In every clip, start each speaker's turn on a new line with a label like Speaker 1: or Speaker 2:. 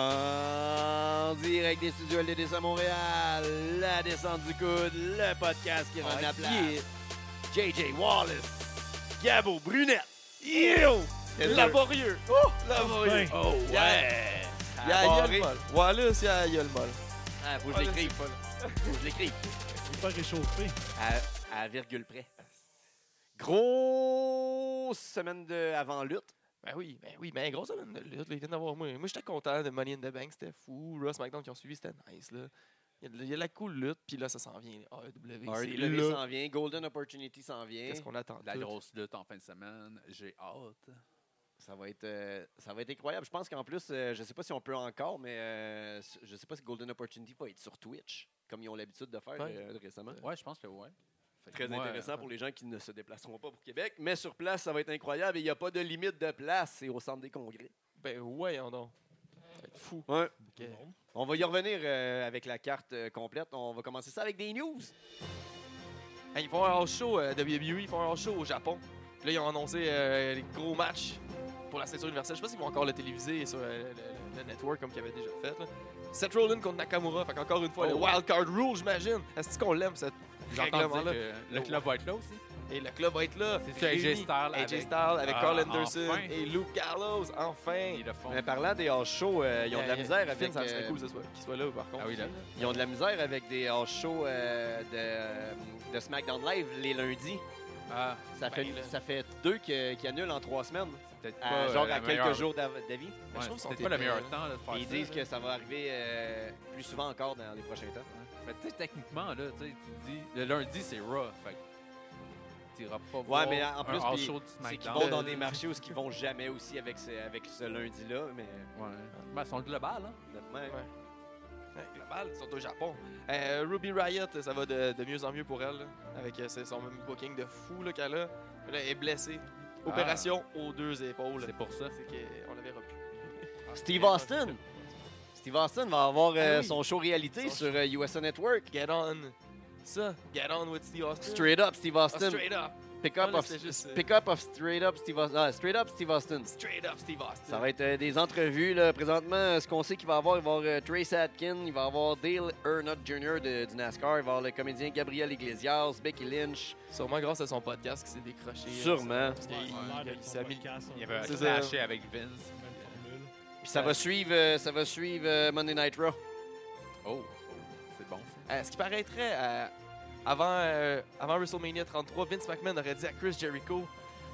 Speaker 1: En direct des studios LDDC à Montréal, la descente du coude, le podcast Ah, qui
Speaker 2: Ah,
Speaker 1: rend la place. JJ Wallace, Gabo Brunette, yo!
Speaker 2: Yes,
Speaker 1: Laborieux!
Speaker 2: Oh,
Speaker 1: Laborieux!
Speaker 2: ben.
Speaker 1: Oh ouais!
Speaker 2: Il y a, il y a le molle. Wallace, il y a, il y a le molle.
Speaker 1: Ah, faut que je l'écrive, faut que je l'écrive.
Speaker 3: Faut pas réchauffer.
Speaker 1: À, à virgule près. Grosse semaine de avant-lutte.
Speaker 2: Ben oui, ben oui, ben grosse semaine de lutte, là, il vient d'avoir moi. Moi, j'étais content de Money in the Bank, c'était fou. Ross McDonald qui ont suivi, c'était nice, là. Il y, a de, il y a de la cool lutte, puis là, ça s'en vient. AEW, c'est
Speaker 1: RDW
Speaker 2: là.
Speaker 1: s'en vient, Golden Opportunity s'en vient.
Speaker 2: Qu'est-ce qu'on attend?
Speaker 4: La
Speaker 2: tout?
Speaker 4: grosse lutte en fin de semaine, j'ai hâte.
Speaker 1: Ça va être, euh, ça va être incroyable. Je pense qu'en plus, euh, je ne sais pas si on peut encore, mais euh, je ne sais pas si Golden Opportunity va être sur Twitch, comme ils ont l'habitude de faire
Speaker 2: Ouais.
Speaker 1: euh, récemment.
Speaker 4: Ouais, je pense que ouais. Fait que
Speaker 1: Très
Speaker 4: moi,
Speaker 1: intéressant
Speaker 4: euh,
Speaker 1: pour les gens qui ne se déplaceront pas pour Québec. Mais sur place, ça va être incroyable. Et il n'y a pas de limite de place. C'est au centre des congrès.
Speaker 2: Ben ouais, on donc. Ça va être fou.
Speaker 1: Ouais.
Speaker 2: Ok.
Speaker 1: On va y revenir euh, avec la carte euh, complète. On va commencer ça avec des news.
Speaker 2: Hey, ils font un house show, euh, WWE, ils font un house show au Japon. Puis là, ils ont annoncé euh, les gros matchs pour la ceinture universelle. Je sais pas s'ils vont encore le téléviser sur euh, le, le- le network comme qu'ils avaient déjà fait. Là. Seth Rollins contre Nakamura, fait qu'encore une fois, le
Speaker 4: Oh.
Speaker 2: Wild Card Rule, j'imagine. Est-ce qu'on l'aime, ce
Speaker 4: J'ai entendu
Speaker 2: règlement-là?
Speaker 4: que le club va être là aussi.
Speaker 2: Et le club va être là.
Speaker 4: C'est ça, AJ
Speaker 2: Réuni.
Speaker 4: Styles
Speaker 2: AJ
Speaker 4: avec-
Speaker 2: Styles avec
Speaker 4: Ah,
Speaker 2: Carl Anderson
Speaker 4: enfin.
Speaker 2: et Luke Gallows, enfin.
Speaker 4: Ils le font.
Speaker 1: Mais Euh, parlant des hors shows, euh, ils ont de la
Speaker 2: Euh,
Speaker 1: misère
Speaker 2: Finn,
Speaker 1: avec.
Speaker 2: Ça serait
Speaker 1: euh,
Speaker 2: cool que ce soit- qu'il soit là, par contre.
Speaker 4: Ah oui, là.
Speaker 1: Ils ont de la misère avec des hors shows euh, de, de SmackDown Live les lundis.
Speaker 4: Ah,
Speaker 1: Ça,
Speaker 2: Ben,
Speaker 1: fait,
Speaker 2: là.
Speaker 1: ça fait deux que- qui annulent en trois semaines,
Speaker 4: c'est peut-être
Speaker 1: à-
Speaker 4: pas, euh,
Speaker 1: genre
Speaker 4: la
Speaker 1: à quelques
Speaker 4: meilleure-
Speaker 1: jours d'av- d'avis.
Speaker 2: trouve
Speaker 4: Ouais, c'est
Speaker 2: qu'ils
Speaker 4: peut-être
Speaker 2: sont
Speaker 4: pas le
Speaker 2: épais,
Speaker 4: meilleur
Speaker 2: là.
Speaker 4: temps là, de faire
Speaker 1: Ils
Speaker 4: ça,
Speaker 1: disent
Speaker 4: là.
Speaker 1: que ça va arriver euh, plus souvent encore dans les prochains temps.
Speaker 4: Mais tu sais, techniquement, là, tu sais, tu te dis, le lundi, c'est Raw. Fait que t'iras pas ouais, voir
Speaker 1: mais en plus,
Speaker 4: un
Speaker 1: puis
Speaker 4: house show du
Speaker 1: C'est qu'ils
Speaker 4: SmackDown.
Speaker 1: vont dans des marchés ou ce qu'ils vont jamais aussi avec ce, avec ce lundi-là, mais
Speaker 4: Ouais. Ben, ils sont globales, hein.
Speaker 1: honnêtement,
Speaker 2: Ouais. Ouais, Global, ils sont au Japon. Euh, Ruby Riot, ça va de, de mieux en mieux pour elle, là, avec euh, c'est son même booking de fou là, qu'elle a. Mais là, elle est blessée. Opération aux deux épaules.
Speaker 4: C'est pour ça.
Speaker 2: C'est qu'on la verra plus.
Speaker 1: Steve Austin! Steve Austin va avoir euh,
Speaker 2: Ah oui.
Speaker 1: son show réalité
Speaker 2: Son
Speaker 1: sur euh, USA Network.
Speaker 2: Get on. Ça, get on with Steve Austin.
Speaker 1: Straight up Steve
Speaker 2: Ah,
Speaker 1: Austin.
Speaker 2: straight up.
Speaker 1: Pick
Speaker 2: Ah,
Speaker 1: up
Speaker 2: là,
Speaker 1: of
Speaker 2: c'était juste, euh,
Speaker 1: pick up of straight up Steve Austin. Ah, straight up Steve Austin.
Speaker 2: Straight up Steve Austin.
Speaker 1: Ça va être euh, des entrevues là, présentement. euh, Ce qu'on sait qu'il va avoir, il va y avoir euh, Trace Atkin, il va y avoir Dale Earnhardt Jr. de- du NASCAR, il va y avoir le comédien Gabriel Iglesias, Becky Lynch.
Speaker 2: Sûrement grâce à son podcast qui s'est décroché. euh,
Speaker 1: Sûrement.
Speaker 2: Parce
Speaker 3: Ouais,
Speaker 2: qu'il il-
Speaker 3: l'air
Speaker 2: il-
Speaker 3: de
Speaker 2: il
Speaker 3: ton
Speaker 2: s'est mis-
Speaker 3: podcast,
Speaker 4: Il y
Speaker 3: on
Speaker 4: avait
Speaker 2: C'est
Speaker 4: un
Speaker 2: ça.
Speaker 4: clashé avec Vince.
Speaker 3: la même formule.
Speaker 1: Puis ça va suivre, euh, ça va suivre euh, Monday Night Raw.
Speaker 4: Oh, oh, c'est bon, ça.
Speaker 2: Euh, ce qui paraîtrait, euh, avant, euh, avant WrestleMania 33, Vince McMahon aurait dit à Chris Jericho,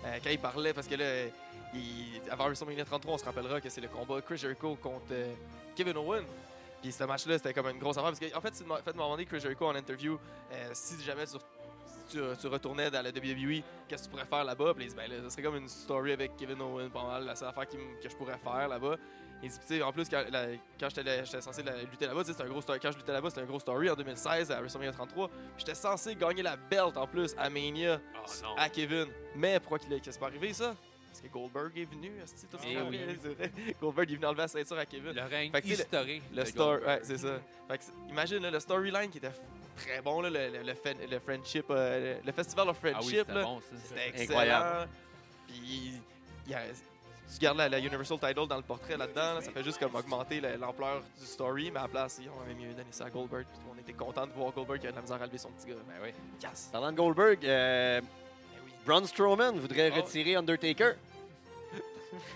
Speaker 2: euh, quand il parlait, parce que là, euh, il- avant WrestleMania 33, on se rappellera que c'est le combat Chris Jericho contre euh, Kevin Owen. Puis ce match-là, c'était comme une grosse affaire. Parce que, en fait, c'est de fait, demander Chris Jericho en interview euh, si jamais sur- si tu, tu retournais dans la WWE, qu'est-ce que tu pourrais faire là-bas. Puis il dit, ben là, ce serait comme une story avec Kevin Owen, pas mal, la seule affaire qui m- que je pourrais faire là-bas. Et puis, tu sais, en plus, quand, la- quand j'étais là- j'étais censé la- lutter là-bas, tu sais, c'était un gros story. Quand je luttais là-bas, c'était un gros story en 2016 à WrestleMania 33. Puis J'étais censé gagner la belt en plus à Mania
Speaker 4: Oh non.
Speaker 2: à Kevin. Mais pourquoi qu'il a- qu'est-ce qui est arrivé ça? Parce que Goldberg est venu, asti, tout ce
Speaker 4: Eh
Speaker 2: qu'on
Speaker 4: oui.
Speaker 2: rappelle, c'est vrai. Goldberg est venu enlever la ceinture à Kevin.
Speaker 4: Le règne
Speaker 2: Fait que, tu sais, le-
Speaker 4: historique.
Speaker 2: Le
Speaker 4: de
Speaker 2: star,
Speaker 4: Goldberg. Ah
Speaker 2: ouais, c'est ça. Fait que c'est- imagine là, le storyline qui était f- très bon, là, le, le- le fen- le friendship, euh, le- le festival of
Speaker 4: Ah oui,
Speaker 2: friendship.
Speaker 4: c'était
Speaker 2: là.
Speaker 4: bon, ça.
Speaker 2: C'était excellent.
Speaker 1: Incroyable.
Speaker 2: Puis, il y a- tu gardes la, la Universal Title dans le portrait là-dedans, là, ça fait juste comme augmenter la- l'ampleur du story, mais à la place, on avait mieux donné ça à Goldberg. Puis on était content de voir Goldberg qui a de la misère à lever son petit gars.
Speaker 4: Ben oui.
Speaker 2: Mais yes!
Speaker 1: Parlant de Goldberg, euh,
Speaker 2: Ben oui.
Speaker 1: Braun Strowman voudrait
Speaker 2: Oh.
Speaker 1: retirer Undertaker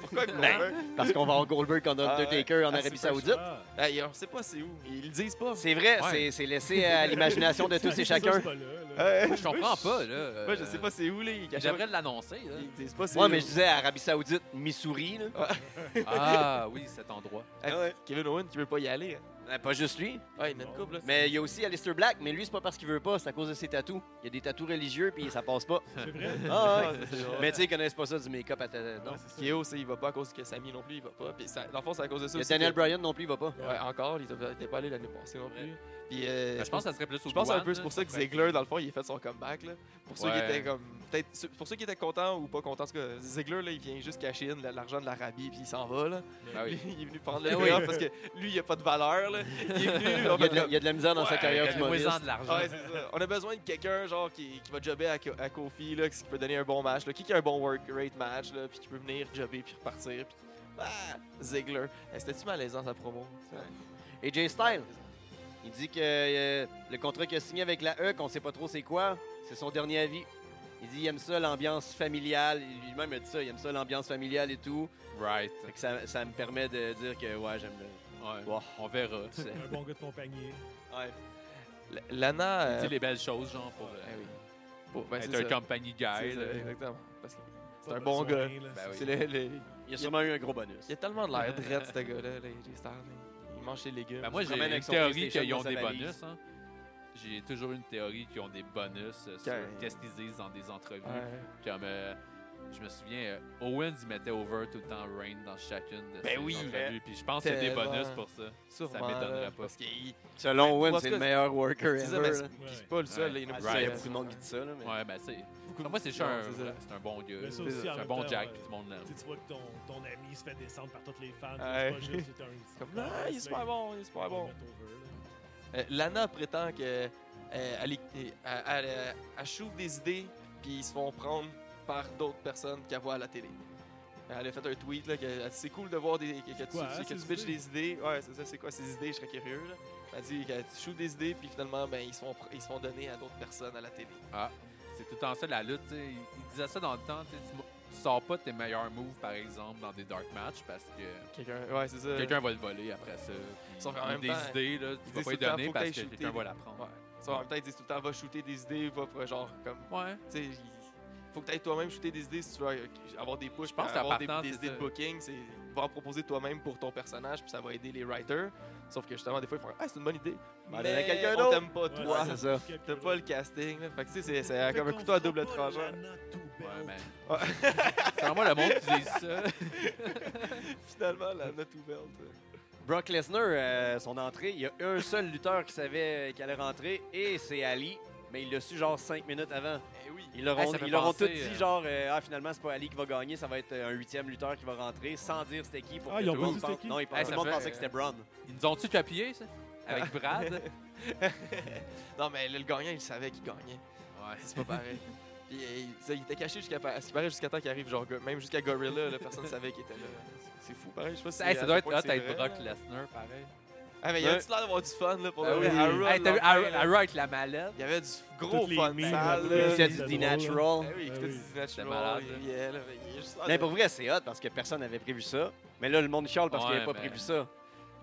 Speaker 2: Pourquoi Goldberg?
Speaker 1: parce qu'on va avoir Goldberg contre
Speaker 2: Ah ouais,
Speaker 1: Undertaker en
Speaker 2: à
Speaker 1: Arabie
Speaker 2: Super
Speaker 1: Saoudite.
Speaker 3: Ah,
Speaker 2: Hey, on sait pas c'est où, ils le disent pas.
Speaker 1: C'est vrai,
Speaker 4: Ouais.
Speaker 1: c'est- c'est laissé à l'imagination de tous et
Speaker 3: ça,
Speaker 1: chacun.
Speaker 3: c'est pas là, là.
Speaker 2: Ouais.
Speaker 4: Moi, je comprends pas, là. euh,
Speaker 2: Moi, Euh, je sais pas c'est où, là. Ils
Speaker 4: J'aimerais l'annoncer, là.
Speaker 2: Ils disent pas c'est
Speaker 1: Moi,
Speaker 2: où.
Speaker 1: mais je disais Arabie Saoudite, Missouri. Là.
Speaker 4: Ah oui, cet endroit.
Speaker 2: Hey,
Speaker 1: Ouais.
Speaker 2: Kevin Owen qui veut pas y aller. hein.
Speaker 1: Ben, pas juste lui,
Speaker 2: Ouais, il y en a une couple, là.
Speaker 1: mais il y a aussi Alistair Black, mais lui, c'est pas parce qu'il veut pas, c'est à cause de ses tatous. Il y a des tatous religieux, puis ça passe pas.
Speaker 3: C'est vrai?
Speaker 1: Ah, ouais.
Speaker 2: c'est drôle.
Speaker 1: Mais tu sais, ils connaissent pas ça du make-up à ta...
Speaker 3: Ouais,
Speaker 1: Non.
Speaker 3: c'est ça.
Speaker 2: Kyo, c'est- il va pas à cause que Samy non plus, il va pas. Puis ça- dans le fond, c'est à cause de ça.
Speaker 1: Il y a
Speaker 2: aussi
Speaker 1: Daniel
Speaker 2: que-
Speaker 1: Bryan non plus, il va pas.
Speaker 2: Ouais, encore, il n'était pas allé l'année passée non plus. Puis, euh,
Speaker 4: Ben, je pense que ça serait plus au
Speaker 2: je pense un
Speaker 4: douane,
Speaker 2: peu c'est
Speaker 4: là,
Speaker 2: pour ça que
Speaker 4: serait-
Speaker 2: Ziggler, dans le fond, il a fait son comeback. Là. Pour ceux qui
Speaker 4: Ouais.
Speaker 2: étaient comme. Peut-être. ceux- Pour ceux qui étaient contents ou pas contents, en tout cas, Ziggler, là, il vient juste cacher in l'argent de l'Arabie, puis il s'en va. Là.
Speaker 4: Ben oui.
Speaker 2: Lui, il est venu prendre le
Speaker 1: Ben oui.
Speaker 2: payoff parce que lui, il a pas de valeur. Là. Il est venu. on
Speaker 1: Il y, a
Speaker 2: fait
Speaker 1: de la, il y a de la misère dans sa
Speaker 4: Ouais,
Speaker 1: carrière
Speaker 4: donnez-moi-en
Speaker 1: d'humoriste.
Speaker 4: de
Speaker 2: comme,
Speaker 4: l'argent.
Speaker 2: ouais, c'est ça. On a besoin de quelqu'un genre qui, qui va jobber à, Ko- à Kofi, là, qui peut donner un bon match. Là. Qui qui a un bon work rate match, là, puis qui peut venir jobber puis repartir. Puis... Ah, Ziggler. Eh, C'était-tu malaisant sa promo?
Speaker 1: Et Jay Style, il dit que euh, le contrat qu'il a signé avec la E, qu'on sait pas trop c'est quoi, c'est son dernier avis. Il dit il aime ça l'ambiance familiale. Il Lui-même a dit ça, il aime ça l'ambiance familiale et tout.
Speaker 4: Right.
Speaker 1: Fait que ça, ça me permet de dire que ouais, j'aime le.
Speaker 4: Ouais.
Speaker 1: Wow.
Speaker 4: On verra.
Speaker 1: tu sais.
Speaker 3: Un bon gars de compagnie.
Speaker 1: Ouais.
Speaker 2: L- Lana.
Speaker 4: Tu
Speaker 2: euh,
Speaker 4: sais, les belles choses, genre, pour euh,
Speaker 2: eh oui. Pour- ben,
Speaker 4: être
Speaker 2: c'est
Speaker 4: un
Speaker 2: ça.
Speaker 4: company guy.
Speaker 2: C'est ça,
Speaker 4: là.
Speaker 2: Exactement. Parce que c'est
Speaker 3: Pas
Speaker 2: un bon
Speaker 3: besoin,
Speaker 2: gars.
Speaker 3: là.
Speaker 4: Ben oui.
Speaker 2: C'est le- le-
Speaker 1: Il a sûrement eu un gros bonus.
Speaker 2: Il a tellement de l'air drette, ce gars-là, les les stars. là. Il mange ses légumes.
Speaker 4: Ben, moi,
Speaker 1: se
Speaker 4: j'ai
Speaker 1: promène
Speaker 4: une
Speaker 1: avec son
Speaker 4: théorie
Speaker 1: PlayStation
Speaker 4: qu'ils ont
Speaker 1: dans sa
Speaker 4: des
Speaker 1: valise.
Speaker 4: bonus. hein. J'ai toujours une théorie qu'ils ont des bonus euh, sur
Speaker 2: Ouais.
Speaker 4: qu'est-ce qu'ils disent dans des entrevues.
Speaker 2: Ouais.
Speaker 4: Comme, euh, je me souviens, euh, Owens, il mettait over tout le temps Rain dans chacune de
Speaker 1: Ben
Speaker 4: ses
Speaker 1: oui.
Speaker 4: entrevues. Puis je pense qu'il y a des
Speaker 2: Tellement.
Speaker 4: bonus pour ça.
Speaker 2: Sûrement,
Speaker 4: ça m'étonnerait
Speaker 2: là,
Speaker 4: pas.
Speaker 2: Parce qu'il
Speaker 1: Selon
Speaker 2: Ben,
Speaker 1: Owen,
Speaker 2: parce
Speaker 1: c'est
Speaker 2: que-
Speaker 1: le meilleur worker
Speaker 2: il disait, ben,
Speaker 1: ever.
Speaker 2: c'est
Speaker 1: là.
Speaker 2: puis
Speaker 3: Ouais.
Speaker 2: c'est pas le seul.
Speaker 4: Ouais.
Speaker 2: là, il y en a
Speaker 1: Ah,
Speaker 2: beaucoup,
Speaker 1: ça, Il y a
Speaker 2: euh,
Speaker 1: beaucoup de monde qui dit ça. Là, mais...
Speaker 4: Ouais, ben, tu sais.
Speaker 2: beaucoup-
Speaker 4: Enfin, Moi, c'est juste
Speaker 2: Non,
Speaker 4: un,
Speaker 2: c'est ça.
Speaker 4: c'est un bon gars.
Speaker 2: euh,
Speaker 3: Mais ça aussi,
Speaker 4: C'est
Speaker 3: en
Speaker 4: un
Speaker 3: même
Speaker 4: bon
Speaker 3: temps,
Speaker 4: Jack,
Speaker 3: ouais.
Speaker 4: puis tout le monde l'aime.
Speaker 3: Tu sais, tu vois que ton, ton ami se fait descendre par tous les fans.
Speaker 2: Ouais.
Speaker 3: C'est pas juste, c'est un.
Speaker 2: C'est comme, ah, il est super bon, il est super bon.
Speaker 3: bon.
Speaker 2: Euh, Lana prétend que euh, elle, est- elle, elle, euh, elle chauffe des idées, puis ils se font prendre par d'autres personnes qu'elle voit à la télé. Elle a fait un tweet là, que elle dit, c'est cool de voir des, que, que tu,
Speaker 3: quoi,
Speaker 2: tu-
Speaker 3: hein,
Speaker 2: que tu
Speaker 3: ces
Speaker 2: pitches
Speaker 3: idées?
Speaker 2: des idées. Ouais, c'est ça, c'est quoi ces idées, je serais curieux. Là. Elle dit que tu chauffes des idées, puis finalement, ben, ils, se font, pr- ils se font donner à d'autres personnes à la télé.
Speaker 4: C'est tout le temps ça la lutte. tu sais. Il il disait ça dans le temps. tu sais, Tu mo- tu sors pas tes meilleurs moves, par exemple, dans des dark matchs parce que
Speaker 2: Quelqu'un, ouais, c'est ça.
Speaker 4: quelqu'un va le voler après ça. Puis
Speaker 2: Sauf qu'en
Speaker 4: il y a
Speaker 2: Euh. même temps,
Speaker 4: des idées, là,
Speaker 2: disent
Speaker 4: tu vas
Speaker 2: tout
Speaker 4: pas
Speaker 2: le
Speaker 4: les
Speaker 2: temps, faut
Speaker 4: donner
Speaker 2: que
Speaker 4: parce
Speaker 2: t'ailles
Speaker 4: que
Speaker 2: shooter
Speaker 4: quelqu'un va
Speaker 2: des-
Speaker 4: la prendre.
Speaker 2: Ouais. Ça, en même temps, ils disent tout le temps, va shooter des idées, va pour genre, comme,
Speaker 4: Ouais.
Speaker 2: tu sais, il- faut que tu ailles toi-même shooter des idées si tu veux euh, avoir des pushs.
Speaker 4: Je pense
Speaker 2: puis
Speaker 4: qu'à
Speaker 2: avoir des,
Speaker 4: partant,
Speaker 2: des
Speaker 4: c'est
Speaker 2: idées de
Speaker 4: ça.
Speaker 2: booking, c'est va en proposer toi-même pour ton personnage, puis ça va aider les writers. Sauf que justement, des fois, ils font Ah, c'est une bonne idée.
Speaker 1: Ben,
Speaker 2: Mais,
Speaker 1: allez, quelqu'un
Speaker 2: on
Speaker 1: d'autre.
Speaker 2: t'aime pas, toi.
Speaker 1: c'est ça.
Speaker 2: T'as pas le casting. là. Fait que tu sais, c'est- c'est comme un couteau à double tranchant.
Speaker 4: Ouais, mais.
Speaker 2: Ouais.
Speaker 4: C'est vraiment le monde qui dit ça.
Speaker 2: Finalement, la note ouverte.
Speaker 1: Brock Lesnar, euh, son entrée, il y a un seul lutteur qui savait euh, qu'il allait rentrer et c'est Ali, mais il l'a su genre 5 minutes avant.
Speaker 2: Eh oui.
Speaker 1: Ils leur ont,
Speaker 4: ça fait
Speaker 1: ils leur ont
Speaker 4: penser,
Speaker 1: tous dit
Speaker 4: euh,
Speaker 1: genre euh, ah finalement c'est pas Ali qui va gagner, ça va être euh, un huitième lutteur qui va rentrer sans dire c'était qui pour
Speaker 3: Ah,
Speaker 1: que
Speaker 3: ils ont
Speaker 1: tout
Speaker 3: pas
Speaker 1: le monde
Speaker 3: dit c'était
Speaker 1: pense-
Speaker 3: qui?
Speaker 1: Non, ils
Speaker 4: Eh,
Speaker 1: pensaient- tout
Speaker 4: ça
Speaker 1: le monde
Speaker 2: fait,
Speaker 1: pensait que c'était Braun.
Speaker 4: Ils nous ont-tu copié, ça Avec Brad
Speaker 2: Non, mais le gagnant, il savait qu'il gagnait.
Speaker 4: Ouais.
Speaker 2: C'est pas pareil. Puis euh, il, ça, il était caché jusqu'à à ce qu'il paraît jusqu'à temps qu'il arrive, genre go- même jusqu'à Gorilla, là, personne savait qu'il était là. C'est fou, pareil. Je sais pas si
Speaker 4: Hey,
Speaker 2: à
Speaker 4: ça
Speaker 2: quel
Speaker 4: doit être
Speaker 2: point
Speaker 4: hot
Speaker 2: c'est
Speaker 4: d'être
Speaker 2: vrai,
Speaker 4: Brock
Speaker 2: là.
Speaker 4: Lesnar, pareil.
Speaker 2: Ah, mais il y a
Speaker 1: Ouais.
Speaker 2: tout l'air d'avoir du fun, là, pour
Speaker 1: Ah
Speaker 2: le
Speaker 1: oui.
Speaker 2: Harold,
Speaker 4: Hey, t'as vu
Speaker 2: l'enfer, là.
Speaker 4: Arrow avec la malade?
Speaker 2: Il y avait du gros
Speaker 3: Toutes les
Speaker 2: fun
Speaker 3: mimes,
Speaker 2: sale, là.
Speaker 3: là,
Speaker 1: Il a
Speaker 3: c'était
Speaker 1: dit The
Speaker 3: drôle,
Speaker 2: Ah
Speaker 1: Natural.
Speaker 2: oui,
Speaker 3: Ah
Speaker 2: écoute,
Speaker 3: oui.
Speaker 2: c'est du natural,
Speaker 4: malade, là.
Speaker 2: il est là, mais il est juste là,
Speaker 3: hein.
Speaker 1: Mais
Speaker 2: là.
Speaker 1: pour vrai, c'est hot parce que personne n'avait prévu ça. Mais là, le monde chiale parce qu'il
Speaker 4: Ouais, ben.
Speaker 1: n'avait pas
Speaker 4: mais-
Speaker 1: prévu ça.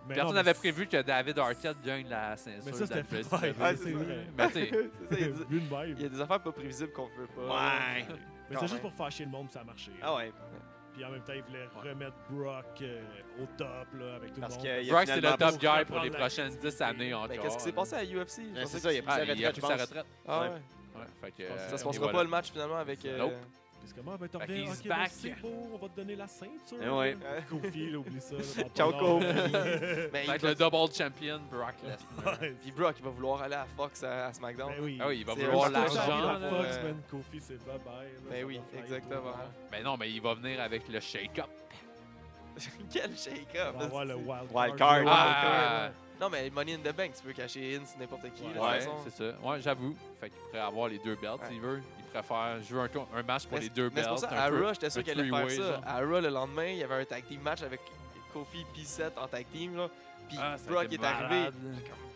Speaker 4: Personne n'avait prévu que David Arquette gagne la ceinture.
Speaker 3: Mais ça, c'était
Speaker 4: de la
Speaker 3: fun.
Speaker 4: WWE.
Speaker 2: Ouais,
Speaker 3: c'est vrai.
Speaker 4: Mais tu sais,
Speaker 2: Ah, C'est ça, Ben, il, dit-
Speaker 3: Vu de même.
Speaker 2: il y a des affaires pas prévisibles qu'on veut pas.
Speaker 1: Ouais.
Speaker 3: Mais
Speaker 2: Quand
Speaker 3: c'est juste
Speaker 2: même.
Speaker 3: pour fâcher le monde, puis ça a marché.
Speaker 1: Ah ouais.
Speaker 3: Puis en même temps, ils voulaient remettre Brock euh, au top là, avec tout
Speaker 1: Parce
Speaker 3: le monde.
Speaker 1: qu'il y a
Speaker 4: Brock, c'est
Speaker 1: finalement
Speaker 4: le top
Speaker 1: pas-
Speaker 4: guy
Speaker 3: pour
Speaker 4: pour les
Speaker 3: reprendre la
Speaker 4: prochaines 10 années encore.
Speaker 2: Mais Ben, qu'est-ce qui s'est passé à UFC Je
Speaker 1: Ben,
Speaker 2: pensais
Speaker 1: C'est
Speaker 2: que-
Speaker 1: ça, il a pris
Speaker 4: Ah,
Speaker 1: sa
Speaker 4: il a
Speaker 1: retraite, je
Speaker 4: pris sa
Speaker 1: pense.
Speaker 4: retraite.
Speaker 2: Ah ouais.
Speaker 4: Ouais, fait que,
Speaker 3: pense
Speaker 2: Ça
Speaker 3: que
Speaker 2: se
Speaker 4: Euh, et
Speaker 2: passera
Speaker 4: voilà.
Speaker 2: pas le match finalement avec. euh,
Speaker 4: Nope.
Speaker 3: Parce que moi, ben, t'en
Speaker 4: Fait
Speaker 3: reviens,
Speaker 4: qu'il
Speaker 3: ok,
Speaker 4: se back.
Speaker 3: ben, c'est beau, on va te donner la ceinture. Euh,
Speaker 1: Eh ouais.
Speaker 2: Ouais.
Speaker 3: Kofi, là, oublie ça. là, dans ton
Speaker 2: Ciao,
Speaker 3: nom.
Speaker 2: Kofi.
Speaker 3: Ouais,
Speaker 2: Ben, il
Speaker 4: Fait que
Speaker 2: Ben, va-
Speaker 4: le double champion, Brock Lesnar.
Speaker 2: Puis Brock, il va vouloir aller à Fox à, à SmackDown.
Speaker 3: Ben oui.
Speaker 4: Ah oui, il va
Speaker 2: C'est
Speaker 4: vouloir
Speaker 2: un
Speaker 3: Parce que
Speaker 2: sponsor,
Speaker 4: l'argent.
Speaker 3: la
Speaker 2: là.
Speaker 3: Fox,
Speaker 2: Euh,
Speaker 3: man, Kofi, c'est bye bye. là,
Speaker 2: Ben
Speaker 3: ça
Speaker 2: oui,
Speaker 3: va faire hein.
Speaker 2: exactement.
Speaker 3: tout, là.
Speaker 4: Mais non, mais il va venir avec le shake-up.
Speaker 2: Quel shake-up!
Speaker 3: On va avoir le
Speaker 2: c'est-
Speaker 3: wild,
Speaker 1: Wild
Speaker 3: card.
Speaker 1: card.
Speaker 3: là.
Speaker 4: Ah,
Speaker 2: Non, mais Money in the Bank, tu peux cacher in sur n'importe qui.
Speaker 3: Ouais.
Speaker 2: de
Speaker 4: ouais,
Speaker 2: toute façon.
Speaker 4: c'est ça. Ouais, j'avoue. Fait qu'il pourrait avoir les deux belts
Speaker 2: Ouais.
Speaker 4: s'il veut. Il préfère jouer un, tour- un match pour
Speaker 2: Mais-
Speaker 4: les deux
Speaker 2: mais
Speaker 4: belts.
Speaker 2: c'est pour ça,
Speaker 4: un
Speaker 2: à
Speaker 4: peu.
Speaker 2: Raw, j'étais
Speaker 4: un
Speaker 2: sûr qu'elle allait faire
Speaker 4: three-way,
Speaker 2: ça.
Speaker 4: genre.
Speaker 2: À Raw, le lendemain, il y avait un tag team match avec Kofi puis Seth en tag team. Là. Puis
Speaker 4: Ah, ça a
Speaker 2: Brock
Speaker 4: été
Speaker 2: est arrivé.
Speaker 4: malade.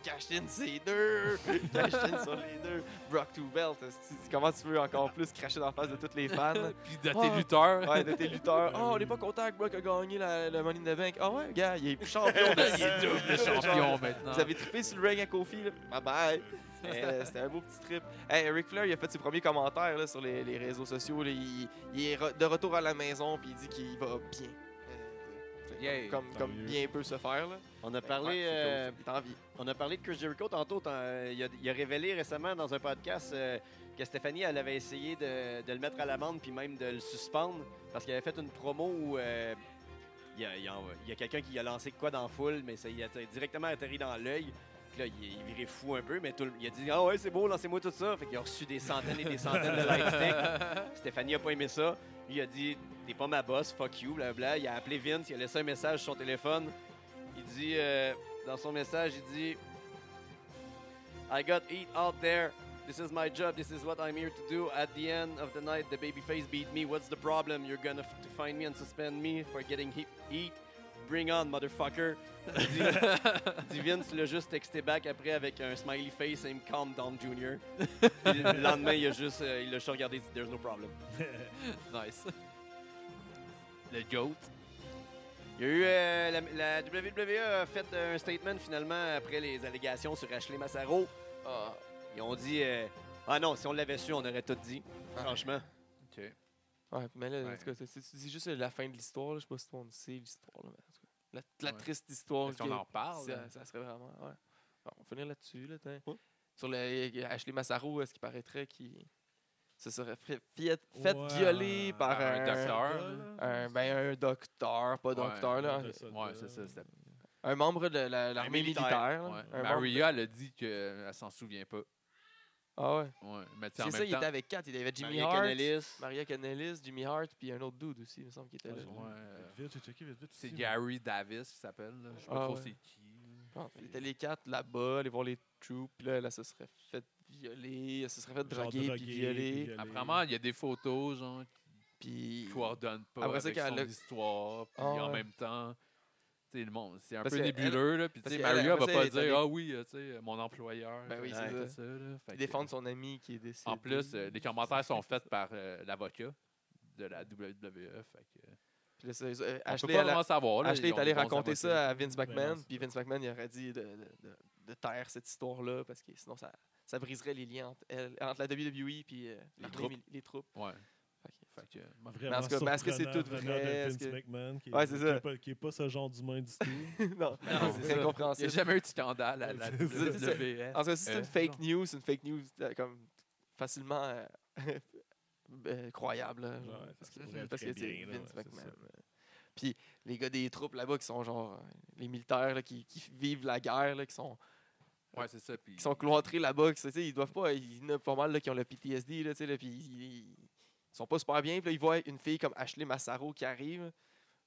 Speaker 2: Cash in ces deux! Cash in sur les deux! Brock to belt. esti. Comment tu veux encore plus cracher dans la face de tous les fans? là?
Speaker 4: Puis de
Speaker 2: Ouais.
Speaker 4: tes lutteurs.
Speaker 2: Ouais, de tes lutteurs. Oh, on n'est pas content que Brock a gagné la- le Money in the Bank. Ah ouais, gars, il est champion de
Speaker 4: Il est double champion maintenant.
Speaker 2: Vous avez trippé sur le ring à Kofi, là? Bye bye! Euh, C'était un beau petit trip. Hey, Ric Flair, il a fait ses premiers commentaires là, sur les, les réseaux sociaux. là. Il, il est re- de retour à la maison puis il dit qu'il va bien. Euh, c'est
Speaker 4: Yeah.
Speaker 2: comme
Speaker 3: Tant
Speaker 2: comme
Speaker 3: mieux.
Speaker 2: bien peut se faire. Là.
Speaker 1: On a parlé.
Speaker 2: Ouais, c'est
Speaker 1: euh,
Speaker 2: cool, ça. Il est en vie.
Speaker 1: On a parlé de Chris Jericho tantôt. tant- euh, il, a, il a révélé récemment dans un podcast euh, que Stéphanie, elle avait essayé de, de le mettre à l'amende puis même de le suspendre parce qu'il avait fait une promo où euh, il y a, il y a- il y a quelqu'un qui a lancé de quoi dans la foule, mais ça y a t- directement atterri dans l'œil. Puis là, il, il virait fou un peu, mais tout le- il a dit Ah ouais, c'est beau, lancez-moi tout ça. Fait qu'il a reçu des centaines et des centaines de live Stéphanie a pas aimé ça. Lui, il a dit T'es pas ma boss, fuck you, blablabla. Il a appelé Vince, il a laissé un message sur son téléphone. Il dit euh, Dans son message, il dit I got eat out there. This is my job. This is what I'm here to do. At the end of the night, the babyface beat me. What's the problem? You're gonna f- to find me and suspend me for getting he- heat. Bring on, motherfucker. Dit- dit Vince l'a juste texté back après avec un smiley face et me calm down, Junior. Puis le lendemain, il a juste, euh, il a juste regardé. il dit, There's no problem.
Speaker 2: Nice. Le GOAT.
Speaker 1: Il y a eu euh, la, la WWE a fait un statement finalement après les allégations sur Ashley Massaro.
Speaker 2: Ah,
Speaker 1: Ils ont dit euh, ah non, si on l'avait su, on aurait tout dit.
Speaker 2: Ouais.
Speaker 1: Franchement,
Speaker 4: Ok.
Speaker 2: Ouais, mais là, en
Speaker 4: Ouais.
Speaker 2: tout cas, c'est- tu dis juste la fin de l'histoire, là, je sais pas si tout le monde sait l'histoire. là, mais en tout cas, La, la
Speaker 4: Ouais.
Speaker 2: triste histoire.
Speaker 4: Est-ce qu'on
Speaker 2: que-
Speaker 4: en parle?
Speaker 2: ça, ça serait vraiment. Ouais. Bon, on va finir là-dessus. Là, t'as-
Speaker 1: Ouais.
Speaker 2: Sur le, Ashley Massaro, est-ce qu'il paraîtrait qu'il se serait fait, fait, fait
Speaker 3: Ouais,
Speaker 2: violer par,
Speaker 4: Par un
Speaker 2: un,
Speaker 4: docteur.
Speaker 2: un- ben, un docteur, pas docteur, là, un,
Speaker 4: Euh, Ouais, c'est ça. c'était-
Speaker 2: un membre de la- l'armée
Speaker 1: militaire,
Speaker 2: militaire. là,
Speaker 4: ouais.
Speaker 2: un membre-
Speaker 4: Maria, elle a dit qu'elle s'en souvient pas.
Speaker 2: Ah ouais.
Speaker 4: Ouais. Mais tu sais, en
Speaker 2: C'est ça, il
Speaker 4: même
Speaker 2: était
Speaker 4: temps.
Speaker 2: avec quatre. Il avait Jimmy
Speaker 1: Maria
Speaker 2: Hart,
Speaker 1: Kanellis.
Speaker 2: Maria Canelis, Jimmy Hart, puis un autre dude aussi, il me semble, qui était
Speaker 3: Ouais,
Speaker 2: là.
Speaker 3: avec-
Speaker 4: Ouais, euh,
Speaker 3: Vite, j'ai checké vite, vite.
Speaker 4: C'est
Speaker 3: ici.
Speaker 4: Gary Davis qui s'appelle. là. Je sais pas
Speaker 2: Ah
Speaker 4: trop
Speaker 2: ouais.
Speaker 4: c'est qui.
Speaker 2: Ah, Il était les quatre là-bas, aller voir les troupes, puis là, elle se serait fait violer, elle se serait fait
Speaker 3: Genre
Speaker 2: draguer,
Speaker 3: drogué,
Speaker 2: puis violer.
Speaker 3: violé.
Speaker 4: Apparemment, il y a des photos genre, qui
Speaker 2: Puis.
Speaker 4: coordonnent pas
Speaker 2: Après ça,
Speaker 4: avec
Speaker 2: quand
Speaker 4: son
Speaker 2: elle a-
Speaker 4: histoire. Puis
Speaker 2: Ah
Speaker 4: en
Speaker 2: ouais.
Speaker 4: même temps, tu sais, le monde, c'est un
Speaker 2: Parce
Speaker 4: peu
Speaker 2: que
Speaker 4: nébuleux. là, Puis tu
Speaker 2: parce
Speaker 4: sais,
Speaker 2: qu'elle-
Speaker 4: Maria
Speaker 2: après
Speaker 4: va
Speaker 2: ça,
Speaker 4: pas
Speaker 2: elle est
Speaker 4: dire
Speaker 2: allée-
Speaker 4: Ah oui, euh, tu sais, mon employeur.
Speaker 2: Ben oui,
Speaker 4: euh,
Speaker 2: c'est
Speaker 4: tout
Speaker 2: ça.
Speaker 4: là. Fait
Speaker 2: Puis
Speaker 4: que-
Speaker 2: défendre son ami qui est décédé.
Speaker 4: En plus, euh, les commentaires sont faits par euh, l'avocat de la WWE. Fait que, euh,
Speaker 2: Puis là, ça- euh,
Speaker 4: on peut
Speaker 2: Ashley,
Speaker 4: pas
Speaker 2: elle a-
Speaker 4: vraiment savoir. là,
Speaker 2: Ashley
Speaker 4: ils ont
Speaker 2: est allé
Speaker 4: des bons
Speaker 2: raconter
Speaker 4: avocats.
Speaker 2: ça à Vince
Speaker 3: Ben non,
Speaker 2: McMahon,
Speaker 3: c'est
Speaker 2: puis Vince McMahon, il aurait dit de, de, de- de taire cette histoire-là, parce que sinon, ça, ça briserait les liens entre, elle- entre la WWE puis euh, l'armée
Speaker 4: troupes.
Speaker 2: mil- les troupes.
Speaker 4: Ouais.
Speaker 2: Fait que-
Speaker 4: Fait que, euh, bon.
Speaker 3: Vraiment
Speaker 2: en tout cas, mais est-ce que c'est
Speaker 3: surprenant
Speaker 2: tout
Speaker 3: venant
Speaker 2: vrai?
Speaker 3: de
Speaker 2: Est-ce
Speaker 3: Vince
Speaker 2: que-
Speaker 3: McMahon, qui est-
Speaker 2: Ouais, c'est
Speaker 3: qui
Speaker 2: ça.
Speaker 3: est pas- Qui est pas ce genre d'humain du tout.
Speaker 2: non,
Speaker 4: Ben non, c'est
Speaker 2: c'est
Speaker 4: ça. Il n'y a
Speaker 2: incompréhensible.
Speaker 4: jamais eu de scandale à la
Speaker 3: C'est ça.
Speaker 4: WWE.
Speaker 2: En tout cas, si c'est
Speaker 4: Euh,
Speaker 2: une fake
Speaker 4: non.
Speaker 2: news, c'est une fake news euh, comme facilement euh, euh, croyable. là, genre,
Speaker 3: Ouais, ça
Speaker 2: parce
Speaker 3: se
Speaker 2: que,
Speaker 3: pourrait
Speaker 2: parce
Speaker 3: très
Speaker 2: que, tu sais,
Speaker 3: bien, là,
Speaker 2: Vince
Speaker 3: ouais, c'est
Speaker 2: McMahon.
Speaker 3: ça.
Speaker 2: euh. Puis les gars des troupes là-bas qui sont genre euh, les militaires là, qui, qui vivent la guerre, là, qui sont
Speaker 4: Ouais, c'est ça. Puis
Speaker 2: qui sont cloîtrés là-bas, qui, tu sais, ils doivent pas, il y en a pas mal là, qui ont le PTSD, là, tu sais, là, puis ils, ils sont pas super bien. Puis là, ils voient une fille comme Ashley Massaro qui arrive,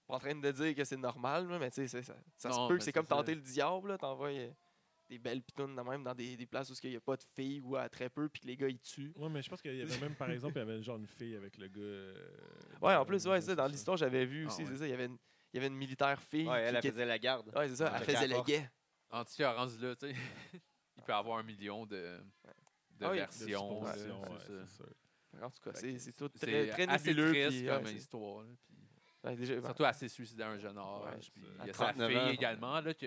Speaker 2: pas en train de dire que c'est normal, là, mais tu sais, c'est- ça, ça
Speaker 4: Non,
Speaker 2: se peut
Speaker 4: mais
Speaker 2: que c'est
Speaker 4: c'est
Speaker 2: comme
Speaker 4: ça.
Speaker 2: tenter le diable, là, t'envoies euh, des belles pitounes de même dans des, des places où il n'y a pas de filles ou à très peu, puis que les gars ils tuent.
Speaker 3: Ouais, mais je pense qu'il y avait même, par exemple, il y avait genre une fille avec le gars. euh,
Speaker 2: Ouais, en
Speaker 3: dans-
Speaker 2: plus, ouais, c'est ça, dans l'histoire, j'avais vu
Speaker 4: Ah,
Speaker 2: aussi,
Speaker 4: ouais.
Speaker 2: c'est ça, il y avait une, il y avait une militaire fille.
Speaker 1: Ouais,
Speaker 2: qui-
Speaker 1: elle, elle
Speaker 2: qui-
Speaker 1: faisait la garde.
Speaker 2: ouais, c'est ça,
Speaker 4: Ouais.
Speaker 2: elle faisait le guet.
Speaker 4: Anti orange là, tu sais, il peut avoir un million de, de
Speaker 2: Ah oui.
Speaker 3: de
Speaker 4: versions. là,
Speaker 3: supposition,
Speaker 4: c'est
Speaker 3: ouais,
Speaker 4: ça.
Speaker 3: c'est sûr.
Speaker 2: En tout cas,
Speaker 4: Fait
Speaker 2: c'est
Speaker 4: que
Speaker 2: c'est tout très,
Speaker 4: C'est
Speaker 2: très
Speaker 4: assez
Speaker 2: nébuleux.
Speaker 4: triste
Speaker 2: puis, ouais,
Speaker 4: comme
Speaker 2: c'est-
Speaker 4: histoire. là, puis
Speaker 2: ouais, déjà, ouais.
Speaker 4: Surtout assez suicidaire à un jeune âge.
Speaker 3: Ouais,
Speaker 4: puis
Speaker 3: c'est-
Speaker 4: il y a
Speaker 1: à
Speaker 4: sa
Speaker 1: 39
Speaker 4: fille
Speaker 1: ans.
Speaker 4: également. Là, que,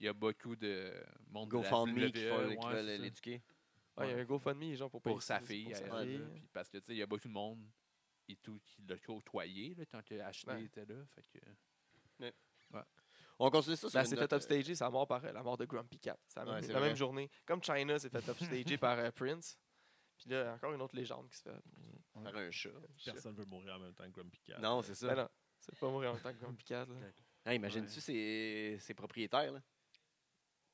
Speaker 4: il y a beaucoup de monde de la
Speaker 1: GoFundMe qui
Speaker 4: WWE,
Speaker 1: va
Speaker 4: ouais,
Speaker 1: qui va
Speaker 4: c'est ça,
Speaker 1: l'éduquer.
Speaker 2: Ouais, il y a un GoFundMe, genre, pour,
Speaker 4: pour
Speaker 2: payer
Speaker 4: sa
Speaker 2: ça,
Speaker 4: fille.
Speaker 2: pour sa
Speaker 4: elle,
Speaker 1: ouais,
Speaker 2: fille.
Speaker 4: là, puis parce que tu sais, il y a beaucoup de monde et tout qui l'a côtoyé là, quand que Ashley
Speaker 2: Ouais.
Speaker 4: était là. Fait que,
Speaker 1: On continue ça sur
Speaker 2: Ben,
Speaker 1: une
Speaker 2: c'est
Speaker 1: note,
Speaker 2: fait upstager sa mort par euh, la mort de Grumpy Cat. C'est la,
Speaker 1: Ouais,
Speaker 2: même,
Speaker 1: c'est
Speaker 2: la
Speaker 1: vrai.
Speaker 2: même journée. Comme China s'est fait upstager par euh, Prince. Puis là, encore une autre légende qui se fait.
Speaker 1: euh, par un chat.
Speaker 3: Personne veut mourir en même temps que Grumpy Cat.
Speaker 1: Non, c'est ça.
Speaker 2: Ben non, c'est pas mourir en tant que Grumpy Cat. là.
Speaker 1: Hey, Imagines-tu ces, ces propriétaires, là? Tu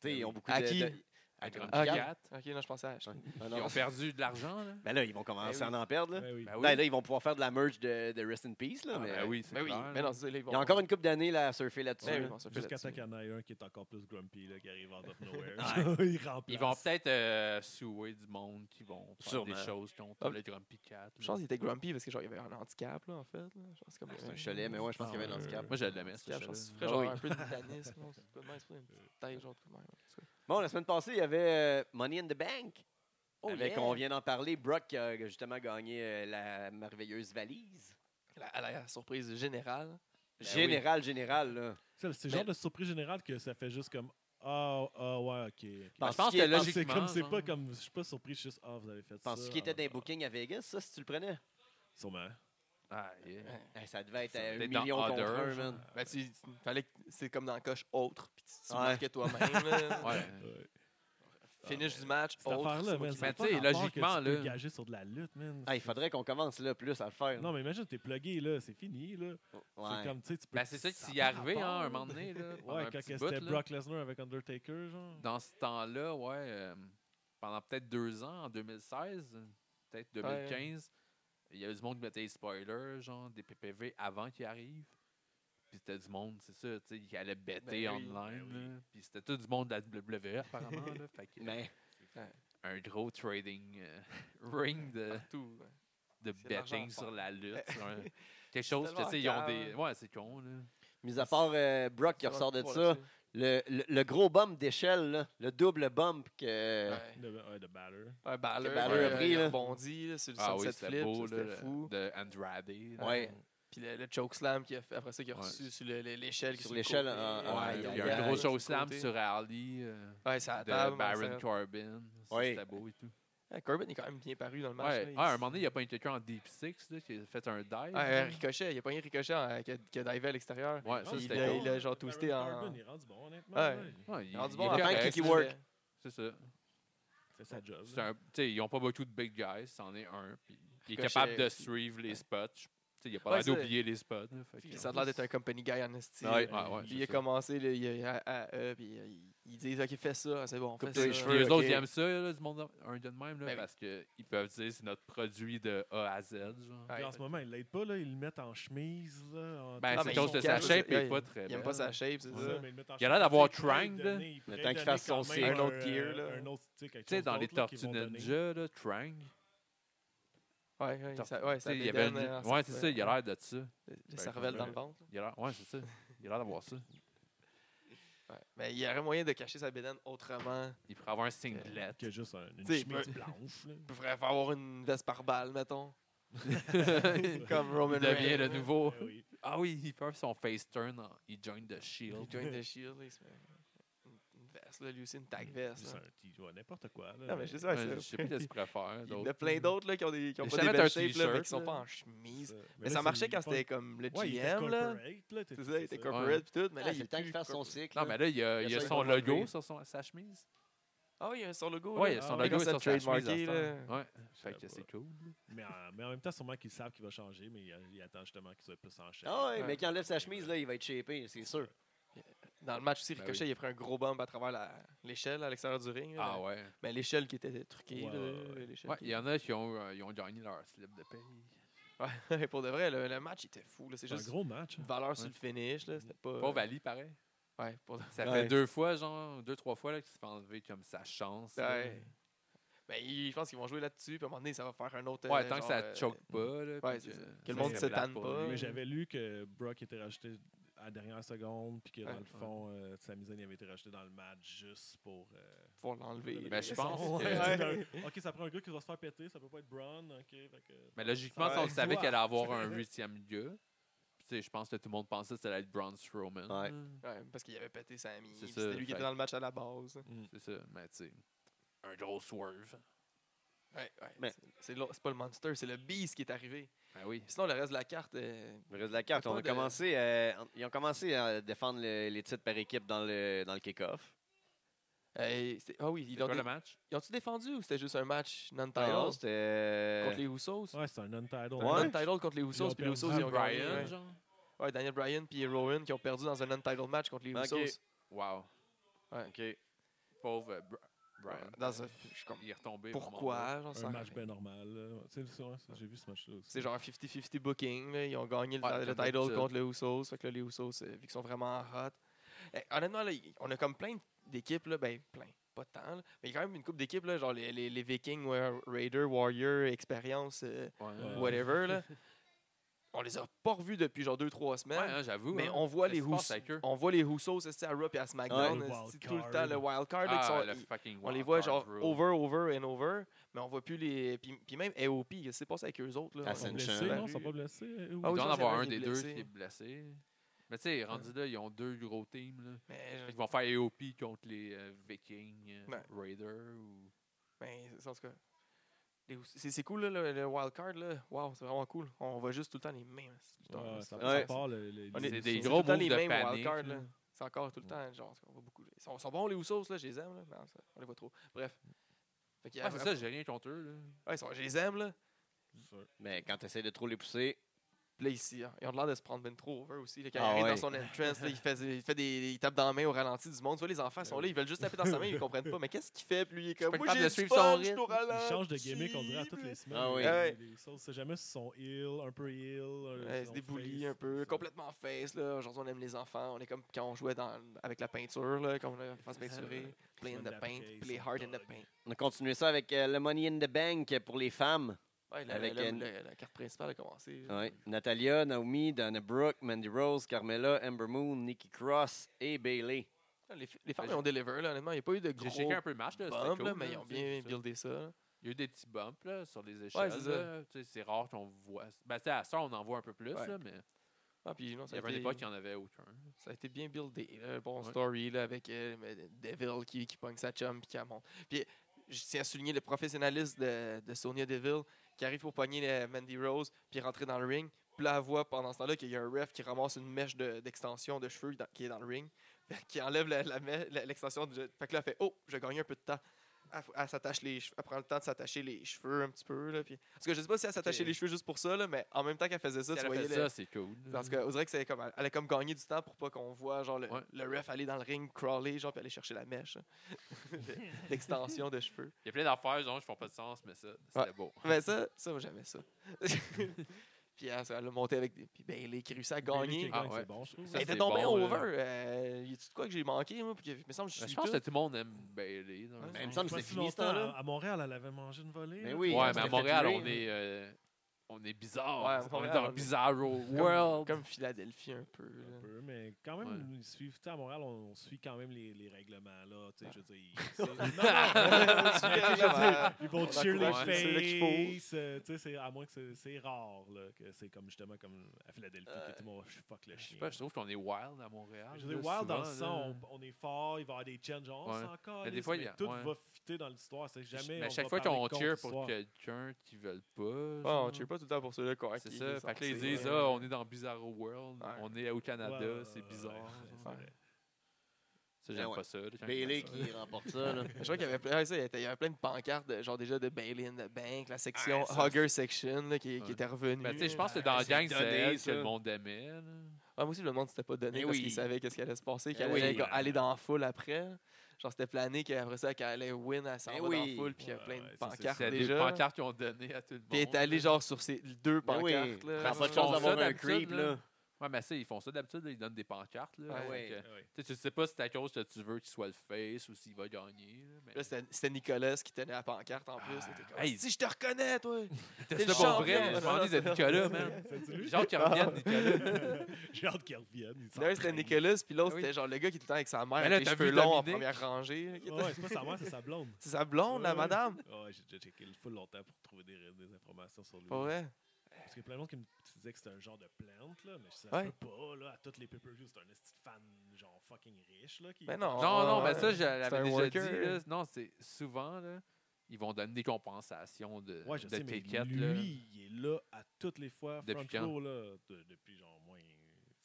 Speaker 1: sais, ils ont beaucoup
Speaker 2: À
Speaker 1: de... Ah,
Speaker 2: qui?
Speaker 1: de-
Speaker 4: à Ah,
Speaker 1: Grumpy
Speaker 4: Grumpy
Speaker 2: Cat.
Speaker 4: Cat,
Speaker 2: Ok, non, je pensais à Ashley.
Speaker 1: Ah,
Speaker 4: ils
Speaker 1: non.
Speaker 4: ont perdu de l'argent. Là.
Speaker 1: Ben là, ils vont commencer
Speaker 2: Ben
Speaker 1: à en perdre, là.
Speaker 3: Ben oui.
Speaker 4: Ben
Speaker 1: Ben là, ils vont pouvoir faire de la merge de, de Rest in Peace, là.
Speaker 4: Ah,
Speaker 1: mais...
Speaker 4: ben oui, c'est
Speaker 2: Mais oui,
Speaker 4: clair,
Speaker 2: mais
Speaker 4: là.
Speaker 2: non, c'est ça, là, ils
Speaker 1: Il
Speaker 2: vont.
Speaker 1: y a encore une couple d'années là, à surfer là-dessus.
Speaker 2: Ben oui,
Speaker 1: là.
Speaker 2: ils vont se faire
Speaker 3: Jusqu'à temps
Speaker 2: là-dessus.
Speaker 3: qu'il y en ait un qui est encore plus grumpy, là, qui arrive out of nowhere.
Speaker 4: Ouais.
Speaker 3: il remplace.
Speaker 4: Ils vont peut-être euh, souer du monde qui vont faire
Speaker 1: Sûrement.
Speaker 4: des choses contre
Speaker 2: Ah.
Speaker 4: le Grumpy Cat. là.
Speaker 2: Je pense qu'il était Grumpy parce que genre, il y avait un handicap, là, en fait. là. Je pense comme.
Speaker 1: C'est
Speaker 2: euh,
Speaker 1: un chalet, mais ouais, je pense qu'il y avait un
Speaker 3: Ah,
Speaker 1: handicap.
Speaker 4: Moi, je l'aimais, ce
Speaker 2: handicap, Je pense qu'il souffrait
Speaker 4: show-là.
Speaker 1: Ah
Speaker 2: genre
Speaker 1: oui.
Speaker 2: un peu de tanisme. non, c'est pas de même, c'est pas une petite tête, genre, de coup de même, en tout cas.
Speaker 1: Bon, la semaine passée, il y avait euh, Money in the Bank. avec,
Speaker 2: yeah!
Speaker 1: on vient d'en parler, Brock qui a justement gagné euh, la merveilleuse valise.
Speaker 2: La- À la surprise générale.
Speaker 4: Ben
Speaker 1: général, général, là.
Speaker 3: C'est c'est le
Speaker 1: Mais-
Speaker 3: genre de surprise générale que ça fait juste comme Ah, ah, ouais, ok. ok.
Speaker 1: Parce
Speaker 4: Ben, je pense
Speaker 1: qu'il
Speaker 4: que
Speaker 1: est-
Speaker 3: Ah, C'est
Speaker 4: logiquement.
Speaker 3: comme, c'est pas
Speaker 4: genre,
Speaker 3: comme, je suis pas surpris, je suis juste Ah, vous avez fait ça.
Speaker 1: Penses-tu qu'il était dans
Speaker 3: ah,
Speaker 1: les bookings à Vegas, ça, si tu le prenais?
Speaker 3: ah, Sûrement.
Speaker 4: Ah, yeah.
Speaker 1: Eh, ça devait être
Speaker 4: Ça
Speaker 1: à
Speaker 4: devait
Speaker 1: 1
Speaker 4: être dans
Speaker 1: million contre
Speaker 4: Other,
Speaker 1: un,
Speaker 4: genre.
Speaker 1: man.
Speaker 2: Ben, tu, tu- fallait que c'est comme dans la coche autre, puis tu, tu
Speaker 1: Ouais.
Speaker 2: marquais toi-même. là.
Speaker 4: Ouais.
Speaker 3: Ouais.
Speaker 2: Finish du match,
Speaker 3: Cette
Speaker 2: autre.
Speaker 3: affaire-là,
Speaker 2: c'est moi
Speaker 3: man,
Speaker 2: qui
Speaker 3: ça n'a
Speaker 4: Mais
Speaker 3: pas
Speaker 4: tu sais,
Speaker 3: rapport que
Speaker 4: logiquement,
Speaker 3: tu peux
Speaker 4: là-
Speaker 3: gager sur de la lutte, man.
Speaker 1: Ah, il faudrait qu'on commence là plus à le faire.
Speaker 3: Non, mais imagine, t'es plugué, là, c'est fini, là.
Speaker 1: Ouais.
Speaker 3: C'est comme, tu sais, tu peux.
Speaker 4: Ben, c'est ça qui
Speaker 3: a
Speaker 4: s'y
Speaker 3: pas
Speaker 4: arrivait, hein,
Speaker 3: rapport,
Speaker 4: un
Speaker 3: là.
Speaker 4: moment donné. Là, pendant
Speaker 3: Ouais,
Speaker 4: un
Speaker 3: quand
Speaker 4: petit
Speaker 3: que
Speaker 4: bout,
Speaker 3: c'était
Speaker 4: là.
Speaker 3: Brock Lesnar avec Undertaker, genre.
Speaker 4: Dans ce temps-là, ouais, euh, pendant peut-être deux ans, en 2016, peut-être 2015, il y avait du monde qui mettait des spoilers, genre des PPV avant qu'ils arrivent. Puis c'était du monde, c'est ça, tu sais, qui allait bêter
Speaker 2: Ben oui,
Speaker 4: online.
Speaker 3: ben
Speaker 4: E,
Speaker 3: oui.
Speaker 4: là. Puis c'était tout du monde de la WWE, apparemment. là, fait que-
Speaker 1: Mais
Speaker 4: un gros trading euh, ring de,
Speaker 2: Partout. ouais.
Speaker 4: de
Speaker 2: C'est de l'argent
Speaker 4: betting
Speaker 2: à
Speaker 4: sur
Speaker 2: faire.
Speaker 4: la lutte. sur un- quelque chose, tu
Speaker 2: tellement
Speaker 4: sais, ils ont
Speaker 2: calme.
Speaker 4: des. Ouais, c'est con, là.
Speaker 1: Mis à part euh, Brock qui ressort de
Speaker 2: Ouais,
Speaker 1: ça, le, le- le gros bump d'échelle, là, le double bump que.
Speaker 2: Ouais.
Speaker 3: De, ouais, de baller.
Speaker 4: Ben,
Speaker 2: Un baller,
Speaker 1: Que Balor
Speaker 4: Euh, a
Speaker 2: euh,
Speaker 1: pris,
Speaker 2: il
Speaker 1: là.
Speaker 2: rebondit, là, sur le
Speaker 4: Ah oui,
Speaker 2: sunset
Speaker 4: c'était
Speaker 2: flip,
Speaker 4: beau,
Speaker 2: ça, c'était
Speaker 4: là,
Speaker 2: fou.
Speaker 4: de Andrade. là.
Speaker 1: Ouais.
Speaker 2: Puis le, le choke slam qu'il a fait, après ça qu'il a
Speaker 4: Ouais.
Speaker 2: reçu sur le- le- l'échelle.
Speaker 1: Sur
Speaker 2: le
Speaker 1: l'échelle,
Speaker 2: côté.
Speaker 1: en- en-
Speaker 4: Ouais,
Speaker 1: Aïe,
Speaker 4: il y a
Speaker 1: aïe,
Speaker 4: eu un gros
Speaker 1: aïe.
Speaker 4: show slam
Speaker 2: côté.
Speaker 4: sur Ali euh,
Speaker 2: Ouais, ça
Speaker 4: de
Speaker 2: table.
Speaker 4: Baron
Speaker 2: ouais, ça-
Speaker 4: Corbin. Ça,
Speaker 1: Oui.
Speaker 4: C'était beau et tout.
Speaker 2: Ouais, Corbin est quand même bien paru dans le match.
Speaker 4: Ouais.
Speaker 2: là, il-
Speaker 4: Ah, à un moment donné, il y a pas eu quelqu'un en Deep Six là, qui a fait un dive.
Speaker 2: Ah, euh,
Speaker 4: là.
Speaker 2: Ricochet, il a pas un Ricochet euh, en- qui a, qui a divé à l'extérieur.
Speaker 4: Ouais, ça
Speaker 2: Il
Speaker 4: c'était
Speaker 2: l'a-
Speaker 4: cool.
Speaker 2: il l'a genre twisté
Speaker 3: Baron
Speaker 2: en-
Speaker 3: Corbin, il est rendu bon, honnêtement.
Speaker 2: Ouais.
Speaker 3: ouais.
Speaker 4: Ouais, il,
Speaker 2: Rendu
Speaker 4: il
Speaker 2: bon
Speaker 4: est
Speaker 1: à
Speaker 2: après,
Speaker 1: correct,
Speaker 2: c'est
Speaker 1: Kiki
Speaker 2: le-
Speaker 1: work.
Speaker 4: C'est ça.
Speaker 3: Il fait sa job.
Speaker 4: C'est
Speaker 3: là.
Speaker 4: un- tu sais, ils n'ont pas beaucoup de big guys, c'en est un. puis il est
Speaker 2: Ricochet.
Speaker 4: capable de suivre les spots. Tu sais, il a pas
Speaker 2: Ouais,
Speaker 4: l'air
Speaker 2: c'est-
Speaker 4: d'oublier les spots. là, fait que-
Speaker 2: Puis ça a l'air d'être un company guy en esti.
Speaker 1: Ouais.
Speaker 4: Ouais, ouais,
Speaker 2: Puis il a
Speaker 4: c'est ça.
Speaker 2: commencé, là, il a, à- à- euh, puis, euh, il- ils disent OK, fais ça, c'est bon, fais
Speaker 1: Coupe-toi les
Speaker 2: ça.
Speaker 1: cheveux.
Speaker 4: Les
Speaker 1: ok.
Speaker 4: autres, ils aiment ça, là, du monde, un gars de même, là,
Speaker 2: Ben oui.
Speaker 4: parce qu'ils peuvent dire c'est notre produit de A à Z. Genre. Ben,
Speaker 2: Ouais.
Speaker 3: Puis en ce moment, ils l'aident pas, là. Ils le mettent en chemise, là. en
Speaker 4: Ben,
Speaker 2: Ah,
Speaker 3: tout-
Speaker 2: mais
Speaker 4: c'est
Speaker 2: ils
Speaker 4: cause de
Speaker 2: sont
Speaker 4: sa
Speaker 2: calmes,
Speaker 4: shape,
Speaker 2: ça.
Speaker 4: il est pas très
Speaker 2: Il aime
Speaker 4: belle.
Speaker 2: pas sa shape, c'est
Speaker 3: C'est
Speaker 2: ça.
Speaker 3: ça, mais ils le mettent en
Speaker 4: Il a l'air
Speaker 3: chemise.
Speaker 4: d'avoir
Speaker 3: Ils pourraient
Speaker 4: Trank,
Speaker 3: donner-
Speaker 4: là.
Speaker 3: ils
Speaker 1: Le
Speaker 3: pourraient
Speaker 1: temps qu'il
Speaker 3: donner
Speaker 1: fasse son
Speaker 3: quand
Speaker 1: cirque.
Speaker 3: même
Speaker 2: Un autre gear, là.
Speaker 3: Un autre, tu sais, quelque
Speaker 4: Tu sais,
Speaker 3: chose
Speaker 4: dans les
Speaker 3: d'autre, là, qu'ils
Speaker 4: Tortues
Speaker 3: vont donner.
Speaker 4: Ninja, là, Trang.
Speaker 2: Ouais, ouais,
Speaker 4: Tortue-
Speaker 2: ça, ouais,
Speaker 4: tu
Speaker 2: ça
Speaker 4: sais, il y
Speaker 2: dédonne,
Speaker 4: avait-
Speaker 2: euh, en
Speaker 4: hein, Ouais,
Speaker 2: sorte,
Speaker 4: c'est ça, il a l'air de ça.
Speaker 2: Le, le
Speaker 4: Ben,
Speaker 2: cervelle dans
Speaker 4: ouais.
Speaker 2: le ventre.
Speaker 4: Il a l'air- Ouais, c'est ça. Il a l'air d'avoir ça.
Speaker 2: Ouais. Mais il y aurait moyen de cacher sa bédaine autrement.
Speaker 4: Il pourrait avoir un singlet.
Speaker 3: Que juste un- une
Speaker 2: Tu sais,
Speaker 3: chemise
Speaker 2: ben-
Speaker 3: blanche, là.
Speaker 2: Il pourrait avoir une veste par balle, mettons.
Speaker 4: il
Speaker 2: Comme Roman
Speaker 4: devient
Speaker 2: Reigns.
Speaker 4: le nouveau.
Speaker 3: Ben oui.
Speaker 4: Ah oui, il peut faire son face turn. en- Il join The Shield.
Speaker 2: Il joint The Shield. là, il se met une- Une veste, là, lui aussi, une tag veste.
Speaker 3: Juste
Speaker 2: là.
Speaker 3: un petit- ouais, n'importe quoi, là.
Speaker 2: Non, mais je sais,
Speaker 4: Ouais,
Speaker 2: ouais,
Speaker 4: je
Speaker 2: c'est-
Speaker 4: Euh, je sais plus qu'est-ce qu'il pourrait faire.
Speaker 2: Il y en a
Speaker 4: d'autre.
Speaker 2: plein d'autres là, qui ont, des, qui ont
Speaker 4: Les
Speaker 2: pas des
Speaker 4: Charlotte
Speaker 2: belles
Speaker 4: ont un
Speaker 2: shapes, là, mais qui
Speaker 4: t-shirt,
Speaker 2: sont
Speaker 4: là.
Speaker 2: pas en chemise.
Speaker 3: Ça-
Speaker 2: Mais
Speaker 3: là,
Speaker 2: ça
Speaker 3: c'est-
Speaker 2: marchait quand
Speaker 3: il
Speaker 2: c'était
Speaker 3: porte-
Speaker 2: comme le
Speaker 3: Ouais, il était
Speaker 2: GM, là.
Speaker 3: corporate, là, t'es-
Speaker 2: C'est ça, il était
Speaker 3: ça.
Speaker 2: corporate pis tout, mais
Speaker 1: Ah,
Speaker 2: là,
Speaker 1: c'est
Speaker 2: il
Speaker 1: le temps qu'il fasse son cycle.
Speaker 4: Non, mais là, il y a,
Speaker 1: Il
Speaker 4: il
Speaker 1: y
Speaker 4: y
Speaker 1: a
Speaker 4: a
Speaker 1: ça,
Speaker 4: son
Speaker 1: il va
Speaker 4: logo
Speaker 1: enlever.
Speaker 4: sur son, sa chemise.
Speaker 2: Ah oui, il y a son logo.
Speaker 4: Ouais, il
Speaker 2: là.
Speaker 4: y a
Speaker 3: ah
Speaker 4: son
Speaker 3: ouais.
Speaker 4: logo
Speaker 2: Comme
Speaker 4: sur
Speaker 2: ça,
Speaker 4: sa chemise. à
Speaker 2: trademarké,
Speaker 4: cette heure.
Speaker 2: là.
Speaker 4: Ouais,
Speaker 3: Je
Speaker 4: fait
Speaker 3: sais
Speaker 4: que c'est
Speaker 3: pas.
Speaker 4: cool.
Speaker 3: Mais en, mais en même temps, sûrement qu'ils savent qu'il va changer, mais il, il attend justement qu'il soit plus en chaîne.
Speaker 1: Ah ouais,
Speaker 2: Ouais.
Speaker 1: mais qu'il enlève sa chemise, là, il va être shapé, c'est sûr.
Speaker 2: Dans le match aussi,
Speaker 4: Ben
Speaker 2: Ricochet, il a pris un gros bump à travers la- l'échelle à l'extérieur du ring. là.
Speaker 4: Ah ouais.
Speaker 2: Mais l'échelle qui était truquée.
Speaker 3: Ouais,
Speaker 2: là,
Speaker 3: ouais, ouais.
Speaker 2: l'échelle
Speaker 4: Ouais,
Speaker 2: qui-
Speaker 4: il y en a qui ont, euh, ils ont gagné leur slip de paye.
Speaker 2: Ouais, pour de vrai, le, le match était fou. là. C'est
Speaker 3: C'est un
Speaker 2: juste
Speaker 3: gros match. hein.
Speaker 2: une valeur sur le finish. là, C'était pas.
Speaker 4: Pauvre Ali, pareil.
Speaker 2: Ouais, pour de-
Speaker 4: Ça
Speaker 1: Ouais.
Speaker 4: fait deux fois, genre, deux, trois fois là, qu'il se fait enlever comme sa chance. là.
Speaker 2: Ouais. Ben, ils- je pense qu'ils vont jouer là-dessus. Puis à un moment donné, ça va faire un autre.
Speaker 4: Ouais,
Speaker 2: euh,
Speaker 4: tant que
Speaker 2: genre,
Speaker 4: ça
Speaker 2: euh,
Speaker 4: choque pas. Là,
Speaker 2: ouais,
Speaker 4: puis
Speaker 2: c'est
Speaker 4: que-
Speaker 2: ça.
Speaker 4: ça
Speaker 2: Que le monde
Speaker 4: serait
Speaker 2: se
Speaker 4: plate
Speaker 2: tanne
Speaker 4: pour
Speaker 2: pas.
Speaker 4: lui.
Speaker 3: Mais j'avais lu que Brock était rajouté à la dernière seconde, puis que dans
Speaker 2: Ouais.
Speaker 3: le fond, euh, Samizane avait été rajouté dans le match juste pour. euh,
Speaker 2: Pour l'enlever.
Speaker 3: donner
Speaker 2: là.
Speaker 4: Ben, je pense que-
Speaker 3: Ouais. Ok, ça prend un gars qui va se faire péter, ça peut pas être Braun. Ok, fait que-
Speaker 4: Mais logiquement,
Speaker 2: Ouais.
Speaker 4: si on le savait
Speaker 3: Toi.
Speaker 4: qu'elle allait avoir un huitième lieu, tu sais, je pense que tout le monde pensait que ça allait être Braun Strowman.
Speaker 1: Ouais.
Speaker 4: là.
Speaker 2: Ouais, parce qu'il avait pété sa amie.
Speaker 4: C'est
Speaker 2: puis
Speaker 4: ça,
Speaker 2: C'était lui qui
Speaker 4: fait-
Speaker 2: était dans le match à la base.
Speaker 4: C'est ça, mais tu sais, un gros swerve.
Speaker 2: Ouais, ouais.
Speaker 1: Mais-
Speaker 2: C'est- C'est l'autre- c'est pas le Monster, c'est le Beast qui est arrivé.
Speaker 4: Ben oui.
Speaker 2: Sinon, le reste de la carte. euh,
Speaker 1: Le reste de la carte,
Speaker 2: Y a
Speaker 1: on
Speaker 2: pas
Speaker 1: a
Speaker 2: de-
Speaker 1: commencé à- ils ont commencé à défendre le- les titres par équipe dans le, dans le kick-off.
Speaker 2: euh, c'est- Ah oui,
Speaker 4: C'est
Speaker 2: ils l'ont
Speaker 4: quoi le
Speaker 2: dé-
Speaker 4: match?
Speaker 2: ils ont-tu défendu ou c'était juste un match non-title
Speaker 1: Non,
Speaker 2: contre
Speaker 1: c'était. euh,
Speaker 2: les Usos
Speaker 3: Ouais, c'est un non-title.
Speaker 2: Un
Speaker 1: Ouais.
Speaker 2: non-title contre les Usos,
Speaker 3: ont
Speaker 2: puis les Usos,
Speaker 3: perdu
Speaker 2: ils ont
Speaker 4: Brian,
Speaker 2: gagné. ouais.
Speaker 4: genre?
Speaker 2: Ouais, Daniel Bryan puis Rowan qui ont perdu dans un non-title match contre les
Speaker 1: Ben, Ok.
Speaker 2: Usos.
Speaker 4: Wow.
Speaker 1: OK.
Speaker 4: Pauvre euh, Br- Brian.
Speaker 2: Dans un- je suis comme,
Speaker 4: Il est retombé. au moment
Speaker 2: pourquoi? J'en sais
Speaker 3: Un
Speaker 2: rien.
Speaker 3: match bien normal. là. Tu sais, ça, ouais, ça, J'ai vu ce match-là aussi.
Speaker 2: C'est genre un 50-50 booking. là. Ils ont gagné le,
Speaker 4: Ouais,
Speaker 2: le
Speaker 4: comme
Speaker 2: title
Speaker 4: d'habitude.
Speaker 2: contre les Usos. Fait que là, les Usos, euh, vu qu'ils sont vraiment hot. Eh, honnêtement, là, y- on a comme plein d'équipes. là, Ben, plein. Pas tant. là. Mais il y a quand même une coupe d'équipes, là, genre les, les- les Vikings, Wa- Raiders, Warriors, Expérience, euh,
Speaker 4: Ouais,
Speaker 3: Ouais.
Speaker 2: whatever. là. On les a pas revus depuis genre 2-3
Speaker 4: Ouais,
Speaker 2: semaines.
Speaker 4: hein, j'avoue.
Speaker 2: Mais
Speaker 4: hein.
Speaker 2: on voit les
Speaker 4: Qu'est-ce qui se passe
Speaker 2: Usos,
Speaker 4: avec eux?
Speaker 2: on voit les Usos esti, à Raw et à SmackDown,
Speaker 3: Ouais, le
Speaker 2: esti,
Speaker 3: wild
Speaker 2: tout le
Speaker 3: card.
Speaker 2: temps le wild card, là, qui
Speaker 4: Ah,
Speaker 2: sont-
Speaker 4: le
Speaker 2: ils-
Speaker 4: fucking
Speaker 2: on les
Speaker 4: wild
Speaker 2: voit
Speaker 4: card
Speaker 2: genre
Speaker 4: rule.
Speaker 2: over, over and over, mais on voit plus les. Puis, puis même AOP, qu'est-ce qui s'est passé avec eux autres? Là,
Speaker 1: Ah,
Speaker 2: On-
Speaker 1: c'est une
Speaker 2: on-
Speaker 1: chance.
Speaker 3: Blessés, non?
Speaker 2: Ben,
Speaker 3: Ils sont pas blessés. euh,
Speaker 2: Ah
Speaker 4: Il
Speaker 2: oui,
Speaker 4: doit en
Speaker 2: je pense qu'il y en a
Speaker 4: avoir
Speaker 2: un
Speaker 4: un
Speaker 2: qui est
Speaker 4: des deux
Speaker 2: blessé.
Speaker 4: qui est blessé. Mais tu sais, rendu là, ils ont deux gros teams. Là.
Speaker 2: mais
Speaker 4: Fait qu'ils
Speaker 2: je-
Speaker 4: vont faire EOP contre les euh, Vikings, euh,
Speaker 2: Ouais.
Speaker 4: Raiders ou.
Speaker 2: mais, ben, en tout cas, les- c'est c'est cool là, le, le wild card. Là. Wow, c'est vraiment cool. On voit juste tout le temps les mêmes. c'est tout le temps,
Speaker 3: Ouais,
Speaker 2: c'est
Speaker 3: ça
Speaker 2: tout le
Speaker 1: Ouais.
Speaker 3: ça
Speaker 2: temps, c'est-
Speaker 3: part, le- le-
Speaker 2: On
Speaker 3: les-
Speaker 2: est-
Speaker 4: C'est
Speaker 2: c'est
Speaker 4: des
Speaker 2: tout
Speaker 4: gros
Speaker 2: le temps
Speaker 4: moves
Speaker 2: les
Speaker 4: de
Speaker 2: mêmes
Speaker 4: panique.
Speaker 2: wildcards,
Speaker 4: là.
Speaker 2: là. C'est encore tout le temps. Genre, on voit beaucoup. Ils sont, sont bons, les Usos, là, je les aime. Là. Non, ça, on les voit trop. Bref. Fait euh, qu'il y a
Speaker 4: Ouais, c'est ça, j'ai rien contre eux. Là.
Speaker 2: Ouais, ils sont- je les aime. Là.
Speaker 3: Sûr.
Speaker 1: Ben, Mais quand tu essaies de trop les pousser,
Speaker 2: Puis Puis là, ici, ils ont l'air de se prendre ben trop over aussi. là, quand
Speaker 1: Ah
Speaker 2: il arrive
Speaker 1: ouais.
Speaker 2: dans son entrance, là, il, fait, il fait des, il tape dans la main au ralenti du monde. Tu vois, les enfants sont là, ils veulent juste taper dans sa main, ils comprennent pas. Mais qu'est-ce qu'il fait? Puis lui, il est
Speaker 4: pas
Speaker 2: comme, moi,
Speaker 4: capable
Speaker 2: j'ai
Speaker 4: de
Speaker 2: du
Speaker 4: suivre
Speaker 2: fun,
Speaker 4: son
Speaker 2: je suis au
Speaker 3: Il change de
Speaker 2: ralenti,
Speaker 3: gimmick, on dirait, à toutes les
Speaker 2: puis-
Speaker 3: semaines.
Speaker 1: Ah oui.
Speaker 3: les-
Speaker 2: Ouais.
Speaker 3: les Souls, C'est jamais si sont ill, un peu ill. euh,
Speaker 2: Ouais,
Speaker 3: si
Speaker 2: se
Speaker 3: on
Speaker 2: déboulie
Speaker 3: face.
Speaker 2: un peu, complètement face. Là. Aujourd'hui, on aime les enfants. On est comme quand on jouait dans, avec la peinture, là, quand on a fait se peinturer. Play in
Speaker 3: Semaine
Speaker 2: the
Speaker 3: d'après,
Speaker 2: paint,
Speaker 3: ils
Speaker 2: play
Speaker 3: sont
Speaker 2: hard in the
Speaker 3: dog.
Speaker 2: paint.
Speaker 1: On a continué ça avec euh, le Money in the Bank pour les femmes.
Speaker 2: Ouais, la,
Speaker 1: Avec
Speaker 2: la-
Speaker 1: une-
Speaker 2: la- la carte principale a commencé. là.
Speaker 1: Ouais. Natalia, Naomi, Dana Brooke, Mandy Rose, Carmella, Amber Moon, Nikki Cross et Bailey.
Speaker 2: Ah, Les, fi- les femmes,
Speaker 4: Ben,
Speaker 2: ils ont deliver, là, honnêtement. Il n'y a pas eu de
Speaker 4: J'ai
Speaker 2: gros
Speaker 4: checké un peu le match, là, c'était
Speaker 2: bump,
Speaker 4: cool,
Speaker 2: là, mais ils ont
Speaker 4: tu sais,
Speaker 2: bien
Speaker 4: c'est ça.
Speaker 2: buildé ça.
Speaker 4: Il y a eu des petits bumps là, sur les
Speaker 2: c'est
Speaker 4: échelles.
Speaker 2: ça.
Speaker 4: là. Tu sais, c'est rare qu'on voit. Ben, tu sais, à ça, on en voit un peu plus,
Speaker 2: Ouais.
Speaker 4: là, mais
Speaker 2: Ah, puis non,
Speaker 4: il y
Speaker 2: ça, a
Speaker 4: avait une
Speaker 2: été,
Speaker 4: époque, il n'y en avait aucun.
Speaker 2: ça a été bien buildé. là, bon
Speaker 4: Ouais.
Speaker 2: story là, avec euh, mais Devil qui, qui pogne sa chum puis qui la monte. Puis je tiens à souligner le professionnalisme de, de Sonia Devil qui arrive pour pogner euh, Mandy Rose puis rentrer dans le ring. Puis là, elle voit pendant ce temps-là qu'il y a un ref qui ramasse une mèche de- d'extension de, cheveux dans- qui est dans le ring, Fait qu'il enlève la- la mè- la- l'extension. du- fait que là, elle fait Oh, je gagne un peu de temps. Elle, f- elle s'attache les cheveux- elle prend le temps de s'attacher les cheveux un petit peu. Là, puis... En tout cas, je sais pas si elle s'attachait
Speaker 4: Ok.
Speaker 2: les cheveux juste pour ça, là, mais en même temps qu'elle faisait ça,
Speaker 4: Si
Speaker 2: tu
Speaker 4: elle a
Speaker 2: voyais
Speaker 4: fait
Speaker 2: le-
Speaker 4: ça, c'est cool.
Speaker 2: parce que on dirait que c'est comme elle a comme gagné du temps pour pas qu'on voit genre le,
Speaker 4: Ouais.
Speaker 2: le ref aller dans le ring, crawler, genre puis aller chercher la mèche. hein. L'extension de cheveux.
Speaker 4: Il y a plein d'affaires, genre, qui font pas de sens, mais ça, c'était
Speaker 2: Ouais.
Speaker 4: beau.
Speaker 2: Mais ça, ça moi j'aimais ça. puis elle, elle l'a monté avec des. Puis ben, Bailey qui réussit à
Speaker 3: Bailey qui
Speaker 2: gagner.
Speaker 3: gagne,
Speaker 4: Ah ouais.
Speaker 3: c'est bon, je trouve.
Speaker 4: Ça,
Speaker 2: Elle
Speaker 4: c'est
Speaker 2: était tombée
Speaker 4: bon, là.
Speaker 2: over. Euh, y a-tu de quoi que j'ai manqué, moi? Puis que, il me semble que je
Speaker 4: Ben,
Speaker 2: suis
Speaker 4: je pense que
Speaker 2: tout.
Speaker 4: tout le monde aime Bailey. dans un
Speaker 2: Ouais.
Speaker 4: sens.
Speaker 1: Ben, il me semble que
Speaker 3: Pas
Speaker 1: c'est
Speaker 3: si
Speaker 1: fini ce
Speaker 3: longtemps,
Speaker 1: temps-là.
Speaker 3: À à Montréal, elle avait mangé une volée.
Speaker 1: Mais
Speaker 3: là.
Speaker 1: oui,
Speaker 2: hein,
Speaker 4: Ouais,
Speaker 1: on
Speaker 4: mais à
Speaker 1: s'était
Speaker 4: Montréal,
Speaker 1: fait
Speaker 4: on
Speaker 1: tuer.
Speaker 4: est, euh, on est bizarre.
Speaker 2: Ouais, à
Speaker 4: on est
Speaker 2: Montréal,
Speaker 4: dans
Speaker 2: on
Speaker 4: le
Speaker 2: est-
Speaker 4: bizarro
Speaker 2: Comme-
Speaker 4: world.
Speaker 2: Comme Philadelphie un peu. là.
Speaker 3: Un peu, mais quand même,
Speaker 4: Ouais.
Speaker 3: ils suivent, tu sais, à Montréal, on, on suit quand même les, les règlements. Là, tu sais, je veux dire, ils, ils
Speaker 2: On
Speaker 3: vont
Speaker 2: encourage
Speaker 3: cheer les
Speaker 2: celui-là qu'il faut.
Speaker 3: faces. euh, tu sais, c'est- à moins que c'est- c'est rare là, que c'est comme justement comme à Philadelphie que tout le monde fuck le
Speaker 4: Je sais
Speaker 3: chien.
Speaker 4: pas, je trouve qu'on est wild à Montréal.
Speaker 3: Je veux
Speaker 4: Ah,
Speaker 3: dire,
Speaker 4: là,
Speaker 3: Wild, dans le
Speaker 4: souvent, là.
Speaker 3: son, on, on est fort, il va y avoir des challenges, genre,
Speaker 4: Ouais.
Speaker 3: on s'en calisse,
Speaker 4: Mais des fois, il y a-
Speaker 3: tout
Speaker 4: ouais.
Speaker 3: va fitter dans l'histoire, c'est jamais...
Speaker 4: Mais
Speaker 3: on
Speaker 4: chaque
Speaker 3: va
Speaker 4: fois
Speaker 3: parler
Speaker 4: qu'on
Speaker 3: contre
Speaker 4: cheer
Speaker 3: l'histoire.
Speaker 4: pour quelqu'un qui veut pas.
Speaker 2: Ouais, on
Speaker 4: genre.
Speaker 2: Ah, cheer pas tout le temps pour ceux-là qu'on
Speaker 4: C'est
Speaker 2: qui-
Speaker 4: ça.
Speaker 2: qui
Speaker 4: Fait que là, ils
Speaker 2: sont-
Speaker 4: disent, ah, on est dans Bizarro World,
Speaker 2: Ouais.
Speaker 4: on est au Canada,
Speaker 3: Ouais, ouais,
Speaker 4: c'est
Speaker 3: ouais,
Speaker 4: bizarre.
Speaker 3: ouais, c'est
Speaker 4: genre.
Speaker 3: vrai.
Speaker 4: Ça,
Speaker 1: Ben
Speaker 4: j'aime
Speaker 1: ouais.
Speaker 4: pas ça. là, quand ils
Speaker 1: Bailey
Speaker 4: font ça.
Speaker 1: qui remporte ça. là.
Speaker 2: Je crois qu'il y avait plein, ouais, ça, il y était- il y avait plein de pancartes, de- genre déjà de Bailey in the Bank, la section
Speaker 1: Ouais, ça,
Speaker 2: Hugger Section là, qui, qui
Speaker 4: Ouais.
Speaker 2: était revenue.
Speaker 4: Ben, tu sais, je
Speaker 2: euh,
Speaker 4: pense que
Speaker 1: Ouais,
Speaker 4: dans la
Speaker 1: c'est
Speaker 4: gang, c'est
Speaker 1: donné,
Speaker 4: elle
Speaker 1: ça.
Speaker 4: que le monde aimait. là.
Speaker 2: Ah, moi aussi, je me demande si c'était pas donné
Speaker 1: Mais
Speaker 2: parce
Speaker 1: oui.
Speaker 2: qu'il savait qu'est-ce qui allait se passer,
Speaker 1: Mais
Speaker 2: qu'elle
Speaker 1: oui.
Speaker 2: allait go- aller dans la foule après. Genre, c'était plané qu'après ça, qu'elle allait win, elle s'en
Speaker 1: Mais
Speaker 2: va dans
Speaker 1: oui.
Speaker 2: la foule, puis il y a
Speaker 3: Ouais,
Speaker 2: plein de
Speaker 3: ouais, c'est ça,
Speaker 2: pancartes
Speaker 4: C'est des
Speaker 2: déjà.
Speaker 4: pancartes qu'ils ont donné à tout le monde.
Speaker 2: Puis elle est allée,
Speaker 4: là.
Speaker 2: genre, sur ces deux
Speaker 1: Ben
Speaker 2: pancartes.
Speaker 1: oui,
Speaker 2: là.
Speaker 1: prends pas de chance
Speaker 4: Ils font ça
Speaker 1: d'avoir un
Speaker 4: d'habitude,
Speaker 1: creep.
Speaker 4: là.
Speaker 1: là.
Speaker 4: Ouais, mais ça, ils font ça d'habitude, là, ils donnent des pancartes. Là,
Speaker 2: Ah
Speaker 4: Fait
Speaker 1: ouais.
Speaker 4: que,
Speaker 3: Ah ouais.
Speaker 4: tu sais, tu sais pas si c'est à cause que tu veux qu'il soit le face ou s'il va gagner. là, mais-
Speaker 2: Là, c'était c'était Nicolas qui tenait la pancarte en plus.
Speaker 4: Ah,
Speaker 2: C'était comme,
Speaker 4: hey.
Speaker 2: si je te reconnais, toi!
Speaker 4: T'es
Speaker 2: T'es le
Speaker 4: ça pour
Speaker 2: champion,
Speaker 4: vrai, je
Speaker 2: là.
Speaker 4: m'en de Nicolas, man.
Speaker 3: C'est-tu lui?
Speaker 4: J'ai hâte qu'il revienne, Nicolas.
Speaker 3: J'ai hâte qu'il revienne. il
Speaker 2: L'un, c'était
Speaker 3: s'entraîne.
Speaker 2: Nicolas, puis l'autre,
Speaker 4: Ah oui.
Speaker 2: c'était genre le gars qui est tout le temps avec sa mère,
Speaker 4: Mais là,
Speaker 2: avec les
Speaker 4: t'as
Speaker 2: cheveux
Speaker 4: vu
Speaker 2: longs en
Speaker 4: Dominique?
Speaker 2: première rangée. là, qui était-
Speaker 3: Ouais, c'est pas sa mère, c'est sa blonde.
Speaker 2: C'est sa blonde, la
Speaker 3: Ouais, ouais.
Speaker 2: madame.
Speaker 3: Ouais, j'ai déjà checké le full longtemps pour trouver des, des informations sur lui.
Speaker 2: Pas vrai?
Speaker 3: Parce qu'il y a plein de monde qui me disait que c'était un genre de plante, là, mais ça
Speaker 2: Ouais.
Speaker 3: se peut pas, là, à toutes les pay-per-views, c'est un esti de fan, genre, fucking riche, là, qui...
Speaker 2: Ben non.
Speaker 4: Non, non,
Speaker 2: ouais.
Speaker 4: mais ça, je
Speaker 2: C'est un
Speaker 4: l'avais déjà
Speaker 2: worker.
Speaker 4: dit. là. Non, c'est souvent, là, ils vont donner des compensations de,
Speaker 3: Ouais, je
Speaker 4: de
Speaker 3: sais, mais
Speaker 4: tickets,
Speaker 3: lui,
Speaker 4: là.
Speaker 3: il est là à toutes les fois,
Speaker 4: Depuis quand?
Speaker 3: front row, là, de- depuis, genre, moins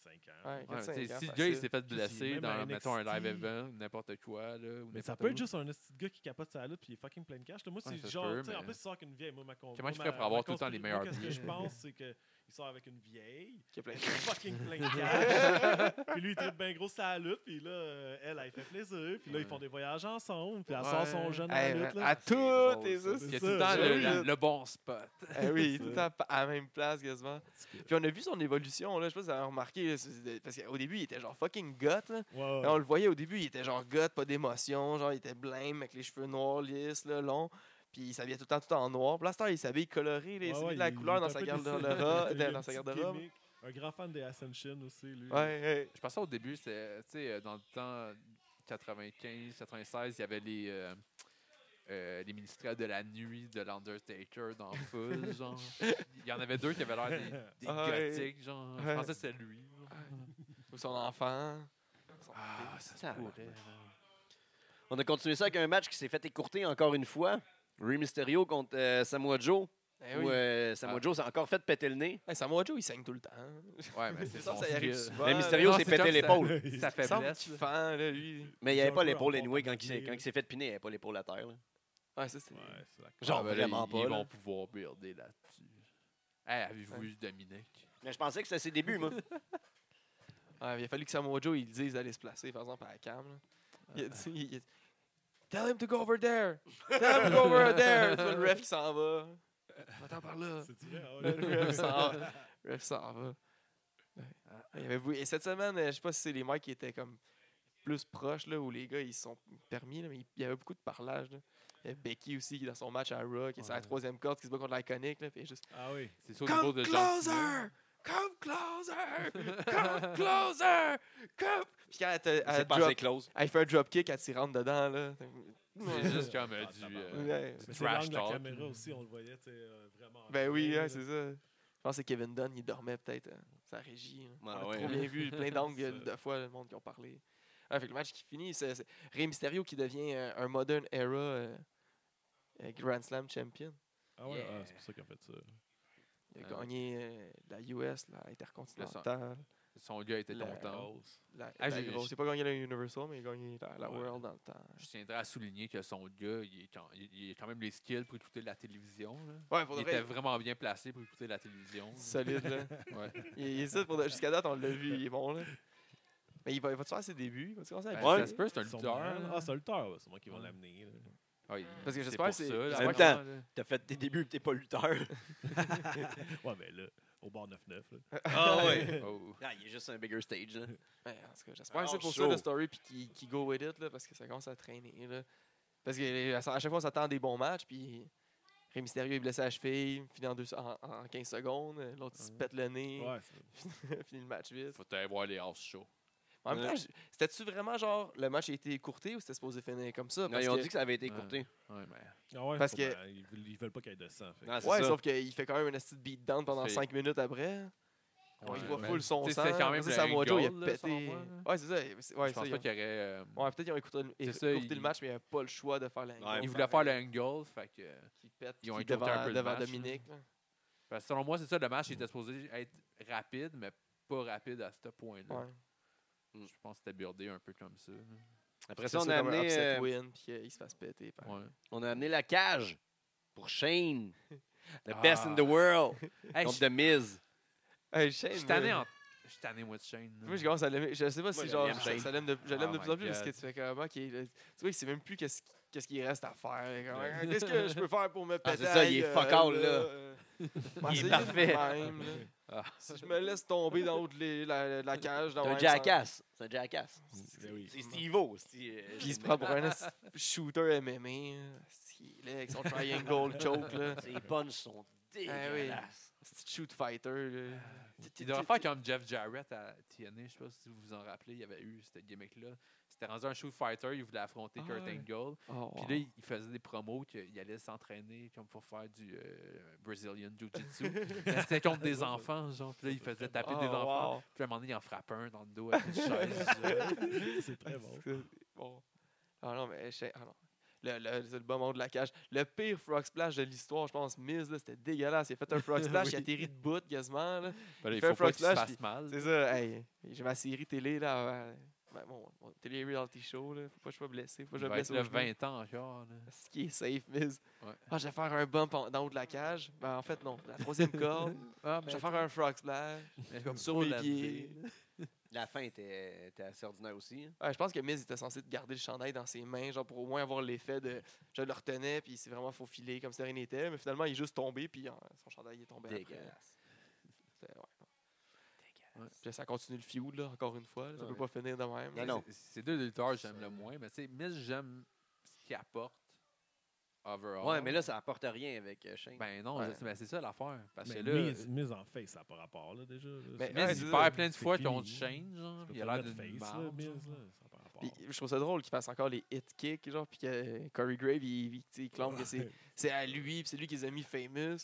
Speaker 3: 5 ans.
Speaker 2: Ouais,
Speaker 4: Ouais,
Speaker 2: quatre, cinq
Speaker 4: t'sais,
Speaker 2: ans,
Speaker 4: si le gars
Speaker 2: facile.
Speaker 4: il s'est fait
Speaker 3: Puis
Speaker 4: blesser
Speaker 3: même à
Speaker 4: dans mettons, un live
Speaker 3: NXT.
Speaker 4: event, n'importe quoi, là, ou
Speaker 3: Mais ça
Speaker 4: n'importe
Speaker 3: peut
Speaker 4: où.
Speaker 3: être juste un esti de gars qui capote sa lutte puis il est fucking plein de cash. là. Moi, c'est
Speaker 4: Ouais, ça se
Speaker 3: genre,
Speaker 4: peut,
Speaker 3: tu sais, en
Speaker 4: mais-
Speaker 3: plus, il sort qu'une vieille. Moi, ma con-
Speaker 4: Comment
Speaker 3: moi,
Speaker 4: il ferait
Speaker 3: ma-
Speaker 4: pour avoir
Speaker 3: ma
Speaker 4: tout le temps les
Speaker 3: conspira-
Speaker 4: meilleurs
Speaker 3: moi, Qu'est-ce que je
Speaker 4: billets?
Speaker 3: pense, c'est qu'il sort avec une vieille,
Speaker 2: Qui a plein
Speaker 3: elle
Speaker 2: de-
Speaker 3: est fucking plein de cash. puis lui, il traite bien gros sa lutte, puis là, euh, elle, elle fait plaisir, puis là, ils font des voyages ensemble, puis elle
Speaker 4: Ouais.
Speaker 3: sort son jeune
Speaker 2: Hey,
Speaker 3: en
Speaker 2: man,
Speaker 3: lutte. là.
Speaker 2: à toutes les
Speaker 4: drôle,
Speaker 3: ça.
Speaker 2: os.
Speaker 4: Il y a
Speaker 3: C'est
Speaker 4: tout le
Speaker 3: ça,
Speaker 4: temps le,
Speaker 3: j'ai
Speaker 4: la-
Speaker 2: eu.
Speaker 4: le bon spot.
Speaker 2: Eh oui, tout le
Speaker 3: ça.
Speaker 2: temps à la même place quasiment. Puis on a vu son évolution, là, je sais pas si vous avez remarqué, là, c'est- c'est- parce qu'au début, il était genre fucking goth. là.
Speaker 3: Ouais, ouais.
Speaker 2: Et On le voyait au début, il était genre goth, pas d'émotion, genre il était blême avec les cheveux noirs, lisses, là, longs. Puis il s'habillait tout le temps tout en noir. Puis là, à cette heure, il s'habille coloré, là, il
Speaker 3: Ouais,
Speaker 2: s'est
Speaker 3: ouais,
Speaker 2: mis de la
Speaker 3: il-
Speaker 2: couleur
Speaker 3: il
Speaker 2: dans
Speaker 3: est un
Speaker 2: sa
Speaker 3: peu
Speaker 2: garde-robe.
Speaker 3: déçu. Il a
Speaker 2: dans
Speaker 3: une
Speaker 2: sa
Speaker 3: petite
Speaker 2: garde-robe.
Speaker 3: gimmick. Un grand fan des Ascension aussi,
Speaker 2: Ouais,
Speaker 3: lui.
Speaker 2: ouais.
Speaker 4: Je pensais au début, c'est tu sais, euh, dans le temps 95, 96, il y avait les euh, euh, les ministères de la nuit de l'Undertaker dans Full, genre. Il y en avait deux qui avaient l'air des, des
Speaker 2: Ah ouais.
Speaker 4: gothiques, genre. Je
Speaker 2: Ouais.
Speaker 4: pensais que c'était lui. genre.
Speaker 2: Ou son enfant. Son
Speaker 4: Ah,
Speaker 2: bébé.
Speaker 4: ça
Speaker 1: Ça
Speaker 4: se pourrait,
Speaker 1: va.
Speaker 4: genre.
Speaker 1: On a continué ça avec un match qui s'est fait écourter encore une fois. Rey Mysterio contre euh, Samoa Joe.
Speaker 2: Eh
Speaker 1: où,
Speaker 2: oui.
Speaker 1: euh, Samoa
Speaker 4: Ah.
Speaker 1: Joe s'est encore fait péter le nez.
Speaker 2: Hey, Samoa Joe, il saigne tout le temps.
Speaker 4: Ouais, mais c'est
Speaker 2: ça,
Speaker 4: son
Speaker 2: ça y arrive
Speaker 4: skill.
Speaker 2: souvent.
Speaker 1: Mais Mysterio
Speaker 4: non,
Speaker 1: s'est
Speaker 4: c'est
Speaker 1: pété l'épaule.
Speaker 4: comme ça. Sa
Speaker 2: Il semble
Speaker 4: faiblesse.
Speaker 2: qu'il
Speaker 4: là.
Speaker 2: fend, là, lui.
Speaker 1: Mais il n'y avait
Speaker 3: Ils ont
Speaker 1: pas
Speaker 3: un peu
Speaker 1: l'épaule
Speaker 3: rapport
Speaker 1: anyway quand il s'est
Speaker 3: particulier.
Speaker 1: quand il s'est fait piner, il n'y avait pas l'épaule à terre. là.
Speaker 2: Ouais, ça, c'est.
Speaker 3: Ouais, c'est la-
Speaker 1: Genre
Speaker 4: Ah, ben là,
Speaker 1: vraiment
Speaker 4: ils-
Speaker 1: pas.
Speaker 4: Ils
Speaker 1: là.
Speaker 4: vont pouvoir builder là-dessus. Hey, avez-vous vu Dominique?
Speaker 1: Mais je pensais que c'était ses débuts, moi.
Speaker 2: Ouais, Ah, il a fallu que Samoa Joe il dise d'aller se placer, par exemple, à la cam. là. Il a dit, il a dit, Tell him to go over there! Tell him to go over there! Tu vois le ref qui s'en va. Attends par là.
Speaker 3: C'est vrai, ah
Speaker 2: Le
Speaker 3: ouais.
Speaker 2: ref s'en va. Le ref s'en va. Ouais. Il y avait beaucoup- Et cette semaine, euh, je sais pas si c'est les mecs qui étaient comme plus proches, là, où les gars ils se sont permis, là, mais il y avait beaucoup de parlage. là. Il y avait Becky aussi qui, dans son match à Raw, qui est sur la
Speaker 4: Ouais.
Speaker 2: troisième corde, qui se bat contre l'Iconic. là, puis juste
Speaker 3: Ah oui.
Speaker 4: C'est sûr au niveau
Speaker 2: Come
Speaker 4: de John
Speaker 2: closer! Come closer! Come closer! Come! Puis quand elle, te- elle
Speaker 1: C'est
Speaker 2: drop-
Speaker 1: passé close.
Speaker 2: elle fait un dropkick, elle s'y rentre dedans. Là.
Speaker 4: Cena. C'est juste comme euh,
Speaker 3: Ah,
Speaker 4: du, euh,
Speaker 2: Ouais.
Speaker 4: du
Speaker 3: Mais c'est
Speaker 4: trash
Speaker 3: l'angle de la
Speaker 4: talk.
Speaker 3: caméra aussi, on le voyait, tu sais, euh, vraiment.
Speaker 2: Ben oui,
Speaker 3: Ouais,
Speaker 2: ouais, c'est ça. Je pense que c'est Kevin Dunn, il dormait peut-être. hein, sa régie. hein.
Speaker 1: Ouais,
Speaker 4: Ah,
Speaker 2: on
Speaker 1: Ah, ouais.
Speaker 2: a trop bien vu plein d'angles
Speaker 3: Ça.
Speaker 2: de fois, le monde qui ont parlé. Ah, fait que le match qui finit, c'est c'est Rey Mysterio qui devient euh, un Modern Era euh, euh, Grand Slam Champion.
Speaker 3: Ah ouais,
Speaker 4: Yeah.
Speaker 3: ah, c'est pour ça qu'ils ont fait ça.
Speaker 2: Il a
Speaker 4: Ah oui.
Speaker 2: gagné euh, la US, la Intercontinentale.
Speaker 4: Son gars était
Speaker 2: La-
Speaker 4: content.
Speaker 2: La,
Speaker 4: Ah,
Speaker 2: la
Speaker 4: j'ai-
Speaker 2: grosse.
Speaker 4: j'ai-
Speaker 2: J'ai pas gagné la Universal, mais il a gagné la, la
Speaker 3: Ouais.
Speaker 2: World dans le temps.
Speaker 4: Je tiendrais à souligner que son gars, il, est quand, il, il a quand même les skills pour écouter la télévision. là.
Speaker 2: Ouais, pour
Speaker 4: Il
Speaker 2: de
Speaker 4: était
Speaker 2: vrai.
Speaker 4: vraiment bien placé pour écouter la télévision. là.
Speaker 2: Solide, là.
Speaker 4: Ouais.
Speaker 2: Il, il est ça pour de- Jusqu'à date, on l'a vu, il est bon, là. Mais il va, il va-tu faire ses débuts? Il Va-tu commencer à
Speaker 4: Ben,
Speaker 1: Ouais.
Speaker 4: Ça se peut, c'est un
Speaker 3: Ils sont
Speaker 4: lutteur.
Speaker 3: malades.
Speaker 4: là.
Speaker 3: Ah, c'est un lutteur, ouais, c'est moi qui vais
Speaker 2: Ouais.
Speaker 3: l'amener. là.
Speaker 4: Ouais,
Speaker 2: Parce que
Speaker 4: c'est
Speaker 2: j'espère
Speaker 4: pour
Speaker 2: c'est-
Speaker 4: ça, là,
Speaker 1: En
Speaker 2: j'espère
Speaker 1: même
Speaker 4: comment,
Speaker 1: temps.
Speaker 4: là.
Speaker 1: T'as fait tes débuts, t'es pas lutteur.
Speaker 3: Ouais, mais là, au bord 9-9. là.
Speaker 1: Ah ouais.
Speaker 4: Oh.
Speaker 1: Ah, il est juste un bigger stage, là.
Speaker 2: Ben, en tout cas, j'espère que
Speaker 1: Alors,
Speaker 2: c'est pour
Speaker 1: chaud.
Speaker 2: ça le story puis qu'il qu'il go with it là, parce que ça commence à traîner là. Parce que euh, à chaque fois on s'attend à des bons matchs puis Rey Mysterio est blessé à la cheville, finit en, deux- en, en 15 secondes, euh, l'autre il se pète le nez,
Speaker 3: Ouais, c'est-
Speaker 2: finit le match vite.
Speaker 4: Faut aller voir les house shows.
Speaker 2: En même
Speaker 1: Ouais.
Speaker 2: temps, je- c'était-tu vraiment genre le match a été écourté ou c'était supposé finir comme ça?
Speaker 1: Non,
Speaker 2: Parce
Speaker 1: ils ont
Speaker 2: que-
Speaker 1: dit que ça avait été
Speaker 4: Ouais.
Speaker 1: écourté.
Speaker 4: Ouais, mais
Speaker 3: Ah ouais,
Speaker 2: Parce
Speaker 3: faut
Speaker 2: que-
Speaker 3: ben, ils, veulent, ils veulent pas qu'il y ait de sang. fait que-
Speaker 1: Ah, c'est
Speaker 2: Ouais,
Speaker 1: ça.
Speaker 2: sauf qu'il fait quand même un petit beatdown pendant
Speaker 4: Fait-
Speaker 2: 5 minutes après. On y
Speaker 4: Ouais,
Speaker 2: voit
Speaker 4: mais-
Speaker 2: full son
Speaker 4: Tu sais,
Speaker 2: sang.
Speaker 4: c'était quand même
Speaker 2: Après
Speaker 4: le
Speaker 2: ça, Samoa Joe, il
Speaker 4: angle,
Speaker 2: a
Speaker 4: là, selon
Speaker 2: pété.
Speaker 4: moi, là.
Speaker 2: Ouais, c'est ça. c'est- Ouais,
Speaker 4: je
Speaker 2: ça,
Speaker 4: pense
Speaker 2: ils
Speaker 4: pas
Speaker 2: ont-
Speaker 4: qu'il y aurait. euh,
Speaker 2: Ouais, peut-être qu'ils ont écouté,
Speaker 4: C'est ça,
Speaker 2: écouté le
Speaker 4: ils-
Speaker 2: match, mais il n'y avait pas le choix de faire la
Speaker 1: Ouais.
Speaker 4: Ils voulaient faire le angle, fait que.
Speaker 2: qui pète
Speaker 4: Ils ont
Speaker 2: puis
Speaker 4: écourté
Speaker 2: devant,
Speaker 4: un peu le
Speaker 2: devant
Speaker 4: match, là.
Speaker 2: Dominique. là.
Speaker 4: Parce que selon moi, c'est ça, le match il
Speaker 2: Mm.
Speaker 4: était supposé être rapide, mais pas rapide à ce point-là.
Speaker 2: Ouais.
Speaker 4: Je pense que c'était burdé un peu comme ça. là.
Speaker 1: Après ça, on a
Speaker 2: comme un
Speaker 1: amené,
Speaker 2: upset
Speaker 1: euh,
Speaker 2: win, puis euh, il se fasse péter. par-
Speaker 4: Ouais.
Speaker 1: on a amené la cage pour Shane. The
Speaker 4: Ah.
Speaker 1: best in the world.
Speaker 4: Hey,
Speaker 1: contre
Speaker 4: je-
Speaker 1: The Miz.
Speaker 2: Hey,
Speaker 4: je
Speaker 2: Shane,
Speaker 4: suis tanné
Speaker 2: là.
Speaker 4: en- je suis tanné, moi, de Shane. là.
Speaker 2: Moi, ben, je commence à l'aimer. Je sais pas
Speaker 1: Moi,
Speaker 2: si
Speaker 1: je
Speaker 2: genre,
Speaker 1: l'aime,
Speaker 2: je
Speaker 1: Shane.
Speaker 2: ça l'aime de, je l'aime
Speaker 4: Oh
Speaker 2: de
Speaker 4: my
Speaker 2: plus en plus parce que
Speaker 4: God.
Speaker 2: tu fais comme ok, là, tu vois qu'il sait même plus qu'est-ce qui- qu'est-ce qu'il reste à faire. là, comme, Qu'est-ce que je peux faire pour me
Speaker 1: Ah,
Speaker 2: péter
Speaker 1: c'est ça,
Speaker 2: la
Speaker 1: il est
Speaker 2: gueule,
Speaker 1: fuck all, là.
Speaker 2: euh, m'en
Speaker 1: Il est
Speaker 2: essayer de
Speaker 1: parfait.
Speaker 2: même, là.
Speaker 4: Ah.
Speaker 2: Si je me laisse tomber dans haut de les- la, la cage, dans
Speaker 1: C'est un
Speaker 2: même
Speaker 1: jackass. C'est un jackass.
Speaker 3: Ben oui.
Speaker 1: C'est Steve-O. c'est- euh,
Speaker 2: Mm, Puis il se prend pour un esti- shooter MMA. hein. Si, là, avec son triangle choke, là.
Speaker 1: Ses punches sont
Speaker 2: Ah
Speaker 1: dégueulasses.
Speaker 2: Petit shoot fighter, là.
Speaker 4: Il devait faire comme Jeff Jarrett à TNA, je sais pas si vous vous en rappelez, il y avait eu cette gimmick-là. C'était rendu un shoot fighter, il voulait affronter
Speaker 2: Ah
Speaker 4: Kurt
Speaker 2: ouais.
Speaker 4: Angle.
Speaker 2: Oh,
Speaker 4: Puis
Speaker 2: wow.
Speaker 4: là, il- il faisait des promos qu'il allait s'entraîner comme pour faire du euh, Brazilian Jiu-Jitsu. Mais C'était contre des enfants, genre. Puis là, il faisait taper des
Speaker 2: Oh,
Speaker 4: enfants.
Speaker 2: wow.
Speaker 4: Puis à un moment donné, il en frappe un dans le dos avec une chaise. genre.
Speaker 3: C'est très bon.
Speaker 2: Bon. Ah non, mais je sais- ah non. Le, le, c'est le bon monde de la cage. Le pire frog splash de l'histoire, je pense, Miz, là, c'était dégueulasse. Il a fait un frog splash, il
Speaker 4: Oui.
Speaker 2: atterrit de bout quasiment. là.
Speaker 4: Ben là,
Speaker 2: Il
Speaker 4: il
Speaker 2: fait un
Speaker 4: faut
Speaker 2: frog
Speaker 4: pas qu'il se
Speaker 2: splash,
Speaker 4: fasse mal.
Speaker 2: C'est ça, hey, j'ai ma série télé, là, euh, ben, mon, mon télé reality show, là. Faut pas que je sois blessé, faut pas que
Speaker 4: Il
Speaker 2: je me
Speaker 4: va
Speaker 2: blesse
Speaker 4: être
Speaker 2: au
Speaker 4: là
Speaker 2: genou.
Speaker 4: 20 ans encore. là.
Speaker 2: Ce qui est safe, Miz.
Speaker 4: Ouais.
Speaker 2: Ah, je vais faire un bump en, dans le haut de la cage. Ben, en fait, non. La troisième corde.
Speaker 4: Ah,
Speaker 2: je vais faire un frog splash.
Speaker 4: mais comme
Speaker 2: sur
Speaker 4: trop
Speaker 2: mes
Speaker 4: landé,
Speaker 2: pieds.
Speaker 4: là.
Speaker 1: La fin était, était assez ordinaire aussi. hein.
Speaker 2: Ouais, je pense que Miz était censé garder le chandail dans ses mains, genre pour au moins avoir l'effet de je le retenais, puis il s'est vraiment faufilé comme si de rien n'était, mais finalement il est juste tombé, puis euh, son chandail est tombé. après.
Speaker 1: Dégueulasse.
Speaker 2: C'était- ouais.
Speaker 4: Dégueulasse.
Speaker 2: Puis là, ça continue le feud, là, encore une fois. là, ça
Speaker 4: Ouais.
Speaker 2: peut pas finir de même.
Speaker 1: Non,
Speaker 2: là.
Speaker 1: non.
Speaker 4: C'est- C'est deux lutteurs que j'aime le moins, mais tu sais, Miz, j'aime ce qu'il apporte overall.
Speaker 1: Ouais, mais là, ça apporte rien avec euh, Shane.
Speaker 4: Ben non,
Speaker 2: Ouais.
Speaker 4: je- ben c'est ça l'affaire. Parce que
Speaker 3: Mais
Speaker 4: là, euh, Ben,
Speaker 3: mise, mise en face, ça n'a pas rapport, là, déjà. là.
Speaker 2: Mais
Speaker 3: C'est-
Speaker 2: Ouais,
Speaker 4: Miz,
Speaker 2: c'est
Speaker 4: il
Speaker 2: ça.
Speaker 4: perd plein de
Speaker 3: C'est
Speaker 4: fois
Speaker 3: fini.
Speaker 4: qu'on change. genre.
Speaker 3: Tu peux
Speaker 4: Il a
Speaker 3: pas
Speaker 4: l'air
Speaker 3: mettre
Speaker 4: d'une
Speaker 3: face, là,
Speaker 4: marde. genre.
Speaker 3: Miz, là, ça n'a pas rapport.
Speaker 2: Puis, je trouve ça drôle qu'il fasse encore les hit kicks, genre, puis que euh, Corey Grave, il, il, tu sais, il clame que c'est, c'est à lui, puis c'est lui qui les a mis famous.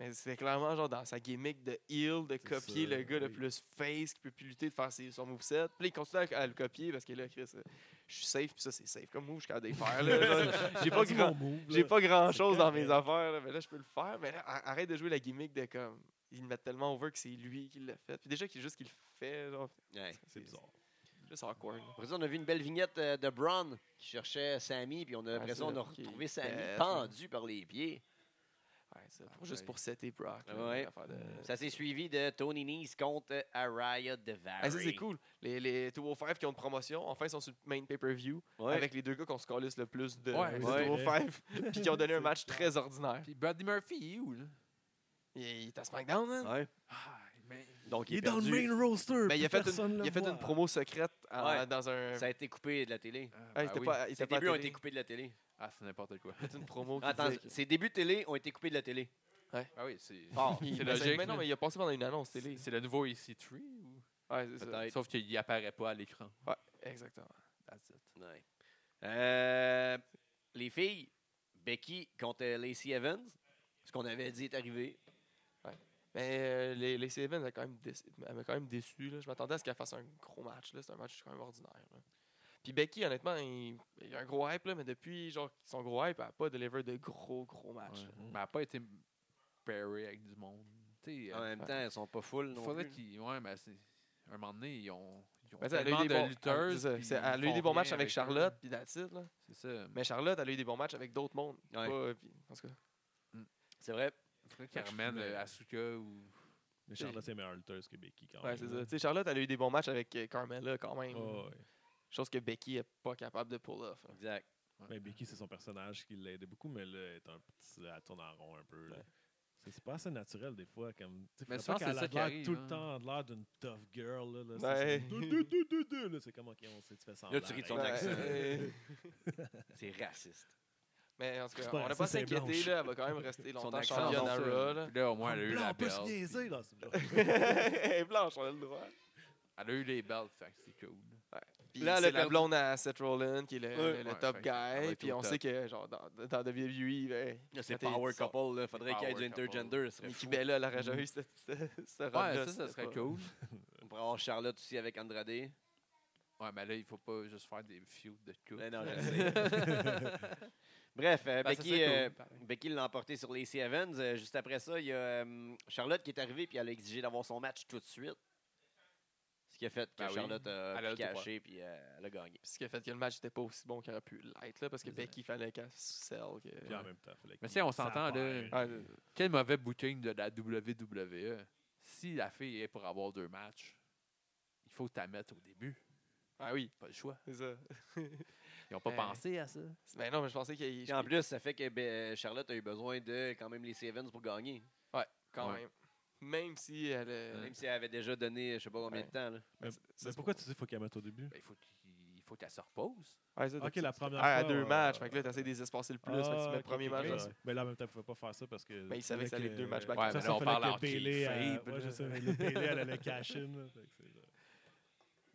Speaker 2: Mais c'est clairement genre dans sa gimmick de heel, de copier
Speaker 3: ça,
Speaker 2: le gars le
Speaker 3: oui.
Speaker 2: plus face, qui peut plus lutter, de faire ses, son moveset. Puis là, il continue à, à le copier parce que là, Chris, euh, je suis safe, puis ça, c'est safe comme move, je suis capable de le faire. là. Genre, J'ai pas
Speaker 3: Rendu
Speaker 2: grand.
Speaker 3: mon move,
Speaker 2: J'ai
Speaker 3: là.
Speaker 2: pas grand chose
Speaker 3: C'est
Speaker 2: dans mes
Speaker 3: correct.
Speaker 2: affaires, là, mais là je peux le faire. Mais là, ar- arrête de jouer la gimmick de comme. Ils le mettent tellement over que c'est lui qui l'a fait. Puis déjà, qu'il juste qu'il le fait. Genre,
Speaker 1: Ouais.
Speaker 3: C'est bizarre.
Speaker 2: juste awkward. là.
Speaker 1: Après ça, on a vu une belle vignette euh, de Braun qui cherchait Sammy, puis on a
Speaker 2: Ah,
Speaker 1: l'impression
Speaker 2: c'est
Speaker 1: qu'on a
Speaker 2: là, qui
Speaker 1: retrouvé
Speaker 2: est
Speaker 1: Sammy
Speaker 2: bête,
Speaker 1: pendu par les pieds.
Speaker 2: Ouais, c'est
Speaker 4: Ah,
Speaker 2: pour- juste
Speaker 4: ouais.
Speaker 2: pour setter Brock. là,
Speaker 1: Ouais. Mm.
Speaker 2: l'affaire de-
Speaker 1: Ça s'est suivi de Tony Nese contre euh, Araya DeVary.
Speaker 2: Ah, ça, c'est cool. Les, les 205 qui ont une promotion, enfin, ils sont sur le main pay-per-view
Speaker 1: Ouais.
Speaker 2: avec les deux gars qu'on se calisse le plus de
Speaker 4: Ouais,
Speaker 2: les
Speaker 1: ouais.
Speaker 2: 205 puis qui ont donné un
Speaker 3: C'est
Speaker 2: match
Speaker 3: clair.
Speaker 2: très ordinaire.
Speaker 4: Puis Bradley Murphy, il est où, là?
Speaker 2: Il il est à SmackDown, hein?
Speaker 1: Ouais.
Speaker 4: Ah, mais...
Speaker 1: Donc, il,
Speaker 3: Il
Speaker 1: est
Speaker 3: est dans le
Speaker 1: perdu.
Speaker 3: main roster.
Speaker 2: Mais il a
Speaker 3: puis
Speaker 2: fait
Speaker 3: personne
Speaker 2: une,
Speaker 3: le
Speaker 2: il a fait
Speaker 3: voit.
Speaker 2: une promo secrète en-
Speaker 1: Ouais.
Speaker 2: dans un.
Speaker 1: Ça a été coupé de la télé.
Speaker 4: Ah,
Speaker 2: Ah, il
Speaker 4: bah
Speaker 2: était
Speaker 4: oui.
Speaker 2: pas, il était
Speaker 1: Ses
Speaker 2: pas à
Speaker 1: débuts ont
Speaker 2: télé.
Speaker 1: été coupés de la télé.
Speaker 4: Ah, c'est n'importe quoi.
Speaker 2: Il a fait une promo. qui
Speaker 1: Attends,
Speaker 2: disait que-
Speaker 1: ses débuts de télé ont été coupés de la télé.
Speaker 4: Ah oui, c'est...
Speaker 1: Fort.
Speaker 2: Il-
Speaker 4: c'est
Speaker 2: mais ça-
Speaker 4: logique,
Speaker 2: Mais non,
Speaker 4: là.
Speaker 2: mais il a passé pendant une annonce télé.
Speaker 4: C'est c'est le nouveau EC3? Ou...
Speaker 2: Ouais, c'est ça.
Speaker 1: Peut-être.
Speaker 4: Sauf qu'il apparaît pas à l'écran.
Speaker 2: Exactement.
Speaker 4: That's it.
Speaker 1: Ouais. Euh, les filles, Becky contre euh, Lacey Evans. Ce qu'on avait dit est arrivé.
Speaker 2: Mais euh, les, les Sevens, elle, a quand même déce- elle m'a quand même déçu. là. Je m'attendais à ce qu'elle fasse un gros match. là. C'est un match quand même ordinaire. là. Puis Becky, honnêtement, il, il y a un gros hype, là, mais depuis genre, son gros hype, elle n'a pas deliver de gros, gros matchs.
Speaker 4: Ouais.
Speaker 2: là.
Speaker 4: Mais Ben, elle n'a pas été parée avec du monde. Tu sais,
Speaker 1: En
Speaker 4: euh,
Speaker 1: même temps, elles sont pas full non
Speaker 4: faudrait
Speaker 1: plus.
Speaker 4: qu'ils. Ouais, mais c'est. Un moment donné, ils ont. Ils ont
Speaker 2: Ben, tu sais, elle
Speaker 4: tellement
Speaker 2: a eu des
Speaker 4: de
Speaker 2: bons,
Speaker 4: lutteurs.
Speaker 2: elle- c'est ça, c'est- elle a eu des bons matchs avec Charlotte, puis that's it, là.
Speaker 4: C'est ça.
Speaker 2: Mais Charlotte, elle a eu des bons matchs avec d'autres mondes.
Speaker 1: Ouais.
Speaker 2: Pas- euh, puis- en tout cas,
Speaker 1: C'est vrai.
Speaker 4: Faudrait qu'ils
Speaker 2: Fait que je
Speaker 4: ramènent
Speaker 2: trouvais-
Speaker 4: euh, Asuka ou.
Speaker 3: Mais Charlotte est meilleure lutteuse que Becky quand
Speaker 2: ouais,
Speaker 3: même.
Speaker 2: c'est ça. Tu sais, Charlotte, elle a eu des bons matchs avec euh, Carmella quand même.
Speaker 3: Ouais, ouais.
Speaker 2: Chose que Becky n'est pas capable de pull off. là.
Speaker 1: Exact.
Speaker 3: Ben, Becky, c'est son personnage qui l'aidait beaucoup, mais là, elle, est un petit, elle tourne en rond un peu. là.
Speaker 2: Ouais.
Speaker 3: C'est c'est pas assez naturel des fois. Comme, tu sais,
Speaker 4: Mais
Speaker 3: faudrait
Speaker 4: souvent,
Speaker 3: pas qu'elle
Speaker 4: c'est ça
Speaker 3: ait
Speaker 4: qui
Speaker 3: l'air
Speaker 4: arrive,
Speaker 3: tout
Speaker 4: hein.
Speaker 3: le temps de l'air d'une tough girl. Là, là, c'est-
Speaker 2: Ouais.
Speaker 3: c'est comme, Dou, dou, dou, dou, dou, là, C'est comme, OK, on sait, tu fais semblant.
Speaker 1: Là, tu ris de Ton
Speaker 2: Ouais.
Speaker 1: accent.
Speaker 2: Euh,
Speaker 1: C'est raciste.
Speaker 2: Mais en tout cas,
Speaker 3: C'est pas
Speaker 2: on n'a
Speaker 3: raciste,
Speaker 2: pas à
Speaker 3: c'est
Speaker 2: s'inquiéter,
Speaker 3: blanche.
Speaker 2: là, elle va quand même rester longtemps
Speaker 1: accent,
Speaker 2: championne
Speaker 1: non,
Speaker 2: à
Speaker 1: ça.
Speaker 2: Raw. là.
Speaker 4: Puis là, au moins, elle a eu
Speaker 3: Blanc,
Speaker 4: la
Speaker 3: on peut se
Speaker 4: belt. puis-
Speaker 3: niaiser, là, c'est une joke.
Speaker 2: Elle est blanche, on a le droit.
Speaker 4: Elle a eu les belts, fait que c'est cool.
Speaker 2: Puis
Speaker 1: Là, elle a
Speaker 2: c'est la
Speaker 1: perdu.
Speaker 2: blonde à Seth Rollins qui est le,
Speaker 1: Ouais.
Speaker 2: le- le
Speaker 4: Ouais,
Speaker 2: top
Speaker 4: fait qu'elle va
Speaker 2: guy.
Speaker 4: être
Speaker 2: Puis
Speaker 4: au
Speaker 2: on
Speaker 4: top.
Speaker 2: sait que genre, dans, dans WWE, ben,
Speaker 1: Là, c'est
Speaker 2: quand t'es-
Speaker 1: power
Speaker 2: ils sont-
Speaker 1: couple. Là. Faudrait qu'il y ait du
Speaker 4: Power couple.
Speaker 1: intergender. Ce serait
Speaker 2: Nikki
Speaker 1: fou.
Speaker 2: Bella, elle aurait jamais eu ce, ce, ce rôle-là,
Speaker 4: Ouais, ça, ça
Speaker 2: c'était
Speaker 4: serait
Speaker 2: pas-
Speaker 4: cool.
Speaker 1: On pourrait avoir Charlotte aussi avec Andrade.
Speaker 4: Ouais, mais là, il faut pas juste faire des feuds de Euh, couple.
Speaker 1: Mais
Speaker 2: Ben
Speaker 1: non, je le sais. Bref, euh,
Speaker 4: Ben, ça
Speaker 1: Becky,
Speaker 4: serait
Speaker 1: euh,
Speaker 4: cool, pareil.
Speaker 1: Becky l'a emporté sur Lacey Evans. Euh, juste après ça, il y a euh, Charlotte qui est arrivée puis elle a exigé d'avoir son match tout de suite. Ce qui a fait que
Speaker 4: Ben oui.
Speaker 1: Charlotte
Speaker 4: Elle
Speaker 1: a,
Speaker 4: a
Speaker 1: pu
Speaker 4: le droit.
Speaker 1: caché puis euh, elle a gagné.
Speaker 2: Puis ce qui a fait que le match n'était pas aussi bon qu'il aurait pu l'être, là, parce que
Speaker 4: Exact.
Speaker 2: Becky fallait qu'elle sell. Que...
Speaker 3: Puis en même temps, fallait
Speaker 4: Mais
Speaker 3: qu'il-
Speaker 4: si on
Speaker 3: ça
Speaker 4: s'entend,
Speaker 3: perd.
Speaker 2: Ouais,
Speaker 4: Quel mauvais booking de la WWE. Si la fille est pour avoir deux matchs, il faut que tu la mettes au début.
Speaker 2: ah oui,
Speaker 4: Pas le choix.
Speaker 2: c'est ça.
Speaker 4: Ils n'ont pas
Speaker 2: Ben,
Speaker 4: pensé à ça.
Speaker 2: Mais Ben non, mais je pensais qu'il
Speaker 1: Puis en plus, ça fait que ben, Charlotte a eu besoin de quand même Lacey Evans pour gagner.
Speaker 2: quand
Speaker 4: Ouais.
Speaker 2: même. Même si elle. euh,
Speaker 1: Même si elle avait déjà donné je sais pas combien
Speaker 2: Ouais.
Speaker 1: de temps. là.
Speaker 3: Mais,
Speaker 2: c'est-
Speaker 3: mais
Speaker 2: c'est-
Speaker 3: pourquoi tu dis qu'il faut qu'elle mette au début?
Speaker 4: Ben, il faut qu'il- il faut qu'elle se repose.
Speaker 2: Ouais, ça,
Speaker 3: Ok,
Speaker 2: t'as-
Speaker 3: la première
Speaker 2: Ah, à
Speaker 3: fois,
Speaker 2: deux
Speaker 3: ouais,
Speaker 2: matchs.
Speaker 3: ouais,
Speaker 2: Fait que là, t'essaies de les espacer le plus. fait que tu
Speaker 3: Ah,
Speaker 2: mets le
Speaker 3: ok,
Speaker 2: premier
Speaker 3: ok,
Speaker 2: match.
Speaker 3: ouais,
Speaker 2: là,
Speaker 3: ouais. Mais là, en même temps, il ne pouvait pas faire ça parce que.
Speaker 2: Mais il savait que ça allait être deux matchs back.
Speaker 4: Ouais,
Speaker 3: Ouais,
Speaker 4: mais là,
Speaker 3: ça, ça,
Speaker 4: on
Speaker 3: fallait
Speaker 4: parle en
Speaker 3: que Bayley,
Speaker 4: kayfabe,
Speaker 3: euh,
Speaker 4: là.
Speaker 3: ouais, je sais, mais le Bayley, elle allait cash in. là, fait que c'est-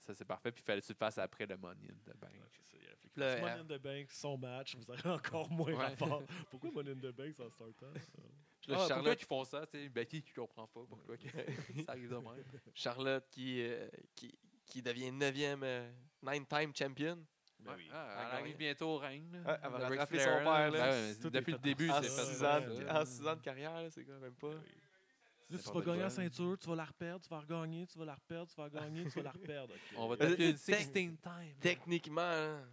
Speaker 4: Ça, c'est parfait. Puis il fallait que tu le fasses après le Money in the Bank.
Speaker 3: Ouais, c'est ça, il a appliqué.
Speaker 2: Là,
Speaker 3: Parce que
Speaker 2: elle-
Speaker 3: Money in the Bank, son match, vous aurez encore moins
Speaker 4: Ouais.
Speaker 3: rapport. Pourquoi Money in the Bank, ça start up?
Speaker 2: Puis là,
Speaker 4: Ah, pourquoi
Speaker 2: Charlotte,
Speaker 4: ils font ça? T'sais, Becky, tu Ben, comprends pas pourquoi que ça arrive de même.
Speaker 2: Charlotte qui, euh, qui, qui devient 9e, euh, nine-time champion.
Speaker 4: Ouais, ah,
Speaker 2: Ah,
Speaker 4: elle arrive
Speaker 2: ouais.
Speaker 4: bientôt au ring.
Speaker 2: Ouais,
Speaker 4: là.
Speaker 2: elle va
Speaker 4: Le Ric
Speaker 2: rattraper son père,
Speaker 4: Flair,
Speaker 2: là.
Speaker 4: Ben ouais,
Speaker 3: Tout est
Speaker 4: depuis
Speaker 3: fait
Speaker 4: le début,
Speaker 3: en
Speaker 2: En
Speaker 4: c'est
Speaker 3: sorte.
Speaker 4: fait
Speaker 2: six,
Speaker 4: ça.
Speaker 2: ans,
Speaker 3: ouais.
Speaker 2: de-
Speaker 4: là.
Speaker 2: en six ans de carrière, là, c'est quand même pas.
Speaker 3: Là, tu vas
Speaker 4: n'importe
Speaker 3: gagner
Speaker 4: quoi.
Speaker 3: la ceinture, tu vas la reperdre, tu vas la regagner, tu vas la reperdre, tu vas la gagner, tu vas la reperdre. ok.
Speaker 4: On va
Speaker 2: Mais
Speaker 4: taper une
Speaker 2: c'est-
Speaker 4: 16 time. là.
Speaker 2: Techniquement, là,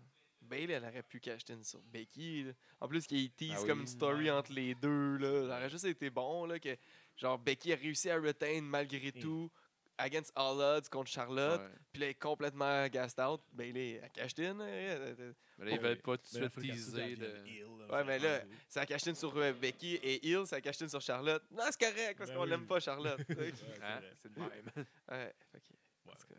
Speaker 2: Bailey, elle aurait pu cacher une sur Becky. là. En plus, qu'il tease
Speaker 4: Ah oui.
Speaker 2: comme une story
Speaker 3: Ouais.
Speaker 2: entre les deux. Là. Ça aurait juste été bon. Là, que, genre, Becky a réussi à retain malgré tout. Against all odds contre Charlotte.
Speaker 4: Ouais.
Speaker 2: Puis là, elle est complètement gassed out. Bailey, elle cash in. là, hein, elle- elle- elle-
Speaker 4: Mais là, ils
Speaker 2: Ouais.
Speaker 4: veulent pas tout
Speaker 3: Mais là,
Speaker 4: de
Speaker 3: faut
Speaker 4: suite
Speaker 3: que la suite, elle
Speaker 4: teaser.
Speaker 3: vienne
Speaker 4: le-
Speaker 3: heel,
Speaker 2: Ouais, mais
Speaker 3: ça
Speaker 2: là,
Speaker 3: change tout.
Speaker 2: Ça cache une sur euh, Becky et Hill, ça cache une sur Charlotte. Non, c'est correct parce
Speaker 3: Ben
Speaker 2: qu'on
Speaker 3: oui.
Speaker 2: l'aime pas, Charlotte. Tu sais.
Speaker 3: Ouais, c'est
Speaker 4: Hein?
Speaker 3: vrai.
Speaker 4: C'est le même.
Speaker 2: Ah ouais, fait que, ben, en
Speaker 3: Ouais.
Speaker 2: tout cas,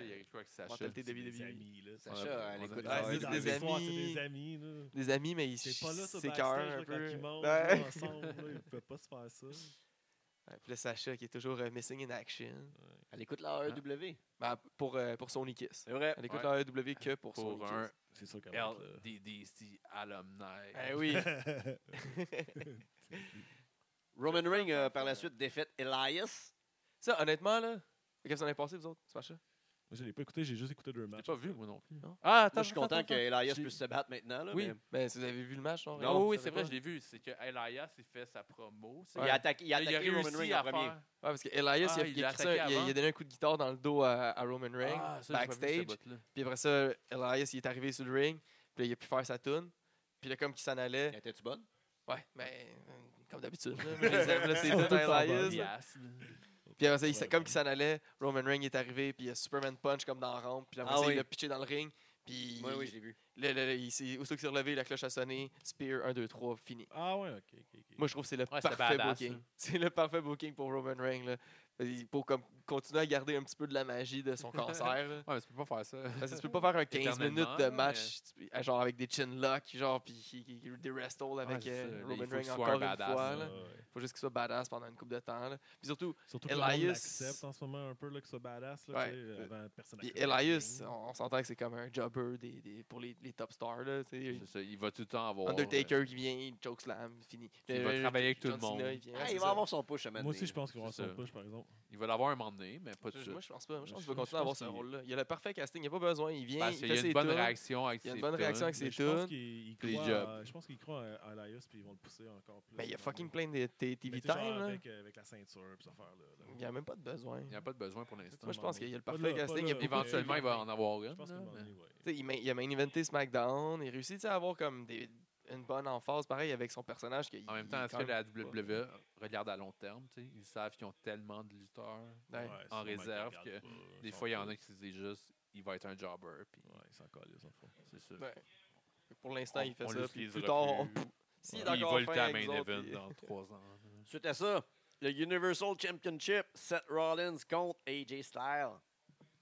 Speaker 2: la-
Speaker 4: il y a quoi que ça
Speaker 2: mentalité
Speaker 3: C'est
Speaker 2: WWE.
Speaker 3: des amis, là.
Speaker 1: Sacha,
Speaker 4: Ouais,
Speaker 1: elle
Speaker 4: on
Speaker 1: écoute
Speaker 4: a-
Speaker 1: ça,
Speaker 2: Ouais,
Speaker 1: elle
Speaker 2: c'est
Speaker 1: écoute
Speaker 2: des
Speaker 1: ça.
Speaker 2: amis.
Speaker 3: histoires, C'est des amis, là.
Speaker 2: Des amis, mais ils
Speaker 3: C'est pas là, ça,
Speaker 2: s'écœurent
Speaker 3: backstage,
Speaker 2: un
Speaker 3: là, quand
Speaker 2: peu.
Speaker 3: ils montent
Speaker 2: Ouais.
Speaker 3: là, ensemble, là, ils ne pouvaient pas se faire ça.
Speaker 2: Ouais, puis le Sacha qui est toujours euh, missing in action.
Speaker 1: Elle écoute la AEW.
Speaker 2: Ben, pour, euh, pour Sony Kiss.
Speaker 1: C'est vrai.
Speaker 2: Elle écoute la
Speaker 4: Ouais.
Speaker 2: AEW que pour, Sony
Speaker 4: Pour un
Speaker 2: Kiss.
Speaker 3: C'est sûr qu'elle va être là.
Speaker 4: LDDC alumni.
Speaker 2: Eh oui.
Speaker 1: Roman Reigns a par la suite défaite Elias.
Speaker 2: ça, honnêtement, là, qu'est-ce que vous en avez pensé, vous autres, Sacha
Speaker 3: Moi, je l'ai pas écouté, j'ai juste écouté deux
Speaker 4: Je l'ai
Speaker 3: matchs.
Speaker 4: pas vu, moi non plus.
Speaker 2: Non.
Speaker 4: Ah,
Speaker 1: Moi, je suis content
Speaker 4: attends,
Speaker 1: que Elias
Speaker 4: J'ai-
Speaker 1: puisse se battre maintenant. là,
Speaker 4: Oui.
Speaker 1: mais-
Speaker 2: Ben, si vous avez vu le match, non
Speaker 4: Ah, Non,
Speaker 2: Vous
Speaker 4: oui,
Speaker 2: savez
Speaker 4: c'est vrai,
Speaker 2: pas?
Speaker 4: je l'ai vu. C'est que Elias, il fait sa promo. tu sais.
Speaker 1: Il, a attaqué, il a
Speaker 4: Là,
Speaker 1: attaqué Roman Reigns en premier.
Speaker 4: faire-
Speaker 2: Ouais, parce que Elias,
Speaker 4: Ah,
Speaker 2: il, a, il
Speaker 4: il
Speaker 2: a
Speaker 4: l'a
Speaker 2: crissé un- il
Speaker 4: attaqué
Speaker 2: a- il a
Speaker 4: avant.
Speaker 2: donné un coup de guitare dans le dos à, à Roman Reigns,
Speaker 4: Ah, ça, j'ai pas vu ce
Speaker 2: backstage.
Speaker 4: bout-là.
Speaker 2: Puis après ça, Elias, il est arrivé sur le ring. Puis là, il a pu faire sa tune. Puis là, comme qu'il s'en allait.
Speaker 1: Était-tu bonne?
Speaker 2: Ouais, mais euh, comme d'habitude. là, mais je les aime, là, c'est Dead Elias, là. Puis après ça, il s- comme il s'en allait, Roman Reigns est arrivé, puis il y a Superman Punch comme dans la rampe, puis après
Speaker 1: Ah
Speaker 2: ça,
Speaker 1: oui.
Speaker 2: il l'a pitché dans le ring, puis
Speaker 1: Oui, oui, je l'ai vu.
Speaker 2: le- le- le- il s'est- aussitôt qu'il s'est relevé, la cloche a sonné, Spear 1, 2, 3, fini.
Speaker 3: Ah ouais, ok, ok. ok.
Speaker 2: Moi, je trouve que c'est le
Speaker 4: Ouais, c'était
Speaker 2: parfait
Speaker 4: badass, hein.
Speaker 2: booking.
Speaker 4: là.
Speaker 2: C'est le parfait booking pour Roman Reigns, là. Il- Pour comme, continuer à garder un petit peu de la magie de son cancer, là.
Speaker 4: Ouais, mais tu peux pas faire ça.
Speaker 2: Parce que tu peux pas faire un 15 minutes de
Speaker 4: Éternellement,
Speaker 2: match, tu- à- genre avec des chin locks, genre, puis qui- qui- qui- des rest holds avec
Speaker 4: c'est ça.
Speaker 2: euh,
Speaker 4: Il
Speaker 2: Roman
Speaker 4: faut
Speaker 2: Reigns
Speaker 4: qu'il soit
Speaker 2: encore
Speaker 4: un
Speaker 2: une
Speaker 4: badass,
Speaker 2: fois,
Speaker 4: là.
Speaker 2: là.
Speaker 3: Ah Ouais, ouais.
Speaker 2: Faut juste qu'il soit badass pendant une couple de temps, là. Puis surtout,
Speaker 3: Surtout que Elias... le monde
Speaker 2: Elias-
Speaker 3: l'accepte en ce moment un peu, là, que soit badass, là,
Speaker 2: Ouais.
Speaker 3: tu sais, avant personne
Speaker 2: Puis
Speaker 3: n'acceptait le
Speaker 2: Elias,
Speaker 3: ring.
Speaker 2: on, on s'entend que c'est comme un jobber des, des- pour les, les top stars. Là, tu sais.
Speaker 4: C'est ça, il va tout le temps avoir. euh,
Speaker 2: Undertaker qui vient, il choke slam, fini.
Speaker 4: Il va
Speaker 2: Euh,
Speaker 4: travailler avec
Speaker 2: John
Speaker 4: tout le monde.
Speaker 2: Cena, il vient,
Speaker 1: Ah,
Speaker 2: c'est
Speaker 1: il
Speaker 2: ça.
Speaker 1: va avoir son push à
Speaker 3: Moi aussi, je pense qu'il va avoir
Speaker 4: C'est
Speaker 3: son
Speaker 4: ça.
Speaker 3: push, par exemple.
Speaker 4: Il va l'avoir un moment donné, mais pas tout de
Speaker 2: Je- Moi,
Speaker 4: suite.
Speaker 2: je pense pas. Moi, je pense qu'il va
Speaker 3: Je- je
Speaker 2: continuer à avoir
Speaker 3: pense
Speaker 2: ce
Speaker 3: qu'il-
Speaker 2: rôle-là. Il a le parfait casting, il n'y a pas besoin. Il vient,
Speaker 4: Parce
Speaker 2: il
Speaker 4: qu'il y
Speaker 2: fait
Speaker 4: a
Speaker 2: ses
Speaker 4: Ben, une bonne
Speaker 2: tunes.
Speaker 4: réaction avec
Speaker 2: Il y a une
Speaker 4: ses
Speaker 2: bonne réaction
Speaker 4: tunes.
Speaker 2: avec
Speaker 3: Mais
Speaker 2: ses
Speaker 3: Je pense
Speaker 2: tunes.
Speaker 3: qu'il il
Speaker 4: Des
Speaker 3: croit,
Speaker 4: jobs.
Speaker 3: à- je pense qu'il croit à à Elias, puis ils vont le pousser encore plus.
Speaker 2: Mais Ben, il y a
Speaker 3: dans
Speaker 2: fucking
Speaker 3: le-
Speaker 2: plein de t- TV
Speaker 3: Mais tu
Speaker 2: time.
Speaker 3: sais, genre
Speaker 2: là.
Speaker 3: Avec, euh, avec la ceinture, puis ces affaires-là. là.
Speaker 2: Il n'y a même pas de besoin.
Speaker 4: Il n'y a pas de besoin pour
Speaker 3: C'est
Speaker 4: l'instant.
Speaker 2: Moi, je
Speaker 3: un
Speaker 2: pense
Speaker 3: moment
Speaker 2: qu'il y a le
Speaker 3: donné.
Speaker 2: parfait
Speaker 3: Pas là,
Speaker 2: casting,
Speaker 3: pas
Speaker 2: il y a-
Speaker 3: là,
Speaker 4: Éventuellement,
Speaker 3: mais-
Speaker 4: il va en avoir
Speaker 3: Je
Speaker 4: une.
Speaker 3: pense
Speaker 4: là,
Speaker 3: qu'il va en
Speaker 4: mais-
Speaker 3: avoir, ouais.
Speaker 2: ben. Tu sais, il, main, il a main inventé SmackDown. Il réussit tu sais, à avoir comme des, une bonne emphase, pareil, avec son personnage. qu'il-
Speaker 4: En même
Speaker 2: il
Speaker 4: temps,
Speaker 2: est
Speaker 4: est-ce
Speaker 2: quand
Speaker 4: que
Speaker 2: même-
Speaker 4: la WWE regarde à long terme? tu sais? Ils savent qu'ils ont tellement de lutteurs.
Speaker 2: Ouais.
Speaker 4: en
Speaker 3: Ouais, sûrement qu'il
Speaker 4: réserve
Speaker 3: regarde
Speaker 4: que
Speaker 3: pas,
Speaker 4: Des
Speaker 3: s'en
Speaker 4: fois, il y en
Speaker 3: fout.
Speaker 4: a qui se disent juste, il va être un jobber. Puis
Speaker 3: Ouais, il s'en calisse, dans le fond.
Speaker 4: c'est ça.
Speaker 2: Ouais. Pour l'instant,
Speaker 4: On-
Speaker 2: il fait
Speaker 4: on
Speaker 2: ça. puis
Speaker 4: l'utilisera
Speaker 2: plus tard, on-
Speaker 4: plus.
Speaker 2: s'il est
Speaker 4: Puis il
Speaker 2: encore
Speaker 4: va le
Speaker 2: fin
Speaker 4: temps à
Speaker 2: avec
Speaker 4: main
Speaker 2: nous autres,
Speaker 4: event
Speaker 2: il-
Speaker 4: dans trois ans.
Speaker 1: Suite à ça, le Universal Championship, Seth Rollins contre AJ Styles.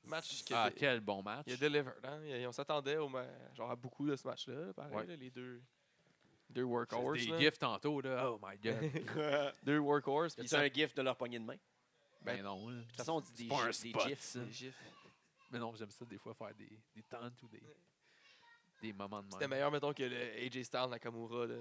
Speaker 2: match que
Speaker 4: Ah,
Speaker 2: t'es-
Speaker 4: quel bon match.
Speaker 2: il a delivered. Hein? Il- On s'attendait au ma- genre à beaucoup de ce match-là. Pareil,
Speaker 4: Ouais.
Speaker 2: là, les deux, deux
Speaker 4: C'est
Speaker 2: workhorses.
Speaker 4: des
Speaker 2: là.
Speaker 4: gifs tantôt, là. Oh my god.
Speaker 2: deux workhorses. Puis
Speaker 1: C'est
Speaker 2: ça-
Speaker 1: un gif de leur poignée de main. De
Speaker 4: ben non. là. De
Speaker 1: toute façon, on dit des,
Speaker 4: pas un
Speaker 1: gifs- des
Speaker 4: spot,
Speaker 1: gifs.
Speaker 4: ça.
Speaker 2: des gifs.
Speaker 4: Mais non, j'aime ça des fois faire des, des tentes ou des, des moments de
Speaker 2: C'était
Speaker 4: même.
Speaker 2: meilleur, mettons, que le AJ Styles Nakamura. là,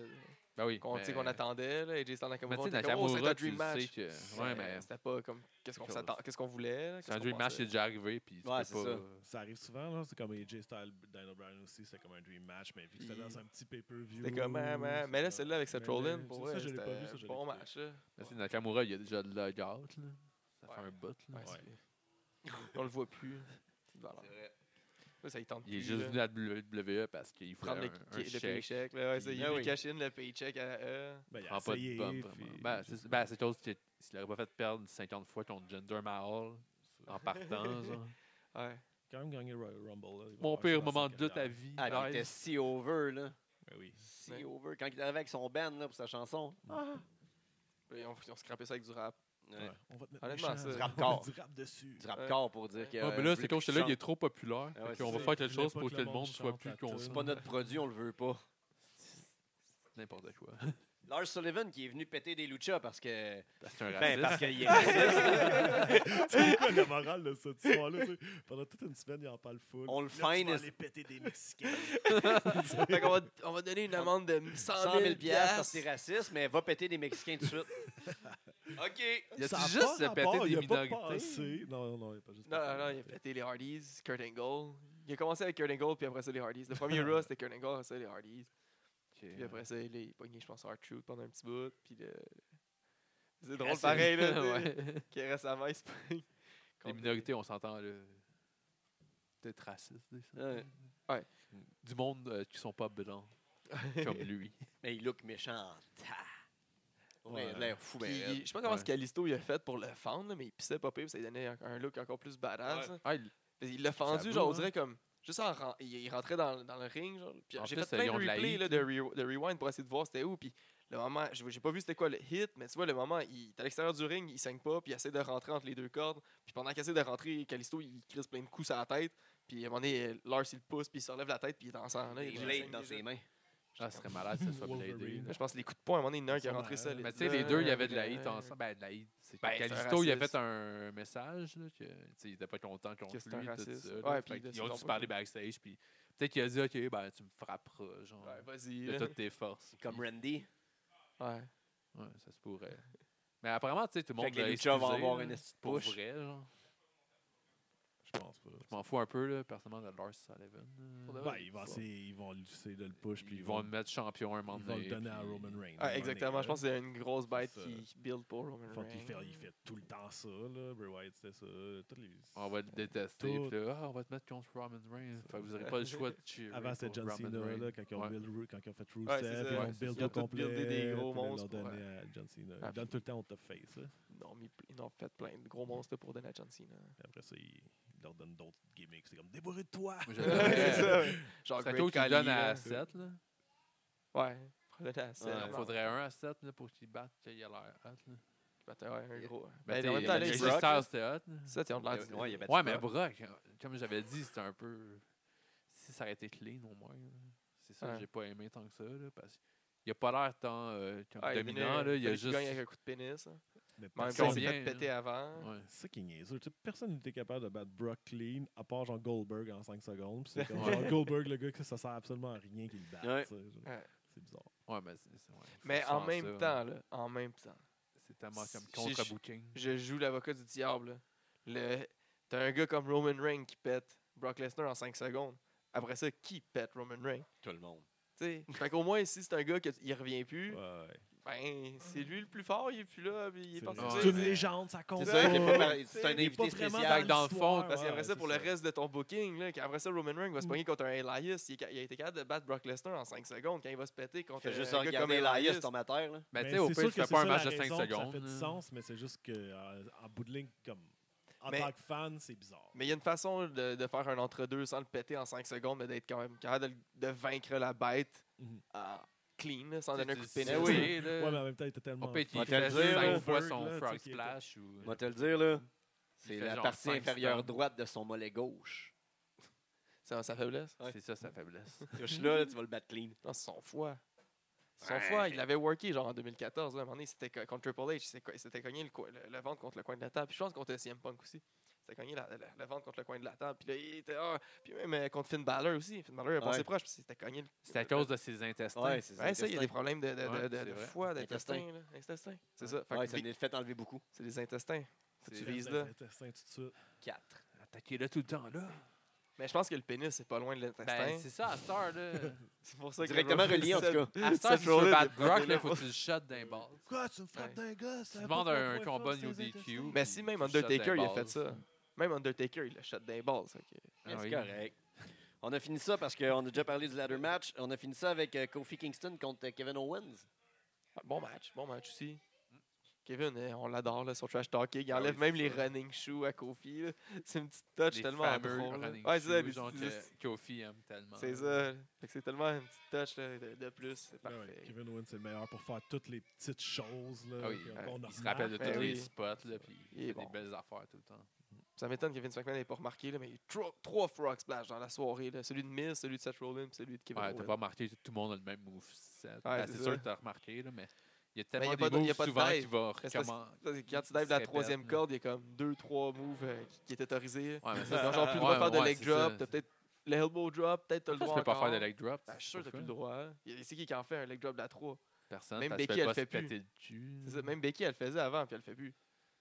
Speaker 4: Ben oui.
Speaker 2: Qu'on tu sais,
Speaker 4: mais-
Speaker 2: qu'on attendait. Là, AJ Styles
Speaker 4: Mais
Speaker 2: Nakamura.
Speaker 4: tu
Speaker 2: on
Speaker 4: sais,
Speaker 2: était comme, oh, c'est un
Speaker 4: Nakamura, tu
Speaker 2: dream
Speaker 4: le
Speaker 2: match.
Speaker 4: sais que. Ouais, mais.
Speaker 2: C'était pas comme qu'est-ce qu'on
Speaker 4: Quelque
Speaker 2: s'attend,
Speaker 4: chose.
Speaker 2: qu'est-ce qu'on voulait. là,
Speaker 4: C'est un
Speaker 2: qu'est-ce
Speaker 4: dream
Speaker 2: qu'on
Speaker 4: match, c'est
Speaker 2: pensait.
Speaker 4: déjà arrivé. Puis tu
Speaker 1: Ouais,
Speaker 4: peux
Speaker 1: c'est
Speaker 4: pas.
Speaker 1: ça.
Speaker 3: Ça arrive souvent, là. C'est comme AJ Styles, Daniel Bryan aussi, c'était comme un dream match, mais vu que c'était
Speaker 2: Il-
Speaker 3: dans un petit pay-per-view.
Speaker 2: C'était comme, ah, man. mais là, celle-là avec Seth
Speaker 3: Mais là,
Speaker 2: Rollins,
Speaker 3: c'est
Speaker 2: pour
Speaker 3: ça,
Speaker 2: vrai,
Speaker 3: je l'ai
Speaker 2: c'était
Speaker 3: pas vu, ça, je
Speaker 2: un
Speaker 3: l'ai
Speaker 2: bon
Speaker 3: écouté.
Speaker 2: match. là.
Speaker 4: Mais tu sais, Nakamura, il y a déjà de la gâte, là. Ça fait
Speaker 2: Ouais.
Speaker 4: un bout, là.
Speaker 2: Ouais,
Speaker 3: Ouais.
Speaker 2: c'est- On le voit plus. C'est de valeur. Là, ça, il tente
Speaker 4: Il est
Speaker 2: plus,
Speaker 4: juste
Speaker 2: là.
Speaker 4: venu à WWE parce qu'il
Speaker 2: prendre
Speaker 4: voulait
Speaker 2: le,
Speaker 4: un, un
Speaker 2: le
Speaker 4: chèque.
Speaker 2: paycheck. Là, ouais, ça,
Speaker 4: Puis-
Speaker 2: il
Speaker 1: Ah
Speaker 2: lui
Speaker 1: oui.
Speaker 2: cash in le paycheck à euh, eux.
Speaker 3: Ben, il a
Speaker 4: prend pas de
Speaker 3: essayé,
Speaker 4: bump.
Speaker 3: puis-
Speaker 4: vraiment. Ben, c'est ben, c'est chose qu'il s'il aurait pas fait perdre 50 fois contre Jinder Mahal en partant. genre.
Speaker 2: Ouais.
Speaker 3: quand même gagné le Royal Rumble. là. Il va
Speaker 4: Mon
Speaker 3: faire ça
Speaker 4: pire
Speaker 3: dans
Speaker 4: moment
Speaker 3: sa
Speaker 4: de ta
Speaker 3: carrière.
Speaker 4: vie.
Speaker 1: Ah, mais il
Speaker 4: Nice.
Speaker 1: était si over, là.
Speaker 3: Ben oui.
Speaker 1: Si
Speaker 2: Ouais.
Speaker 1: over. Quand il est arrivé avec son band, là, pour sa chanson.
Speaker 2: Puis Ils ont, ils ont scrappé ça avec du rap.
Speaker 1: Ouais.
Speaker 3: Ouais, On va te mettre
Speaker 2: Honnêtement,
Speaker 3: méchant,
Speaker 2: ça-
Speaker 3: on
Speaker 1: Du rap
Speaker 3: va mettre
Speaker 1: corps.
Speaker 3: Du rap dessus.
Speaker 1: Du rap
Speaker 2: Ouais.
Speaker 1: corps pour dire que.
Speaker 4: Ah, mais
Speaker 1: euh,
Speaker 4: là,
Speaker 1: plus
Speaker 4: ce
Speaker 1: qu'il
Speaker 4: coach-là, il est
Speaker 1: chante.
Speaker 4: trop populaire.
Speaker 1: Ah ouais,
Speaker 4: fait
Speaker 1: c'est
Speaker 4: on va
Speaker 1: ça.
Speaker 4: faire quelque
Speaker 3: Il voulait
Speaker 4: chose
Speaker 3: pas
Speaker 4: pour
Speaker 3: que
Speaker 4: que le
Speaker 3: le
Speaker 4: monde
Speaker 3: monde
Speaker 4: soit
Speaker 3: chante
Speaker 4: plus
Speaker 3: la
Speaker 4: content.
Speaker 3: tune.
Speaker 1: C'est pas notre produit, on le veut pas.
Speaker 4: N'importe quoi.
Speaker 1: Lars Sullivan qui est venu péter des luchas parce que.
Speaker 4: C'est un
Speaker 1: Ben, parce
Speaker 4: raciste.
Speaker 1: qu'il est raciste.
Speaker 3: C'est quoi la morale de cette histoire-là? tu sais? Pendant toute une semaine, il en parle full.
Speaker 1: On le
Speaker 3: Là, tu
Speaker 1: fine,
Speaker 3: vas
Speaker 1: est-
Speaker 3: aller péter des Mexicains.
Speaker 2: fait qu'on va, on va donner une amende de 100 000,
Speaker 1: 100 000 piastres parce
Speaker 2: piastres.
Speaker 1: que c'est raciste, mais va péter des Mexicains tout de suite. OK.
Speaker 4: Y
Speaker 3: Ça
Speaker 4: a-tu
Speaker 3: a
Speaker 4: juste
Speaker 3: pas
Speaker 4: le
Speaker 3: rapport,
Speaker 4: péter
Speaker 3: il
Speaker 4: des
Speaker 3: a pas
Speaker 4: minorités?
Speaker 3: passé. Non, non, non, il a pas juste
Speaker 2: Non, non,
Speaker 3: passé.
Speaker 2: non, il a pété les Hardys, Kurt Angle. Il a commencé avec Kurt Angle, puis après ça, les Hardys. Le premier Raw, c'était Kurt Angle, après ça, les Hardys. Puis après ça, il est pogné, je pense, Hard Truth pendant un petit bout. Puis le... C'est drôle,
Speaker 4: Raciste.
Speaker 2: pareil, là. tu sais,
Speaker 4: Ouais.
Speaker 2: que récemment, il se pogne
Speaker 4: Les
Speaker 2: contre-
Speaker 4: minorités, on s'entend, là. Peut-être raciste, des fois.
Speaker 1: Ouais.
Speaker 2: Ouais.
Speaker 4: Du monde euh, qui sont pas blancs, comme lui.
Speaker 1: Mais il look méchant. Ah. Ouais,
Speaker 3: Ouais.
Speaker 1: il a l'air fou, ben
Speaker 2: Puis,
Speaker 1: raide.
Speaker 2: je sais pas comment
Speaker 4: Ouais.
Speaker 2: ce Calisto il a fait pour le fendre, là, mais il pissait pas pire, puis ça lui donnait un, un look encore plus badass. là.
Speaker 4: Ah, il-
Speaker 2: Puis il l'a fendu,
Speaker 4: boue,
Speaker 2: genre, on
Speaker 4: hein.
Speaker 2: dirait comme. Juste en ren- il, il rentrait dans, dans le ring, genre. Puis
Speaker 4: En
Speaker 2: j'ai
Speaker 4: plus,
Speaker 2: fait plein de
Speaker 4: ils ont de la
Speaker 2: replays
Speaker 4: heat,
Speaker 2: là, de, re- de rewind pour essayer de voir c'était où. Puis le moment, j'ai j'ai pas vu c'était quoi le hit, mais tu vois, le moment, il est à l'extérieur du ring, il saigne pas, puis il essaie de rentrer entre les deux cordes. Puis pendant qu'il essaie de rentrer, Calisto, il crisse plein de coups à la tête. Puis à un moment donné, euh, Lars, il le pousse, puis il se relève la tête, puis il est en sang. Là,
Speaker 1: Il
Speaker 2: il est
Speaker 1: est
Speaker 2: en sang,
Speaker 1: laid dans
Speaker 2: déjà.
Speaker 1: ses mains.
Speaker 4: ah, ce serait malade que ça soit
Speaker 3: Wolverine.
Speaker 4: bladé. là.
Speaker 2: Là, Je pense que les coups de poing, à un moment donné, il y en a un qui est rentré
Speaker 3: Ils sont
Speaker 2: ça.
Speaker 3: malades.
Speaker 4: hein. Mais tu sais, les deux, il y avait de la hate ensemble. Ben, de la hate. C'est
Speaker 2: euh,
Speaker 4: que
Speaker 2: Ben, c'est un
Speaker 4: Calisto, il a
Speaker 2: raciste.
Speaker 4: fait un message, là, que, tu sais, il était pas content contre
Speaker 2: Que
Speaker 4: lui,
Speaker 2: c'est un
Speaker 4: tout
Speaker 2: raciste.
Speaker 4: ça. là.
Speaker 2: Ouais,
Speaker 4: Fait
Speaker 2: puis de
Speaker 4: qu'ils
Speaker 2: ce
Speaker 4: ont
Speaker 2: genre
Speaker 4: dû
Speaker 2: de-
Speaker 4: se parler backstage, puis peut-être qu'il a dit, OK, ben, tu me frapperas, genre,
Speaker 2: Ouais, vas-y.
Speaker 4: de
Speaker 2: là.
Speaker 4: toutes tes forces.
Speaker 1: Comme
Speaker 4: Puis-
Speaker 1: Randy.
Speaker 2: Ouais.
Speaker 4: Ouais, ça se pourrait. Mais apparemment, tu sais, tout le
Speaker 1: Fait
Speaker 4: monde
Speaker 1: que les
Speaker 4: l'a
Speaker 1: lutteurs vont
Speaker 4: excusé,
Speaker 1: avoir
Speaker 4: là,
Speaker 1: une petite
Speaker 4: Pour
Speaker 1: push.
Speaker 4: vrai, genre.
Speaker 3: Je pense pas.
Speaker 4: Je m'en fous un peu, là, personnellement, de Lars Sullivan. là.
Speaker 2: Pour de vrai.
Speaker 3: Ben, il va c'est- ils vont c'est de le push. Puis
Speaker 4: Ils vont le mettre champion un moment
Speaker 3: ils vont
Speaker 4: donné.
Speaker 3: le donner à
Speaker 4: puis-
Speaker 3: Roman Reigns.
Speaker 2: Ah, exactement, je pense que c'est une grosse bête
Speaker 3: Ça.
Speaker 2: qui build pour Roman
Speaker 3: Faut qu'il fait,
Speaker 2: Reigns.
Speaker 3: il fait tout le temps ça, là. Bray Wyatt, c'était ça. Tous les-
Speaker 2: Ah,
Speaker 4: On va le détester.
Speaker 3: Tout.
Speaker 4: Puis là, ah, on va te mettre contre Roman Reigns. Fait que vous n'aurez pas le choix de cheer.
Speaker 3: Avant, c'était John Cena, là, quand ils ont
Speaker 4: Ouais.
Speaker 3: build Ru- quand ils ont fait Rusev,
Speaker 2: Ouais, c'est ça.
Speaker 3: ils
Speaker 4: Ouais,
Speaker 3: ont
Speaker 4: c'est
Speaker 3: build
Speaker 4: ça.
Speaker 3: au
Speaker 2: Ils ont tous
Speaker 3: complet.
Speaker 2: buildé des gros
Speaker 3: puis là,
Speaker 2: monstres
Speaker 3: Ils l'ont
Speaker 2: pour,
Speaker 3: donné à John Cena.
Speaker 2: Ah,
Speaker 3: Ils donnent tout le temps au top face, là.
Speaker 2: Ils en ont mis- Ils en ont fait plein de
Speaker 3: Mm.
Speaker 2: gros monstres pour hein. donner à John Cena.
Speaker 3: Puis après ça, ils ils leur donnent d'autres gimmicks. C'est comme, débourré de toi!
Speaker 4: Moi,
Speaker 2: c'est ça.
Speaker 4: j'adorais-
Speaker 2: Genre,
Speaker 4: Serait
Speaker 2: Ah, Great
Speaker 4: cool qu'il le
Speaker 2: Khali,
Speaker 4: donne
Speaker 2: là. Ah,
Speaker 4: à 7. Là.
Speaker 2: Ouais, faut le donner à Seth.
Speaker 1: Ouais,
Speaker 4: Il en faudrait un à 7 là, pour qu'il batte, qu'il ait l'air hot. Là.
Speaker 2: Battait, ouais, un gros.
Speaker 4: Ben,
Speaker 2: Ben, en même temps, là,
Speaker 1: il
Speaker 4: les
Speaker 1: y
Speaker 2: ils
Speaker 1: a Brock, là.
Speaker 4: Stars, c'était hot. là.
Speaker 2: ça, ils ont de
Speaker 1: Ouais,
Speaker 2: l'air.
Speaker 1: il a- ouais, il a battu
Speaker 4: Ouais, mais
Speaker 1: Brock.
Speaker 4: Brock, comme j'avais dit, c'était un peu. Si ça aurait été clean au moins. là. C'est ça
Speaker 2: Ouais.
Speaker 4: que j'ai pas aimé tant que ça. Là, parce qu'il a pas l'air tant euh, comme
Speaker 2: Ah, il
Speaker 4: dominant.
Speaker 2: venait-
Speaker 4: là, il
Speaker 2: fallait
Speaker 4: a
Speaker 2: qu'il
Speaker 4: juste.
Speaker 2: gagne avec un coup de pénis. hein.
Speaker 3: Mais
Speaker 2: Mais en même
Speaker 3: personne-
Speaker 2: temps, il s'est fait
Speaker 4: Combien,
Speaker 2: péter avant.
Speaker 4: hein. Ouais.
Speaker 3: C'est ça qui est niaiseux. Tu sais, personne n'était capable de battre Brock Clean, à part genre Goldberg en 5 secondes. Puis C'est comme
Speaker 4: Ouais.
Speaker 3: genre Goldberg, le gars, que ça sert absolument à rien qu'il le batte.
Speaker 1: Ouais.
Speaker 3: tu sais, genre.
Speaker 2: Ouais.
Speaker 3: C'est bizarre.
Speaker 4: Ouais, mais c'est- c'est- ouais, faut
Speaker 2: Mais
Speaker 4: que tu
Speaker 2: en
Speaker 4: fasses
Speaker 2: même
Speaker 4: ça,
Speaker 2: temps,
Speaker 4: ouais.
Speaker 2: là, en même temps,
Speaker 4: C'est tellement comme
Speaker 2: J'ai-
Speaker 4: contre-booking.
Speaker 2: je joue l'avocat du diable. là. Le... T'as un gars comme Roman Reigns qui pète Brock Lesnar en 5 secondes. Après ça, qui pète Roman Reigns?
Speaker 1: Tout le monde.
Speaker 2: T'sais, fait qu'au moins, si c'est un gars qui revient plus,
Speaker 3: Ouais, ouais.
Speaker 2: ben, c'est lui le plus fort, il est plus là, puis il est
Speaker 3: C'est
Speaker 2: parti.
Speaker 3: vrai.
Speaker 4: Ouais.
Speaker 3: C'est
Speaker 2: t'sais.
Speaker 3: une légende, ça compte.
Speaker 1: C'est ça, il est pas
Speaker 3: pas.
Speaker 1: par-
Speaker 3: Tu sais,
Speaker 1: c'est un
Speaker 3: il est
Speaker 1: invité
Speaker 3: pas vraiment
Speaker 1: spécial.
Speaker 4: Fait que dans le
Speaker 3: l'histoire,
Speaker 4: fond,
Speaker 2: Parce qu'après
Speaker 3: ouais,
Speaker 2: ça,
Speaker 3: c'est
Speaker 2: pour le reste de ton booking, là, qu'après ça, Roman Reigns va
Speaker 4: Mm.
Speaker 2: se pogner contre un Elias. Il, est ca- il a été capable de battre Brock Lesnar en 5 secondes quand il va se péter contre
Speaker 1: Fait juste
Speaker 2: un gars comme
Speaker 1: regarder Elias
Speaker 2: Elias.
Speaker 1: tomber à terre. Là.
Speaker 4: Mais ben,
Speaker 3: Mais
Speaker 4: tu sais, au
Speaker 3: Ben, c'est
Speaker 4: pire,
Speaker 3: sûr
Speaker 4: tu fais
Speaker 3: que
Speaker 4: pas un
Speaker 3: c'est ça
Speaker 4: match
Speaker 3: la
Speaker 4: de 5
Speaker 3: raison que
Speaker 4: secondes.
Speaker 3: Ça fait du
Speaker 4: là.
Speaker 3: sens, mais c'est juste que euh, en bout de ligne, comme en
Speaker 2: Mais-
Speaker 3: tant que fan, c'est bizarre.
Speaker 2: Mais il y a une façon de, de faire un entre-deux sans le péter en 5 secondes, mais d'être quand même capable de, le- de vaincre la bête
Speaker 3: Mhm.
Speaker 2: en clean, là, sans
Speaker 4: Mm-hmm. Tu sais,
Speaker 2: donner un
Speaker 4: tu
Speaker 2: coup de
Speaker 4: sais,
Speaker 2: pénis.
Speaker 1: Eh oui.
Speaker 4: là,
Speaker 3: Ouais, mais en même temps, il était tellement.
Speaker 4: Euh, On peut
Speaker 1: On
Speaker 4: être
Speaker 1: va te le dire, là,
Speaker 4: 5 fois son
Speaker 3: Goldberg, là,
Speaker 4: frog
Speaker 3: tu sais, qui est-
Speaker 4: splash. ou-
Speaker 1: Moi, te le dire, là. C'est
Speaker 4: Il fait
Speaker 1: la
Speaker 4: genre
Speaker 1: partie
Speaker 4: cinq
Speaker 1: inférieure
Speaker 4: stands.
Speaker 1: droite de son mollet gauche.
Speaker 2: C'est sa faiblesse.
Speaker 1: Ouais.
Speaker 4: C'est ça sa faiblesse.
Speaker 1: Touche là, là, tu vas le battre clean.
Speaker 2: Non, c'est son foie. Son
Speaker 1: Ouais.
Speaker 2: foie, il l'avait worké genre en 2014. Là, à un moment donné, c'était co- contre Triple H. il s'est co- Il s'était cogné le, coin- le- le ventre contre le coin de la table. Puis je pense contre CM Punk aussi. Il s'était cogné la- la- le ventre contre le coin de la table. Puis là, il était. ah! Puis même euh, contre Finn Balor aussi. Finn Balor est passé
Speaker 1: Ouais.
Speaker 2: proche. Puis il s'était cogné le.
Speaker 4: C'est à
Speaker 2: le-
Speaker 4: cause de ses intestins.
Speaker 1: Ouais, c'est
Speaker 2: Ouais, ça, il y a des
Speaker 1: intestins.
Speaker 2: problèmes de, de, de-
Speaker 4: Ouais,
Speaker 2: de-
Speaker 4: c'est
Speaker 2: de
Speaker 4: vrai.
Speaker 2: foie, d'intestin.
Speaker 1: Intestin.
Speaker 2: là. Intestin. C'est ça. Fait que
Speaker 1: Ouais, ça
Speaker 2: vi-
Speaker 1: venait le fait enlever beaucoup.
Speaker 2: c'est des intestins. Faut que
Speaker 4: C'est-
Speaker 2: tu vises là.
Speaker 3: Intestin ben, tout de suite.
Speaker 1: 4.
Speaker 4: Attaquez-le tout le temps, là.
Speaker 2: Mais je pense que le pénis, c'est pas loin de l'intestin.
Speaker 4: Ben, c'est ça, à cette heure, là.
Speaker 2: c'est pour ça que
Speaker 1: Directement relié, en tout cas.
Speaker 4: À cette heure, si tu veux
Speaker 2: Rollins,
Speaker 4: battre
Speaker 2: il est pas
Speaker 4: Brock, là,
Speaker 2: là.
Speaker 4: faut que tu le shottes d'un ball.
Speaker 3: Quoi, tu me
Speaker 2: frappes
Speaker 3: d'un gars?
Speaker 4: Tu demandes un combat New DQ.
Speaker 3: Ben,
Speaker 2: Mais
Speaker 4: puis
Speaker 2: Ben, si même
Speaker 4: tu le shottes d'un
Speaker 2: Undertaker, il a
Speaker 4: ball.
Speaker 2: fait ça. Même Undertaker, il a shot des balles. ça, que-
Speaker 4: Ah
Speaker 1: Mais c'est
Speaker 4: oui.
Speaker 1: correct. On a fini ça parce qu'on a déjà parlé du ladder match. On a fini ça avec euh, Kofi Kingston contre euh, Kevin Owens.
Speaker 2: Ah, Bon match, bon match aussi. Kevin, eh, on l'adore, là, son trash talking. Il enlève
Speaker 4: Ben oui,
Speaker 2: même
Speaker 4: c'est
Speaker 2: les
Speaker 4: ça.
Speaker 2: running shoes à Kofi. là. C'est une petite touch
Speaker 4: Les
Speaker 2: tellement
Speaker 4: fameux
Speaker 2: drôle. là.
Speaker 4: running
Speaker 2: Ouais, c'est ça,
Speaker 4: shoes,
Speaker 2: les
Speaker 4: genre
Speaker 2: petits-
Speaker 4: que Kofi aime tellement.
Speaker 2: C'est ça. Fait que c'est tellement une petite touch là, de, de plus. C'est
Speaker 4: Ben
Speaker 3: Ouais, ouais,
Speaker 2: parfait.
Speaker 3: Kevin Owens, c'est le meilleur pour faire toutes les petites choses. Là,
Speaker 4: Ah oui,
Speaker 3: qu'on-
Speaker 2: euh,
Speaker 3: qu'on
Speaker 4: Il se rappelle de
Speaker 3: remarque.
Speaker 2: Ben
Speaker 4: tous les
Speaker 2: oui.
Speaker 4: spots, là, puis
Speaker 2: Il
Speaker 4: il
Speaker 2: est
Speaker 4: fait
Speaker 2: bon.
Speaker 4: des belles affaires tout le temps.
Speaker 2: Ça m'étonne que Vince McMahon n'ait pas remarqué, là, mais il y a eu tro- trois frog splash dans la soirée. là. Celui de Miz, celui de Seth Rollins, puis celui de Kevin
Speaker 4: Ouais, t'as
Speaker 2: Owens.
Speaker 4: pas remarqué, tout le monde a le même move set.
Speaker 2: hein. Ouais,
Speaker 4: Ben,
Speaker 2: c'est ça.
Speaker 4: c'est
Speaker 2: Ben,
Speaker 4: sûr que t'as remarqué, là, mais il
Speaker 2: y
Speaker 4: y a
Speaker 2: a
Speaker 4: tellement
Speaker 2: pas de-
Speaker 4: de
Speaker 2: y a
Speaker 4: moves
Speaker 2: pas de
Speaker 4: souvent
Speaker 2: dive.
Speaker 4: qui vont
Speaker 2: Mais c'est parce-
Speaker 4: recommencer.
Speaker 2: Parce que Quand tu
Speaker 4: Il
Speaker 2: dives
Speaker 4: se
Speaker 2: la
Speaker 4: répète,
Speaker 2: troisième
Speaker 4: là.
Speaker 2: corde, il y a comme deux, trois moves euh, qui, qui est autorisé.
Speaker 4: Ouais, mais
Speaker 2: Ils ont
Speaker 4: ça,
Speaker 2: genre plus le droit de
Speaker 4: ouais,
Speaker 2: faire de
Speaker 4: ouais,
Speaker 2: leg
Speaker 4: c'est
Speaker 2: drop,
Speaker 4: ça.
Speaker 2: t'as peut-être l'elbow drop, peut-être t'as le
Speaker 4: Pourquoi
Speaker 2: droit.
Speaker 4: tu peux pas faire de
Speaker 2: encore.
Speaker 4: leg drop?
Speaker 2: Ben, je suis sûr que t'as plus le
Speaker 4: Pourquoi?
Speaker 2: droit. hein. Il y a- C'est qui qui en fait un leg drop de la 3
Speaker 4: Personne,
Speaker 2: Même
Speaker 4: parce que
Speaker 2: Becky,
Speaker 4: tu peux
Speaker 2: elle
Speaker 4: pas
Speaker 2: le
Speaker 4: se
Speaker 2: fait plus.
Speaker 4: péter le cul.
Speaker 2: C'est ça, Même Becky, elle le faisait avant, puis elle le fait plus.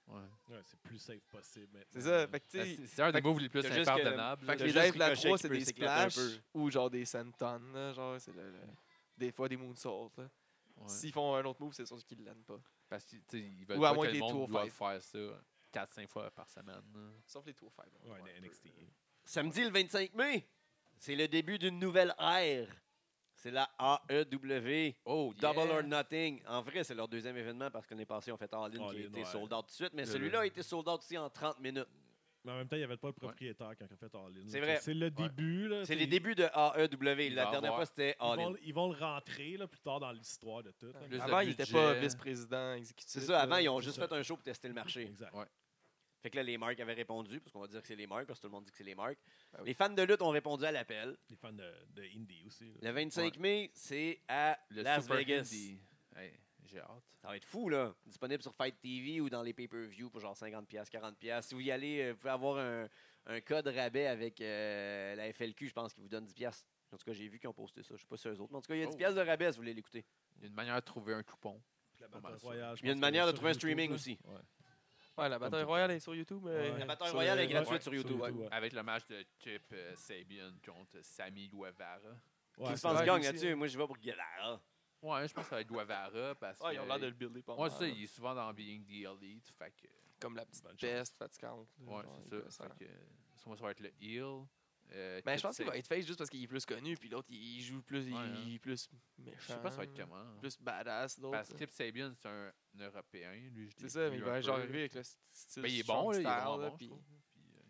Speaker 4: Ouais.
Speaker 3: Ouais, c'est plus safe possible. maintenant.
Speaker 2: C'est ça. Fait que, tu
Speaker 4: Ben,
Speaker 2: sais,
Speaker 4: C'est c'est un des
Speaker 2: fait que-
Speaker 4: moves les plus
Speaker 1: t'as juste que-
Speaker 4: impardonnables.
Speaker 2: fait
Speaker 4: là.
Speaker 2: que
Speaker 1: t'as
Speaker 2: les
Speaker 1: juste
Speaker 2: lives de la
Speaker 1: Ricochet
Speaker 2: 3,
Speaker 1: qui
Speaker 2: c'est
Speaker 1: peut
Speaker 2: des
Speaker 1: s'éclater un
Speaker 2: splashs
Speaker 1: peu.
Speaker 2: ou genre des senton. là, Genre, c'est le- le- des fois des moonsaults. là.
Speaker 4: Ouais.
Speaker 2: S'ils font un autre move, c'est sûr qu'ils ne l'annent pas.
Speaker 4: Parce qu'ils veulent pas
Speaker 2: Ou à moins
Speaker 4: que
Speaker 2: que les
Speaker 4: le
Speaker 2: tours
Speaker 4: monde doive
Speaker 2: fassent.
Speaker 4: faire ça 4-5 fois par semaine. là.
Speaker 2: Sauf les tours faibles.
Speaker 3: Ouais, euh, de NXT.
Speaker 1: Samedi le 25 mai, c'est le début d'une nouvelle ère. C'est la AEW.
Speaker 4: Oh,
Speaker 1: Double
Speaker 4: yeah.
Speaker 1: or Nothing. En vrai, c'est leur deuxième événement parce qu'on est passé, on fait en ligne
Speaker 3: All
Speaker 1: qui a
Speaker 3: In,
Speaker 1: été
Speaker 3: ouais.
Speaker 1: sold out tout de suite. Mais
Speaker 4: Le-
Speaker 1: celui-là a été sold out aussi en 30 minutes.
Speaker 3: Mais en même temps, il n'y avait pas le propriétaire quand ils ont fait All In.
Speaker 1: C'est vrai.
Speaker 3: C'est le début. là,
Speaker 1: C'est
Speaker 3: tu-
Speaker 1: les débuts de AEW.
Speaker 4: Il
Speaker 1: La
Speaker 4: va
Speaker 1: dernière
Speaker 4: avoir-
Speaker 1: fois, c'était
Speaker 3: Ils
Speaker 1: All In.
Speaker 3: vont, ils vont le rentrer là, plus tard dans l'histoire de tout. là. Ah bah,
Speaker 4: Plus de
Speaker 2: Avant, il n'était
Speaker 4: budget.
Speaker 2: pas vice-président exécutif.
Speaker 1: C'est ça, avant,
Speaker 2: là.
Speaker 1: ils ont
Speaker 3: c'est
Speaker 1: juste
Speaker 3: ça.
Speaker 1: fait un show pour tester le marché.
Speaker 3: Exact.
Speaker 1: Fait que là, les marques avaient répondu, parce qu'on va dire que c'est les marques, parce que tout le monde dit que c'est les marques.
Speaker 2: Ah oui.
Speaker 1: Les fans de lutte ont répondu à l'appel.
Speaker 3: Les fans de, de Indie aussi. là.
Speaker 1: Le 25 mai, c'est à
Speaker 4: Le
Speaker 1: Las
Speaker 4: Super
Speaker 1: Vegas.
Speaker 4: Indie. Hey, J'ai hâte.
Speaker 1: Ça va être fou, là. Disponible sur Fight TV ou dans les pay-per-view pour genre 50$, 40$. Si vous y allez, euh, vous pouvez avoir un, un code rabais avec euh, la FLQ, je pense, qui vous donne 10$. En tout cas, j'ai vu qu'ils ont posté ça. Je sais pas si eux autres. Mais en tout cas, il y a
Speaker 4: Oh.
Speaker 1: 10$ de rabais si vous voulez l'écouter.
Speaker 4: Il y a une manière de trouver un coupon.
Speaker 3: Puis la
Speaker 4: Pas
Speaker 3: Battle
Speaker 4: mal ça.
Speaker 3: Royale, je
Speaker 1: Il y a
Speaker 3: pense
Speaker 1: une
Speaker 3: qu'elle est
Speaker 1: manière de
Speaker 3: sur
Speaker 1: trouver un
Speaker 3: YouTube,
Speaker 1: streaming
Speaker 3: là.
Speaker 1: aussi.
Speaker 3: Ouais.
Speaker 2: Ouais, la bataille
Speaker 3: Comme-
Speaker 2: royale est sur YouTube. euh,
Speaker 3: Ouais.
Speaker 1: La bataille
Speaker 3: Sur-
Speaker 1: royale est
Speaker 3: ouais,
Speaker 1: gratuite
Speaker 4: ouais,
Speaker 1: sur
Speaker 3: sur
Speaker 1: YouTube. ouais.
Speaker 3: YouTube, ouais.
Speaker 4: Avec le match de Chip euh, Sabian contre Sammy Guevara.
Speaker 3: Ouais,
Speaker 1: Qui se
Speaker 3: c'est
Speaker 1: pense
Speaker 2: vrai,
Speaker 1: gagne
Speaker 2: lui aussi,
Speaker 1: là-dessus? Moi, je vais pour Guevara.
Speaker 4: Ouais, je pense que ça va être Guevara parce
Speaker 2: Ouais, Ah, ils
Speaker 4: que-
Speaker 2: ont l'air de le builder pas
Speaker 4: Ouais,
Speaker 2: mal,
Speaker 4: c'est ça,
Speaker 2: là.
Speaker 4: il est souvent dans Being the Elite. Fait que,
Speaker 2: Comme la petite
Speaker 3: Bonne chance.
Speaker 2: peste fatigante. là,
Speaker 4: ouais,
Speaker 2: genre, il
Speaker 4: c'est
Speaker 2: peut
Speaker 4: ça.
Speaker 2: faire.
Speaker 4: Fait que, sûrement, ça va être le Heal. Euh,
Speaker 2: Ben,
Speaker 4: Chip
Speaker 2: je pense qu'il
Speaker 4: Sa-
Speaker 2: va être face juste parce qu'il est plus connu, puis l'autre, il joue plus, il,
Speaker 4: Ouais, hein.
Speaker 2: il est plus méchant.
Speaker 4: Je sais pas, ça va être comment.
Speaker 2: Plus badass, d'autres.
Speaker 4: Parce que
Speaker 2: là.
Speaker 4: Chip Sabian, c'est un, un Européen. Lui, je
Speaker 2: C'est
Speaker 4: l'ai
Speaker 2: ça,
Speaker 4: vu
Speaker 2: mais il
Speaker 4: un
Speaker 2: va
Speaker 4: peu,
Speaker 2: genre
Speaker 4: là.
Speaker 2: arriver avec le st- style
Speaker 4: Ben, il est
Speaker 2: strong
Speaker 4: bon, là, il est
Speaker 2: style,
Speaker 4: vraiment
Speaker 2: là,
Speaker 4: bon, je
Speaker 2: puis-
Speaker 4: trouve. Puis, euh,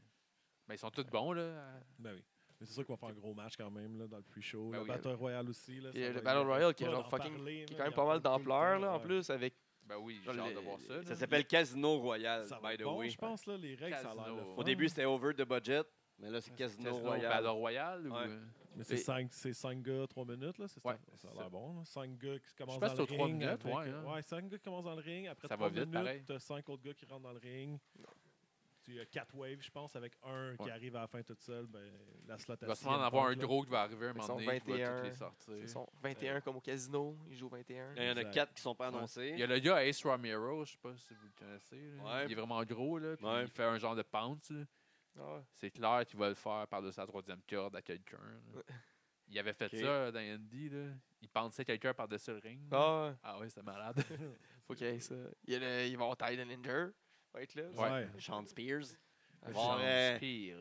Speaker 4: ben, ils sont tous bons, là.
Speaker 3: Ben oui. Mais c'est sûr qu'on va faire un gros match quand même là, dans le pre-show.
Speaker 4: Ben
Speaker 3: le
Speaker 4: oui,
Speaker 3: Battle Royale aussi. Là,
Speaker 2: Puis,
Speaker 3: ça
Speaker 2: euh, le
Speaker 3: va
Speaker 2: Battle
Speaker 3: être-
Speaker 2: Royale qui est
Speaker 3: Pas
Speaker 2: genre
Speaker 3: d'en
Speaker 2: fucking-
Speaker 3: parler,
Speaker 2: qui est
Speaker 3: là,
Speaker 2: quand
Speaker 3: il
Speaker 2: même
Speaker 3: y
Speaker 2: pas
Speaker 3: en
Speaker 2: mal
Speaker 3: parle tout le
Speaker 2: d'ampleur, là,
Speaker 3: temps,
Speaker 2: en
Speaker 3: ouais.
Speaker 2: plus, avec...
Speaker 4: Ben oui, j'ai
Speaker 2: Genre
Speaker 4: hâte
Speaker 2: les-
Speaker 4: de voir ça.
Speaker 1: Ça
Speaker 4: là.
Speaker 1: s'appelle Casino Royale,
Speaker 3: Ça va
Speaker 1: by
Speaker 3: être
Speaker 1: the
Speaker 3: bon,
Speaker 1: way.
Speaker 3: je pense, là, les règles, ça a l'air
Speaker 4: Casino.
Speaker 3: le
Speaker 4: Au
Speaker 1: Au
Speaker 3: fun.
Speaker 1: début, c'était over the budget, mais là, c'est
Speaker 3: Ouais,
Speaker 1: Casino
Speaker 4: Casino
Speaker 1: Royale.
Speaker 4: Battle Royale. ou,
Speaker 1: Ouais.
Speaker 4: euh,
Speaker 3: Mais c'est
Speaker 4: Et-
Speaker 3: 5 gars, 3 minutes, là. c'est-
Speaker 4: Ouais,
Speaker 3: ça a
Speaker 4: c'est ça.
Speaker 3: l'air bon. 5 gars qui commencent
Speaker 4: Je pense
Speaker 3: dans le
Speaker 4: que c'est aux
Speaker 3: ring.
Speaker 4: trois minutes,
Speaker 3: avec-
Speaker 4: ouais, hein.
Speaker 3: Ouais, 5 gars qui commencent dans le ring. Après
Speaker 4: Ça
Speaker 3: 3
Speaker 4: va vite, pareil.
Speaker 3: minutes, t'as 5 autres gars qui rentrent dans le ring. Tu as 4 waves, je pense, avec un qui
Speaker 4: Ouais.
Speaker 3: arrive à la fin toute seule. Ben, la slot
Speaker 4: Il va sûrement en avoir un gros qui va arriver un
Speaker 2: Ils
Speaker 4: moment
Speaker 2: sont
Speaker 4: donné qui va
Speaker 2: 21.
Speaker 4: toutes les sortir.
Speaker 2: Ils sont 21 comme au casino, ils jouent 21.
Speaker 1: Il y en a
Speaker 3: Exact.
Speaker 1: 4 qui sont pas
Speaker 4: Ouais.
Speaker 1: annoncés.
Speaker 4: Il y a le gars Ace Romero, je sais pas si vous le connaissez. là.
Speaker 1: Ouais.
Speaker 4: Il est vraiment gros, là. puis
Speaker 1: Ouais.
Speaker 4: Il fait un genre de pounce. là.
Speaker 2: Ah ouais.
Speaker 4: C'est clair qu'il va le faire par-dessus la troisième corde à quelqu'un. là. Il avait fait
Speaker 1: Ok.
Speaker 4: ça dans Andy, là. Il pensait quelqu'un par-dessus le ring. là.
Speaker 2: Ah ouais,
Speaker 4: Ah ouais, c'est malade.
Speaker 2: faut qu'il y ait ça. Il, y a le- il va avoir Tyler Linder, va être là.
Speaker 3: Ouais. ouais.
Speaker 1: Sean Spears.
Speaker 2: Ah,
Speaker 1: Bon,
Speaker 4: Genre,
Speaker 1: euh,
Speaker 4: pire.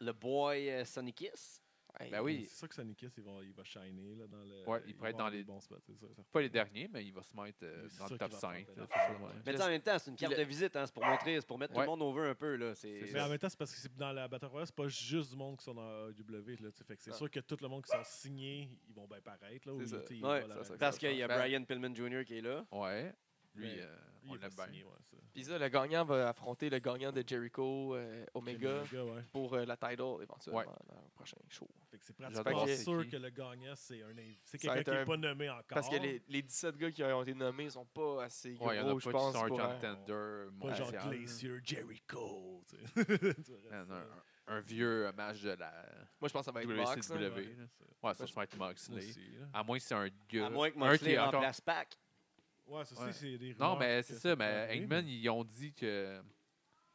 Speaker 1: Le boy euh, Sonny Kiss.
Speaker 2: Hey,
Speaker 4: Ben oui,
Speaker 3: C'est sûr que Sonic Kiss, il va, il va shiner là, dans le.
Speaker 4: Ouais, il pourrait être
Speaker 3: va
Speaker 4: dans
Speaker 3: avoir
Speaker 4: les-
Speaker 3: des bons spots, c'est sûr, certain.
Speaker 4: pas les derniers, mais il va se mettre euh,
Speaker 3: C'est
Speaker 4: dans le
Speaker 3: sûr
Speaker 4: top
Speaker 3: qu'il va
Speaker 4: 5.
Speaker 3: faire
Speaker 4: là,
Speaker 3: des-
Speaker 4: c'est sûr, ouais.
Speaker 1: Mais tu sais, en même temps, c'est une carte
Speaker 2: le-
Speaker 1: de visite, hein, c'est pour montrer, c'est pour mettre
Speaker 4: Ouais.
Speaker 1: tout le monde over un peu. Là. C'est,
Speaker 4: C'est
Speaker 3: Mais
Speaker 4: ça.
Speaker 3: en même temps, c'est parce que c'est- dans la Battle Royale, c'est pas juste du monde qui sont dans AEW. Là, tu sais, fait que c'est
Speaker 2: Ah.
Speaker 3: sûr que tout le monde qui sont signés, ils vont bien paraître. Là, ou,
Speaker 2: C'est ça.
Speaker 3: tu sais, ils
Speaker 1: Ouais,
Speaker 3: vont la-
Speaker 2: ça, ça-
Speaker 1: Parce qu'il y a
Speaker 4: Ben-
Speaker 1: Brian Pillman Jr. qui est là.
Speaker 4: Ouais. Lui,
Speaker 3: Mais
Speaker 4: euh,
Speaker 3: il
Speaker 4: on
Speaker 3: est
Speaker 4: l'a
Speaker 3: pas
Speaker 4: bien.
Speaker 3: signé, ouais, ça.
Speaker 2: Puis ça, le gagnant va affronter le gagnant de Jericho, euh, Omega,
Speaker 3: Omega, ouais.
Speaker 2: pour euh, la title éventuellement
Speaker 4: Ouais.
Speaker 2: dans le prochain show.
Speaker 3: Fait que c'est
Speaker 4: J'adore
Speaker 3: pratiquement
Speaker 2: c'est
Speaker 3: sûr
Speaker 4: qui.
Speaker 3: que le gagnant, c'est un inv- c'est
Speaker 2: Ça va
Speaker 3: quelqu'un
Speaker 2: être
Speaker 3: qui n'est
Speaker 2: un-
Speaker 3: pas nommé encore.
Speaker 2: Parce que les, les 17 gars qui ont été nommés sont pas assez gros,
Speaker 4: Ouais, il y en a pas
Speaker 2: je
Speaker 4: qui
Speaker 2: pense.
Speaker 4: sont un
Speaker 2: pour un-
Speaker 4: contender
Speaker 3: Pas genre
Speaker 4: mondial, là.
Speaker 3: Glacier, Jericho. tu sais. Tu vois,
Speaker 4: Man,
Speaker 3: ça-
Speaker 4: un, un vieux euh, match de la
Speaker 2: Moi, je pense que ça va être Mox. hein.
Speaker 4: WCW.
Speaker 3: ouais,
Speaker 4: là.
Speaker 3: c'est-
Speaker 4: Ouais, ça, ça va être Moxley.
Speaker 3: aussi, là.
Speaker 4: À moins que c'est un gars.
Speaker 1: À moins que
Speaker 4: euh, un qui
Speaker 1: Moxley
Speaker 4: est encore-
Speaker 1: remplace Pac.
Speaker 3: Ouais, ça aussi,
Speaker 4: Ouais.
Speaker 3: c'est des
Speaker 4: Non,
Speaker 3: rumeurs
Speaker 4: mais
Speaker 3: que
Speaker 4: c'est ça. Mais
Speaker 3: peut
Speaker 4: Hangman,
Speaker 3: arriver,
Speaker 4: ils ont dit que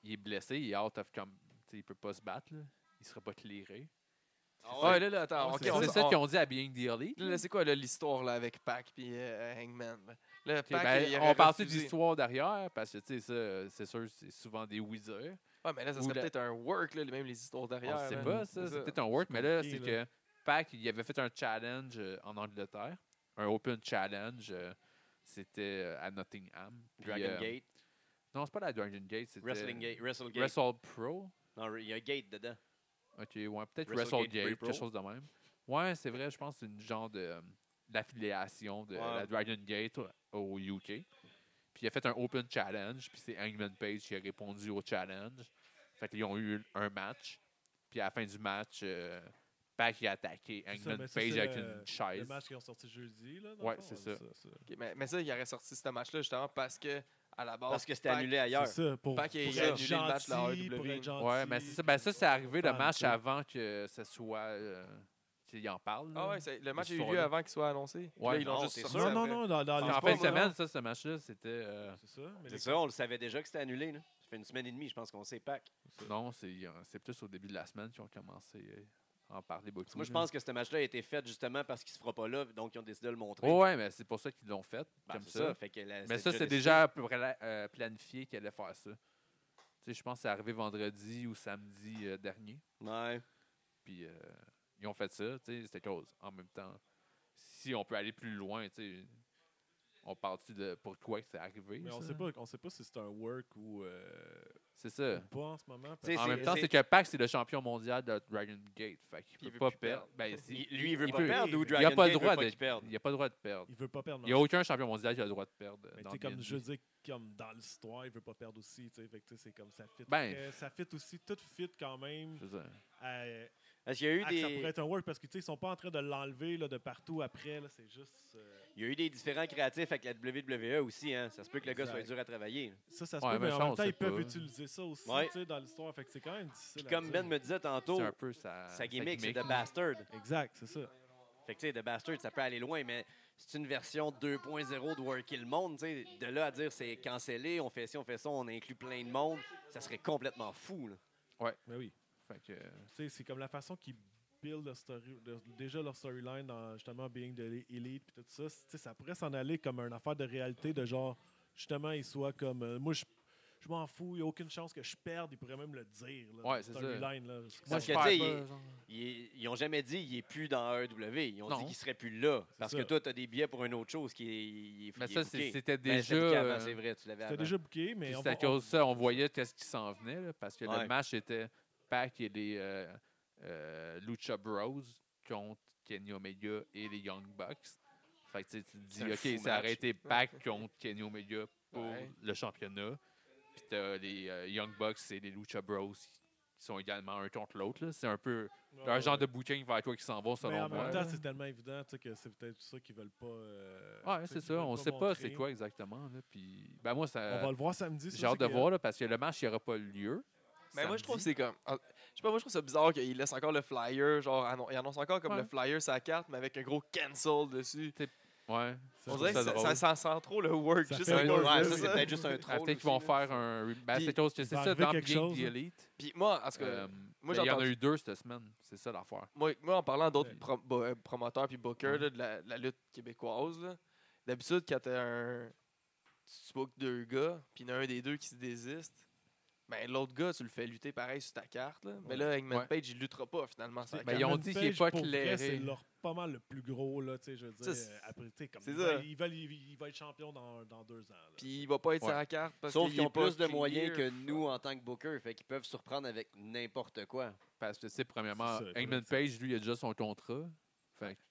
Speaker 4: il est blessé, il est out of com... tu sais, Il peut pas se battre. Là. Il sera pas clearé.
Speaker 2: Ah ouais, là, là, attends.
Speaker 3: Ouais,
Speaker 2: ok,
Speaker 4: C'est
Speaker 2: on-
Speaker 4: c'est ça
Speaker 2: on-
Speaker 4: qu'ils ont dit à Being the Elite.
Speaker 2: Là, là, c'est quoi là, l'histoire là, avec Pac et Hangman? là? Là,
Speaker 4: Ok,
Speaker 2: Pac,
Speaker 4: ben,
Speaker 2: il aurait
Speaker 4: on parle de
Speaker 2: refusé.
Speaker 4: l'histoire derrière, parce que, tu sais, ça, euh, c'est sûr, c'est souvent des wizards.
Speaker 2: Ouais, mais là, ça
Speaker 4: ou
Speaker 2: serait
Speaker 4: la-
Speaker 2: peut-être un work, là, même les histoires
Speaker 4: On
Speaker 2: derrière.
Speaker 4: ne sait
Speaker 2: là.
Speaker 4: pas, ça.
Speaker 2: C'est
Speaker 4: Ah, C'est peut-être un work, mais là, c'est
Speaker 3: compliqué,
Speaker 4: que Pac, il avait fait un challenge euh, en Angleterre, un open challenge. euh, C'était euh, à Nottingham. Puis,
Speaker 1: Dragon
Speaker 4: euh,
Speaker 1: Gate,
Speaker 4: Non, c'est pas la Dragon Gate, c'était
Speaker 1: Wrestling Gate, Wrestle Gate.
Speaker 4: Wrestle Pro.
Speaker 1: Non, il y a un Gate dedans.
Speaker 4: Ok, ouais, peut-être
Speaker 1: Wrestle
Speaker 4: Wrestle
Speaker 1: Gate
Speaker 4: Gate,
Speaker 1: Pre-Pro.
Speaker 4: quelque chose de même. Ouais, c'est vrai, je pense que c'est une genre de euh, l'affiliation de
Speaker 1: Ouais.
Speaker 4: la Dragon Gate au- au UK. Puis il a fait un open challenge, puis c'est Hangman Page qui a répondu au challenge. Fait qu'ils ont eu un match, puis à la fin du match, euh, Pac il a attaqué
Speaker 3: ça,
Speaker 4: Hangman
Speaker 3: mais ça,
Speaker 4: Page
Speaker 3: c'est
Speaker 4: avec
Speaker 3: le-
Speaker 4: une
Speaker 3: Le
Speaker 4: chaise.
Speaker 3: match qui ont sorti jeudi. Là, dans
Speaker 4: Ouais,
Speaker 3: le fond,
Speaker 4: c'est
Speaker 3: ouais,
Speaker 4: ça.
Speaker 2: Ok, mais, mais ça, il aurait sorti ce match-là justement parce que, à la
Speaker 4: Oh,
Speaker 2: base.
Speaker 1: Parce que c'était
Speaker 2: Pac-
Speaker 1: annulé ailleurs.
Speaker 3: C'est ça, pour,
Speaker 2: Pac est
Speaker 3: pour
Speaker 1: annulé
Speaker 3: être
Speaker 2: le match de la
Speaker 3: gentil,
Speaker 2: AEW.
Speaker 3: pour être gentil.
Speaker 4: Ouais, mais c'est ça, ben ça, c'est arrivé le match avant que ce soit. euh, qu'il en parle.
Speaker 2: Ah
Speaker 4: là.
Speaker 2: ouais, c'est- le match a eu lieu
Speaker 4: soir-là.
Speaker 2: avant qu'il soit annoncé. Puis
Speaker 4: Ouais,
Speaker 2: là, ils l'ont
Speaker 1: non,
Speaker 2: juste
Speaker 1: Ah, c'est
Speaker 2: sorti
Speaker 1: sûr.
Speaker 3: Non, non,
Speaker 2: après.
Speaker 3: non, dans, dans
Speaker 4: Puis
Speaker 3: les
Speaker 4: en fin de
Speaker 3: sports, là,
Speaker 4: semaine, ça, ce match-là, c'était. euh,
Speaker 3: C'est ça, mais
Speaker 1: C'est
Speaker 3: les-
Speaker 1: ça, on le savait déjà que c'était annulé. Là. Ça fait une semaine et demie, je pense qu'on sait Pac.
Speaker 4: Non, c'est euh, c'est plus au début de la semaine qu'ils ont commencé euh, à en parler beaucoup.
Speaker 1: Moi, je
Speaker 4: là.
Speaker 1: pense que ce match-là a été fait justement parce qu'il se fera pas là, donc ils ont décidé de le montrer.
Speaker 4: Ouais, ouais, mais c'est pour ça qu'ils l'ont fait.
Speaker 1: Ben,
Speaker 4: comme
Speaker 1: c'est
Speaker 4: ça.
Speaker 1: Fait que la-
Speaker 4: Mais ça, c'est
Speaker 1: décidé.
Speaker 4: déjà à peu près la- euh, planifié qu'ils allaient faire ça. Tu sais, je pense que c'est arrivé vendredi ou samedi euh, dernier.
Speaker 1: Ouais.
Speaker 4: Puis euh, ils ont fait ça. tu sais, C'était cause. En même temps, si on peut aller plus loin, tu sais, on partit de pourquoi que c'est arrivé.
Speaker 3: Mais on
Speaker 4: ça?
Speaker 3: sait pas, on sait pas si c'est un work ou euh,
Speaker 4: C'est
Speaker 3: ou
Speaker 4: ça.
Speaker 3: pas en ce moment. parce
Speaker 1: Tu sais,
Speaker 3: que-
Speaker 4: En
Speaker 1: c'est-
Speaker 4: même temps,
Speaker 1: c'est-
Speaker 4: c'est que Pac, c'est le champion mondial de Dragon Gate. Fait qu'il
Speaker 2: Puis il
Speaker 4: peut
Speaker 2: veut
Speaker 4: pas
Speaker 2: plus perdre.
Speaker 4: perdre. Ben, si-
Speaker 1: Il- lui, il veut pas
Speaker 4: peut-
Speaker 1: perdre ou
Speaker 4: Il
Speaker 1: Dragon
Speaker 4: n'a pas,
Speaker 1: Gate
Speaker 4: le
Speaker 1: veut
Speaker 4: droit
Speaker 1: pas
Speaker 4: de-
Speaker 1: qu'il perde.
Speaker 4: il a pas le droit de perdre.
Speaker 3: Il veut pas perdre.
Speaker 4: Il n'y a aucun champion mondial qui a le droit de perdre.
Speaker 3: Mais tu
Speaker 4: Ben, dans
Speaker 3: sais, comme
Speaker 4: BNJ.
Speaker 3: je veux dire, comme dans l'histoire, il veut pas perdre aussi. tu sais, Fait que tu sais, c'est comme ça fit.
Speaker 4: Ben.
Speaker 3: Euh, ça fit aussi, tout fit quand même.
Speaker 4: Je veux dire,
Speaker 3: à-
Speaker 1: Parce qu'il y a eu
Speaker 3: à que Ça pourrait
Speaker 1: des,
Speaker 3: être un work parce qu'ils sont pas en train de l'enlever là, de partout après. là, C'est juste. euh,
Speaker 1: il y a eu des différents créatifs avec la WWE aussi. Hein. Ça se peut que le gars soit
Speaker 3: Exact.
Speaker 1: dur à travailler.
Speaker 3: Ça, ça se
Speaker 4: Ouais,
Speaker 3: peut,
Speaker 4: mais
Speaker 3: mais
Speaker 4: ça,
Speaker 3: en
Speaker 4: on
Speaker 3: même temps,
Speaker 4: sait
Speaker 3: ils peuvent
Speaker 4: pas.
Speaker 3: utiliser ça aussi
Speaker 1: Ouais.
Speaker 3: tu sais, dans l'histoire. Fait que c'est quand même difficile.
Speaker 1: Puis
Speaker 3: à
Speaker 1: comme
Speaker 3: dire.
Speaker 1: Ben me disait tantôt,
Speaker 4: C'est un peu euh, sa,
Speaker 1: sa gimmick, c'est de bastard.
Speaker 3: Exact, c'est ça.
Speaker 1: Fait que, tu sais, The Bastard, ça peut aller loin, mais c'est une version 2.0 de Working le monde, tu sais. De là à dire c'est cancellé, on fait ci, on fait ça, on inclut plein de monde, ça serait complètement fou, là.
Speaker 3: Mais Ben oui.
Speaker 4: Fait que, euh,
Speaker 3: Tu sais, c'est comme la façon qu'ils build leur story- leur- déjà leur storyline dans justement Being the Elite puis tout ça. Tu sais, ça pourrait s'en aller comme une affaire de réalité de genre justement ils soient comme euh, moi je je m'en fous, il n'y a aucune chance que je perde, ils pourraient même le dire. Là,
Speaker 4: Ouais,
Speaker 3: dans
Speaker 4: c'est ça.
Speaker 3: storyline, là.
Speaker 1: Moi,
Speaker 4: ça
Speaker 1: je
Speaker 4: se
Speaker 1: que,
Speaker 4: perd
Speaker 1: tu sais,
Speaker 4: pas,
Speaker 1: il-
Speaker 4: genre.
Speaker 1: Ils, ils ont jamais dit qu'il est plus dans AEW. Ils ont
Speaker 4: Non.
Speaker 1: dit qu'il serait plus là.
Speaker 3: C'est
Speaker 1: Parce
Speaker 3: ça.
Speaker 1: que toi, tu as des billets pour une autre chose qui est. il est-
Speaker 4: Mais
Speaker 1: il est
Speaker 4: ça, c'est-
Speaker 1: booké.
Speaker 4: c'était
Speaker 1: Ben,
Speaker 4: déjà.
Speaker 1: c'était booké avant,
Speaker 4: euh,
Speaker 1: c'est vrai, tu l'avais
Speaker 3: C'était
Speaker 1: avant.
Speaker 3: déjà booké, mais
Speaker 4: Puis
Speaker 3: on
Speaker 4: c'est à
Speaker 3: va-
Speaker 4: cause de ça, on voyait qu'est-ce qui s'en venait, là, parce que
Speaker 1: Ouais.
Speaker 4: le match était Pac et les euh, euh, Lucha Bros contre Kenny Omega et les Young Bucks. Fait que tu sais, tu te
Speaker 1: C'est un
Speaker 4: dis,
Speaker 1: fou
Speaker 4: OK, c'est
Speaker 1: match.
Speaker 4: arrêté Pac contre Kenny Omega pour
Speaker 2: Ouais.
Speaker 4: le championnat. Puis t'as les euh, Young Bucks et les Lucha Bros qui sont également un contre l'autre. là. C'est un peu
Speaker 3: Ouais,
Speaker 4: un
Speaker 3: ouais.
Speaker 4: genre de bouquin vers quoi qui s'en va,
Speaker 3: euh, Mais en
Speaker 4: selon moi.
Speaker 3: même temps,
Speaker 4: là.
Speaker 3: c'est tellement évident tu sais, que c'est peut-être ça qu'ils veulent pas. euh, tu
Speaker 4: Ouais,
Speaker 3: sais,
Speaker 4: c'est
Speaker 3: qu'ils
Speaker 4: ça.
Speaker 3: veulent
Speaker 4: On sait pas c'est
Speaker 3: montrer.
Speaker 4: quoi exactement. là. Puis, ben moi, ça.
Speaker 3: On va le voir samedi. ça,
Speaker 4: J'ai hâte
Speaker 3: c'est
Speaker 4: de
Speaker 3: que-
Speaker 4: voir là, parce que le match, il n'y aura pas lieu.
Speaker 2: Mais moi, je trouve que
Speaker 4: samedi.
Speaker 2: c'est comme. en- Je sais pas, moi, je trouve ça bizarre qu'il laisse encore le flyer. Genre, annon- il annonce encore comme
Speaker 4: Ouais.
Speaker 2: le flyer sa carte, mais avec un gros cancel dessus.
Speaker 4: Ouais.
Speaker 2: On
Speaker 3: Ça,
Speaker 4: je
Speaker 2: dirait que
Speaker 4: trouve ça
Speaker 2: ça, ça,
Speaker 4: drôle.
Speaker 2: ça sent trop le work.
Speaker 3: Ça
Speaker 2: juste
Speaker 3: fait
Speaker 2: un
Speaker 4: un
Speaker 2: work,
Speaker 1: Ouais,
Speaker 2: c'est
Speaker 1: ça,
Speaker 2: ça.
Speaker 1: c'est peut-être juste un
Speaker 4: Ah,
Speaker 1: troll.
Speaker 4: Peut-être qu'ils vont
Speaker 1: aussi, là.
Speaker 4: faire un. re- Ben,
Speaker 2: Puis-
Speaker 4: c'est chose que
Speaker 3: Il
Speaker 4: c'est
Speaker 3: va
Speaker 4: ça,
Speaker 3: arriver
Speaker 4: dans
Speaker 3: quelque
Speaker 4: Being the
Speaker 3: chose, hein. là.
Speaker 4: Elite.
Speaker 2: Puis moi, en tout cas,
Speaker 4: euh,
Speaker 2: moi,
Speaker 4: ben, il y en a
Speaker 2: j'entends-
Speaker 4: eu deux cette semaine. C'est ça l'affaire.
Speaker 2: moi, moi, en parlant d'autres
Speaker 3: Ouais.
Speaker 2: pro- bo- euh, promoteurs puis bookers
Speaker 4: Ouais.
Speaker 2: là, de, la, de la lutte québécoise, là, d'habitude, quand t'as un. Tu bookes deux gars, puis il y en a un des deux qui se désiste. Ben, l'autre gars, tu le fais lutter pareil sur ta carte. Là. Mais
Speaker 3: Ouais.
Speaker 2: là, Eggman
Speaker 4: Ouais.
Speaker 2: Page, il luttera pas finalement. sur la
Speaker 4: Ben,
Speaker 2: carte.
Speaker 4: ils ont
Speaker 3: Cameron
Speaker 4: dit qu'il est
Speaker 3: Page,
Speaker 4: pas
Speaker 3: pour vrai,
Speaker 4: éclairé.
Speaker 3: C'est leur pas mal le plus gros, là, tu sais, je veux dire.
Speaker 2: Ça, c'est-
Speaker 3: euh, Après, tu sais, comme.
Speaker 2: c'est
Speaker 3: ils
Speaker 2: ça.
Speaker 3: veulent- Ils veulent, ils- ils veulent être champion dans, dans deux ans. là.
Speaker 2: Puis il va pas être sur
Speaker 4: Ouais.
Speaker 2: la carte. Parce
Speaker 1: Sauf
Speaker 2: qu'il
Speaker 1: qu'ils
Speaker 2: est
Speaker 1: ont
Speaker 2: pas
Speaker 1: plus de
Speaker 2: clear.
Speaker 1: moyens que nous en tant que bookers. Fait qu'ils peuvent surprendre avec n'importe quoi.
Speaker 4: Parce que, tu sais, premièrement,
Speaker 3: C'est ça,
Speaker 4: Eggman Page, lui, il a déjà son contrat. Fait que, tu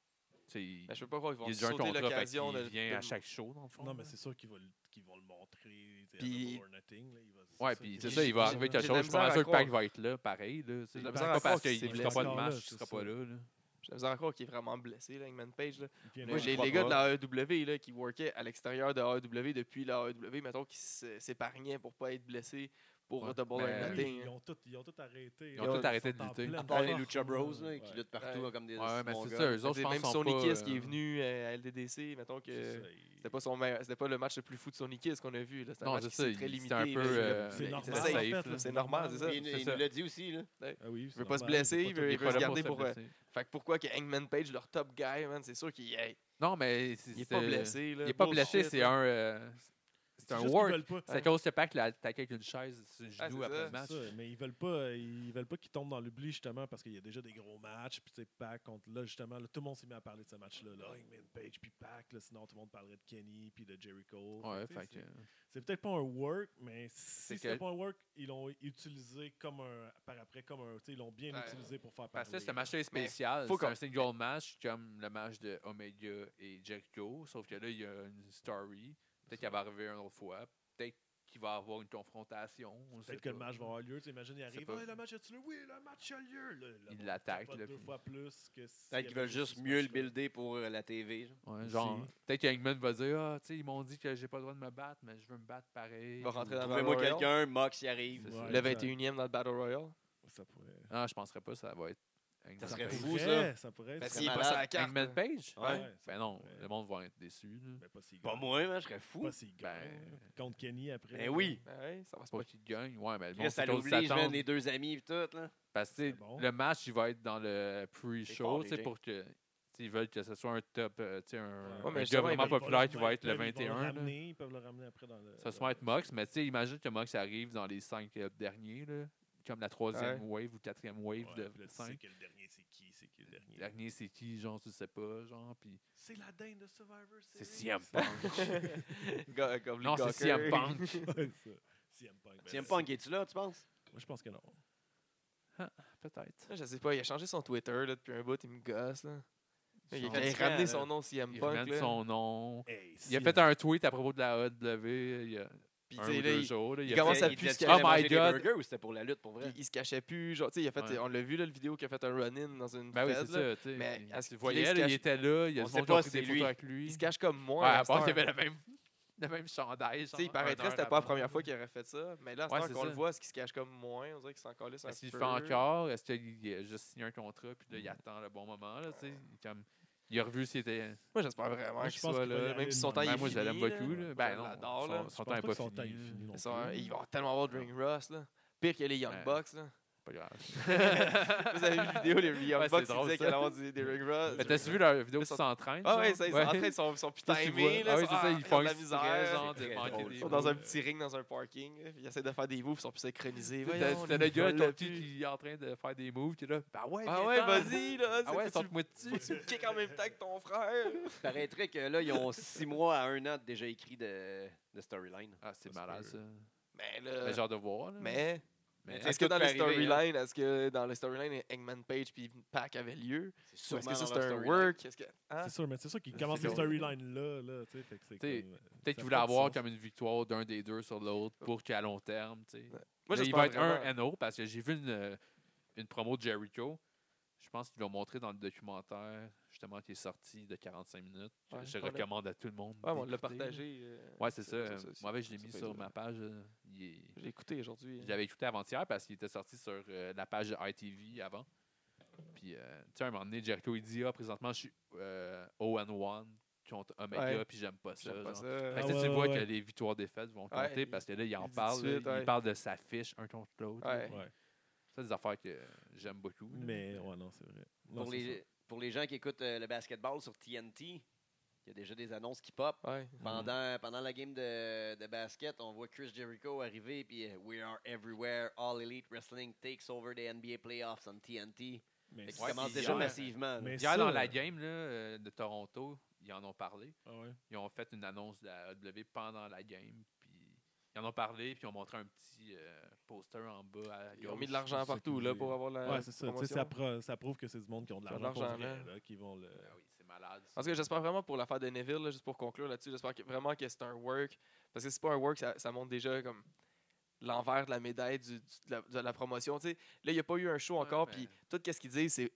Speaker 4: sais, il
Speaker 2: Ben, je peux pas croire qu'ils
Speaker 4: il a
Speaker 2: vont
Speaker 4: déjà un
Speaker 2: sauter
Speaker 4: contrat. Fait
Speaker 2: l'occasion
Speaker 4: qu'il
Speaker 2: de.
Speaker 4: vient à
Speaker 2: de-
Speaker 4: chaque show, dans le fond.
Speaker 3: Non,
Speaker 4: là.
Speaker 3: mais c'est sûr qu'ils vont, le- qu'ils vont le montrer. tu sais,
Speaker 2: Puis-
Speaker 3: Double or nothing, là, il va-
Speaker 4: Ouais, puis c'est
Speaker 2: j'ai-
Speaker 4: ça, il va
Speaker 2: j'ai-
Speaker 4: arriver
Speaker 2: j'ai
Speaker 4: quelque
Speaker 2: de la
Speaker 4: chose. Je suis pas
Speaker 2: misère à
Speaker 4: sûr que Pac
Speaker 2: croire.
Speaker 4: va être là, pareil. là. C'est la
Speaker 3: de la
Speaker 4: misère
Speaker 2: misère à
Speaker 4: pas
Speaker 2: croire
Speaker 4: parce
Speaker 2: qu'il
Speaker 4: qu'il
Speaker 2: s'est
Speaker 4: ne sera pas de
Speaker 3: blessé.
Speaker 4: match,
Speaker 3: Là,
Speaker 4: il
Speaker 3: c'est
Speaker 4: sera
Speaker 3: ça.
Speaker 4: pas là. là.
Speaker 2: J'ai besoin encore qu'il est vraiment blessé, là, Eggman Page. Là.
Speaker 3: il vient
Speaker 2: Moi,
Speaker 3: de-
Speaker 2: j'ai
Speaker 1: crois
Speaker 2: les gars
Speaker 1: pas.
Speaker 2: de la AEW là, qui workaient à l'extérieur de AEW depuis la AEW, mettons, qui s- s'épargnaient pour pas être blessés pour
Speaker 4: Ouais, Ben,
Speaker 2: Double hein.
Speaker 4: mais-
Speaker 2: or
Speaker 3: Oui,
Speaker 2: Nothing.
Speaker 3: Ils ont tout, ils ont tout arrêté.
Speaker 4: Ils
Speaker 3: là.
Speaker 4: ont tout arrêté de
Speaker 3: sont en
Speaker 4: lutter.
Speaker 3: pleine
Speaker 1: À part les
Speaker 3: forme,
Speaker 1: Lucha Bros, là,
Speaker 3: ouais.
Speaker 1: qui luttent partout
Speaker 2: Ouais.
Speaker 1: comme des
Speaker 4: Ouais, mais c'est
Speaker 1: Mongols.
Speaker 4: ça. Eux autres, je pense
Speaker 2: Même
Speaker 4: sont
Speaker 2: Sony
Speaker 4: pas,
Speaker 2: Kiss qui est
Speaker 4: euh,
Speaker 2: venu euh, à LDDC, mettons
Speaker 3: C'est
Speaker 2: que
Speaker 3: ça, il-
Speaker 2: c'était pas, son meilleur- c'était pas le match le plus fou de Sony Kiss qu'on a vu. là. C'était un
Speaker 4: Non,
Speaker 2: match
Speaker 4: c'est
Speaker 2: qui
Speaker 4: ça,
Speaker 2: s'est
Speaker 4: il-
Speaker 2: très
Speaker 4: c'était
Speaker 2: limité. là,
Speaker 4: un peu,
Speaker 2: il-
Speaker 4: euh,
Speaker 2: il-
Speaker 3: C'est
Speaker 2: il-
Speaker 3: normal,
Speaker 2: c'était safe,
Speaker 3: en fait,
Speaker 2: là,
Speaker 3: là,
Speaker 2: C'est
Speaker 3: c'est
Speaker 2: normal,
Speaker 3: normal,
Speaker 2: c'est
Speaker 3: là.
Speaker 2: ça.
Speaker 1: Il,
Speaker 4: C'est
Speaker 1: il
Speaker 4: ça.
Speaker 1: nous l'a dit aussi, là.
Speaker 3: Ah oui, c'est
Speaker 2: veut pas se
Speaker 3: normal,
Speaker 2: blesser,
Speaker 3: c'est
Speaker 2: il
Speaker 3: pas
Speaker 2: veut-
Speaker 3: tout-
Speaker 4: Il
Speaker 2: il veut
Speaker 4: est pas
Speaker 2: se
Speaker 4: là pour
Speaker 2: garder
Speaker 4: se
Speaker 2: pour, euh,
Speaker 4: blesser.
Speaker 2: Fait que pourquoi que Hangman Page, leur top guy, man, c'est sûr qu'il hey,
Speaker 4: Non, mais c'est-
Speaker 2: il est pas
Speaker 4: c'est-
Speaker 2: blessé. là.
Speaker 4: Il est pas
Speaker 2: Bullshit,
Speaker 4: blessé, c'est
Speaker 2: là.
Speaker 4: un. euh, C'est un
Speaker 3: juste qu'ils
Speaker 4: work.
Speaker 3: veulent pas-
Speaker 4: C'est à cause que Pac l'a attaqué avec une chaise sur le
Speaker 2: Ah,
Speaker 4: genou
Speaker 2: c'est
Speaker 4: après
Speaker 2: ça.
Speaker 4: le match.
Speaker 3: C'est ça, mais ils veulent pas, ils veulent pas qu'ils tombent dans l'oubli justement parce qu'il y a déjà des gros matchs. Puis tu sais, Pac contre là justement, là, tout le monde s'est mis à parler de ce match-là. Là, Hangman Page puis Pac, là, sinon tout le monde parlerait de Kenny puis de Jericho.
Speaker 4: Ouais,
Speaker 3: Tu sais,
Speaker 4: fait que,
Speaker 3: c'est- C'est peut-être pas un work, mais
Speaker 4: C'est
Speaker 3: si c'était
Speaker 4: que-
Speaker 3: pas un work, ils l'ont utilisé comme un par après comme un, tu sais, ils l'ont bien
Speaker 2: Ouais.
Speaker 3: utilisé pour faire
Speaker 4: Ben, parce
Speaker 3: parler.
Speaker 4: que ce match-là est
Speaker 2: Mais
Speaker 4: spécial.
Speaker 2: faut
Speaker 4: C'est
Speaker 2: qu'on-
Speaker 4: un single match comme le match de Omega et Jericho, sauf que là, il y a une story. Peut-être qu'elle va arriver une autre fois. Peut-être qu'il va y avoir une confrontation. on sait
Speaker 3: Peut-être que le
Speaker 4: pas.
Speaker 3: match va avoir lieu. tu sais, Imagine, il
Speaker 4: sais
Speaker 3: arrive.
Speaker 4: pas.
Speaker 3: Ah, le match a-tu lieu? Oui, le match a lieu. Là, le monde
Speaker 4: l'attaque,
Speaker 3: capote
Speaker 4: là,
Speaker 3: deux
Speaker 4: puis-
Speaker 3: fois plus que si.
Speaker 1: Peut-être qu'ils veulent juste mieux le builder pour euh, la TV. genre.
Speaker 4: Ouais,
Speaker 3: Aussi.
Speaker 4: genre, peut-être que Hangman va dire Ah, tu sais, ils m'ont dit que j'ai pas le droit de me battre, mais je veux me battre pareil.
Speaker 2: Il va rentrer dans le
Speaker 1: Trouvez-moi
Speaker 2: Battle Royale.
Speaker 1: quelqu'un, Mox y arrive.
Speaker 4: C'est ça.
Speaker 2: Le 21e dans le Battle Royale.
Speaker 3: Ça pourrait.
Speaker 4: Ah, je penserais pas, ça va être Hangman
Speaker 1: serait
Speaker 4: Page.
Speaker 1: fou. vous, ça.
Speaker 3: pourrait, ça pourrait.
Speaker 2: Ben,
Speaker 3: ça
Speaker 2: s'il est
Speaker 3: pourrait.
Speaker 2: pas
Speaker 1: malade.
Speaker 2: sur la carte.
Speaker 4: Hangman
Speaker 2: là.
Speaker 4: Page
Speaker 1: Ouais.
Speaker 3: Ouais, ça Ben,
Speaker 4: Ben non,
Speaker 3: pourrait.
Speaker 4: le monde va être déçu. là.
Speaker 3: Mais pas s'il
Speaker 1: Pas
Speaker 3: gagne.
Speaker 1: moi, hein, je serais fou.
Speaker 3: Pas s'il gagne.
Speaker 4: Ben,
Speaker 3: Contre Kenny après.
Speaker 1: Ben
Speaker 3: là.
Speaker 1: oui.
Speaker 2: Ben ouais, ça va se
Speaker 4: c'est pas qu'il gagne. Ouais, mais le monde
Speaker 1: Chris, ça
Speaker 4: c'est cause
Speaker 1: l'oblige, man,
Speaker 4: s'attendre.
Speaker 1: les deux amis et tout. Là.
Speaker 4: Parce que tu sais,
Speaker 3: C'est bon.
Speaker 4: le match, il va être dans le
Speaker 2: fort,
Speaker 4: pre-show, tu
Speaker 2: les
Speaker 4: sais,
Speaker 2: gens.
Speaker 4: pour que. tu sais, Ils veulent que ce soit un top, euh, tu sais, un,
Speaker 3: Ouais,
Speaker 4: un
Speaker 2: mais
Speaker 4: gars
Speaker 2: justement,
Speaker 4: vraiment
Speaker 2: ils veulent-
Speaker 4: populaire qui va être le
Speaker 3: Ils vont
Speaker 4: 21. là.
Speaker 3: ramener, euh, Ils peuvent le ramener après dans le.
Speaker 4: Ça va sûrement être Mox, mais tu sais, imagine que Mox arrive dans les 5 derniers, là, comme la troisième wave ou quatrième wave
Speaker 3: Ouais, puis
Speaker 4: de
Speaker 3: là, tu sais
Speaker 4: 5.
Speaker 3: que le dernier, c'est qui C'est qui le
Speaker 4: Le
Speaker 3: dernier
Speaker 4: dernier, c'est qui, genre, tu sais pas, genre, puis
Speaker 3: C'est la dinde de Survivor
Speaker 4: c'est CM
Speaker 3: Series.
Speaker 4: Punk.
Speaker 2: fait. Go- Goblin
Speaker 4: non, c'est
Speaker 2: Cocker.
Speaker 4: CM Punk.
Speaker 3: Ouais, ça. CM Punk. ben,
Speaker 1: CM
Speaker 3: c'est-
Speaker 1: Punk, es-tu là, tu penses?
Speaker 3: Moi, je pense que non.
Speaker 4: Peut-être.
Speaker 2: Je sais pas, il a changé son Twitter là, depuis un bout, il me gosse. Là. Il,
Speaker 4: Genre,
Speaker 2: a
Speaker 1: fait
Speaker 2: ramené
Speaker 1: exprès,
Speaker 2: son
Speaker 1: là.
Speaker 2: nom CM
Speaker 4: Il
Speaker 2: Punk.
Speaker 4: ramène
Speaker 2: Là.
Speaker 4: son nom.
Speaker 3: Hey,
Speaker 4: Il a
Speaker 3: CM.
Speaker 4: fait un tweet à propos de la AEW il y a
Speaker 2: Puis,
Speaker 4: un
Speaker 2: tu
Speaker 4: ou
Speaker 2: sais, là,
Speaker 4: deux
Speaker 2: il,
Speaker 4: jours. là, il a
Speaker 2: il commence
Speaker 4: fait-
Speaker 2: à
Speaker 1: il
Speaker 2: plus
Speaker 1: disait
Speaker 2: se
Speaker 1: qu'il
Speaker 4: cacher.
Speaker 1: allait
Speaker 4: Oh my
Speaker 1: manger des
Speaker 4: God.
Speaker 1: burgers ou c'était pour la lutte, pour vrai?
Speaker 2: puis il se cachait plus. Genre, tu sais, il a fait,
Speaker 4: Ouais.
Speaker 2: on l'a vu, là, le vidéo qu'il a fait un run-in dans une
Speaker 4: Ben oui,
Speaker 2: fête,
Speaker 4: c'est
Speaker 2: là.
Speaker 4: ça, tu sais.
Speaker 2: Mais
Speaker 4: il-
Speaker 2: à ce
Speaker 4: Tu
Speaker 2: qu'il
Speaker 4: voyais,
Speaker 2: se
Speaker 4: là, il
Speaker 2: cache-
Speaker 4: était là, il y a
Speaker 1: on
Speaker 4: du
Speaker 1: sait
Speaker 4: monde qui
Speaker 1: pas
Speaker 4: ont
Speaker 1: si
Speaker 4: pris des
Speaker 1: c'est lui.
Speaker 4: photos avec lui.
Speaker 2: Il se cache comme moi.
Speaker 4: Ouais,
Speaker 2: à
Speaker 4: à part
Speaker 2: cette
Speaker 4: qu'il
Speaker 2: heure.
Speaker 4: avait le même, le même chandail.
Speaker 2: Tu sais, il paraîtrait que c'était pas la première fois qu'il aurait fait ça. Mais là, à cette
Speaker 4: Ouais,
Speaker 2: heure
Speaker 4: c'est
Speaker 2: qu'on le
Speaker 4: ça.
Speaker 2: voit, est-ce qu'il se cache comme moins On dirait qu'il s'en calisse un
Speaker 4: Est-ce qu'il le
Speaker 2: peu. Hmm.
Speaker 4: fait encore Est-ce qu'il a juste signé un contrat puis là, il attend le bon moment là, tu sais, comme- Il a revu s'il était.
Speaker 2: Moi, j'espère vraiment
Speaker 3: Moi, je
Speaker 2: qu'il
Speaker 3: pense
Speaker 2: soit
Speaker 3: qu'il va y
Speaker 2: là,
Speaker 3: aller
Speaker 2: même si son
Speaker 3: de
Speaker 2: temps
Speaker 3: même.
Speaker 2: est
Speaker 4: Ben, moi, je l'aime
Speaker 2: fini,
Speaker 4: beaucoup.
Speaker 2: là.
Speaker 4: Là. Ben,
Speaker 2: Je
Speaker 4: non,
Speaker 2: l'adore,
Speaker 4: son-
Speaker 2: là.
Speaker 4: Son
Speaker 3: Je
Speaker 4: temps
Speaker 3: pense
Speaker 4: n'est
Speaker 3: pas que
Speaker 4: pas
Speaker 3: son temps est
Speaker 4: fini.
Speaker 3: fini non
Speaker 2: Ça
Speaker 3: plus.
Speaker 2: va- il va tellement avoir Drink Rust, là. Pire que les Young
Speaker 4: Ouais.
Speaker 2: Bucks, là.
Speaker 4: Pas grave.
Speaker 2: Vous avez vu la vidéo, les Young
Speaker 4: Ouais, c'est
Speaker 2: Bucks, ils
Speaker 4: drôle,
Speaker 2: disaient
Speaker 4: ça.
Speaker 2: qu'il allait avoir des, des Ring Rust.
Speaker 4: Mais t'as-tu vu leur vidéo
Speaker 2: Ils
Speaker 4: qui
Speaker 2: sont-
Speaker 4: s'entraîne?
Speaker 2: Ah ouais, ça, ils sont en train de
Speaker 4: de
Speaker 2: sont, ils sont plus
Speaker 4: Ça, tu
Speaker 2: timés,
Speaker 4: vois.
Speaker 2: là.
Speaker 4: Ah
Speaker 2: ils
Speaker 4: ouais,
Speaker 2: sont-
Speaker 4: c'est ça, ils font
Speaker 2: de la
Speaker 4: exprès,
Speaker 2: misère.
Speaker 4: genre, de
Speaker 1: C'est
Speaker 4: manquer
Speaker 1: drôle,
Speaker 4: des
Speaker 2: Ils sont dans
Speaker 4: moves.
Speaker 2: un petit ring, dans un parking. là, puis Ils essaient de faire des moves, ils sont plus synchronisés. Voyons,
Speaker 4: T'as t'as le
Speaker 2: les
Speaker 4: gars,
Speaker 2: gars,
Speaker 4: ton
Speaker 2: là,
Speaker 4: petit,
Speaker 2: puis-
Speaker 4: qui est en train de faire des moves, qui est là. Bah ouais,
Speaker 2: Ah
Speaker 4: viens-t'en.
Speaker 2: ouais, vas-y, là.
Speaker 4: Ah ouais,
Speaker 2: faut que
Speaker 4: sors-moi dessus.
Speaker 2: tu me kicks en même temps que ton frère.
Speaker 1: Paraîtrait que là, ils ont six mois à un an de déjà écrit de, de storyline.
Speaker 4: Ah, c'est
Speaker 1: Ça se
Speaker 4: malade,
Speaker 1: peut.
Speaker 4: ça.
Speaker 2: Mais
Speaker 4: Ben,
Speaker 2: là.
Speaker 4: J'ai hâte de voir. là.
Speaker 2: Euh, Mais.
Speaker 4: Mais
Speaker 1: tu sais,
Speaker 2: Est-ce que
Speaker 1: tout
Speaker 2: dans les
Speaker 1: peut arriver, hein.
Speaker 2: storylines, est-ce que dans les storylines, Eggman Page puis Pac avaient lieu? Ou est-ce
Speaker 1: Sûrement
Speaker 2: que ça,
Speaker 1: dans
Speaker 2: c'était
Speaker 1: leur
Speaker 2: un
Speaker 1: storyline.
Speaker 2: work? Est-ce que... hein?
Speaker 3: C'est sûr, mais c'est sûr qu'il
Speaker 4: C'est
Speaker 3: commence les
Speaker 4: drôle.
Speaker 3: storylines là. là tu sais, fait que c'est
Speaker 4: T'sais,
Speaker 3: comme, euh,
Speaker 4: Peut-être
Speaker 3: ça
Speaker 4: qu'ils voulaient
Speaker 3: fait du
Speaker 4: avoir
Speaker 3: sens.
Speaker 4: comme une victoire d'un des deux sur l'autre pour qu'à long terme, tu sais.
Speaker 2: Moi,
Speaker 4: Là, il
Speaker 2: j'espère
Speaker 4: va être
Speaker 2: vraiment.
Speaker 4: un NO parce que j'ai vu une, euh, une promo de Jericho. Je pense qu'ils l'ont montré dans le documentaire justement qui est sorti de 45 minutes. Je-
Speaker 2: Ouais,
Speaker 4: je
Speaker 2: on l'a-
Speaker 4: recommande à tout le monde.
Speaker 2: Ouais, mais on l'a
Speaker 4: d'écouter.
Speaker 2: partagé. euh,
Speaker 4: Ouais, c'est ça.
Speaker 2: ça, ça,
Speaker 4: Moi, avec, je l'ai
Speaker 2: ça
Speaker 4: mis
Speaker 2: peut
Speaker 4: sur
Speaker 2: être-
Speaker 4: ma page. euh, il est-
Speaker 2: J'ai écouté aujourd'hui. hein.
Speaker 4: Je l'avais écouté avant-hier parce qu'il était sorti sur euh, la page de ITV avant. Puis, euh, tu sais, à un moment donné, Jericho, il dit Ah, présentement, je suis euh, 0-1 contre Omega,
Speaker 2: Ouais.
Speaker 4: puis j'aime pas ça.
Speaker 2: J'aime pas ça.
Speaker 4: genre. Fait que
Speaker 3: Ah
Speaker 4: tu sais, tu
Speaker 3: ouais,
Speaker 4: vois
Speaker 3: ouais.
Speaker 4: que les victoires-défaites vont
Speaker 2: Ouais,
Speaker 4: compter parce que là, il en
Speaker 2: il dit
Speaker 4: parle.
Speaker 2: tout
Speaker 4: là,
Speaker 2: de suite,
Speaker 4: il
Speaker 2: ouais.
Speaker 4: parle de sa fiche un contre l'autre. là.
Speaker 2: Ouais.
Speaker 3: Ouais.
Speaker 4: Ça, des affaires que j'aime beaucoup. là.
Speaker 3: Mais, ouais, non, c'est vrai. Non,
Speaker 1: Pour
Speaker 3: c'est ça.
Speaker 1: les, pour les gens qui écoutent euh, le basketball sur TNT, il y a déjà des annonces qui
Speaker 4: Mm-hmm.
Speaker 1: pop.
Speaker 2: Ouais.
Speaker 1: Pendant, pendant la game de, de basket, on voit Chris Jericho arriver puis euh, We are everywhere, All Elite Wrestling takes over the NBA playoffs on TNT.
Speaker 3: Mais
Speaker 1: Fait qu'il
Speaker 3: ça-
Speaker 4: Ouais,
Speaker 1: commence
Speaker 4: il-
Speaker 1: déjà
Speaker 4: ouais.
Speaker 1: massivement. là.
Speaker 3: Mais
Speaker 4: Hier,
Speaker 3: ça,
Speaker 4: dans la game là, euh, de Toronto, ils en ont parlé.
Speaker 3: Ah ouais.
Speaker 4: Ils ont fait une annonce de la AEW pendant la game. Puis ils en ont parlé, puis ils ont montré un petit euh, poster en bas. À
Speaker 2: Ils ont mis
Speaker 4: gauche.
Speaker 2: de l'argent
Speaker 3: c'est ça
Speaker 2: partout
Speaker 3: qu'il
Speaker 2: là,
Speaker 3: dit.
Speaker 2: pour avoir Euh, la.
Speaker 3: Ouais, c'est ça. tu sais,
Speaker 2: promotion.
Speaker 3: Ça, pro- ça prouve que c'est du monde qui ont de
Speaker 2: Qui ont de
Speaker 3: l'argent pour
Speaker 2: l'argent, hein.
Speaker 3: vrai,
Speaker 2: là.
Speaker 3: là, qui vont le...
Speaker 4: Ah oui, c'est malade. ça.
Speaker 2: En tout cas, j'espère vraiment pour l'affaire de Neville, là, juste pour conclure là-dessus, j'espère que- vraiment que c'est un work. Parce que c'est pas un work, ça, ça montre déjà comme l'envers de la médaille du- du- de, la, de la promotion. tu sais. là, il n'y a pas eu un show
Speaker 4: Ouais,
Speaker 2: encore,
Speaker 4: mais-
Speaker 2: puis tout ce qu'ils disent, c'est.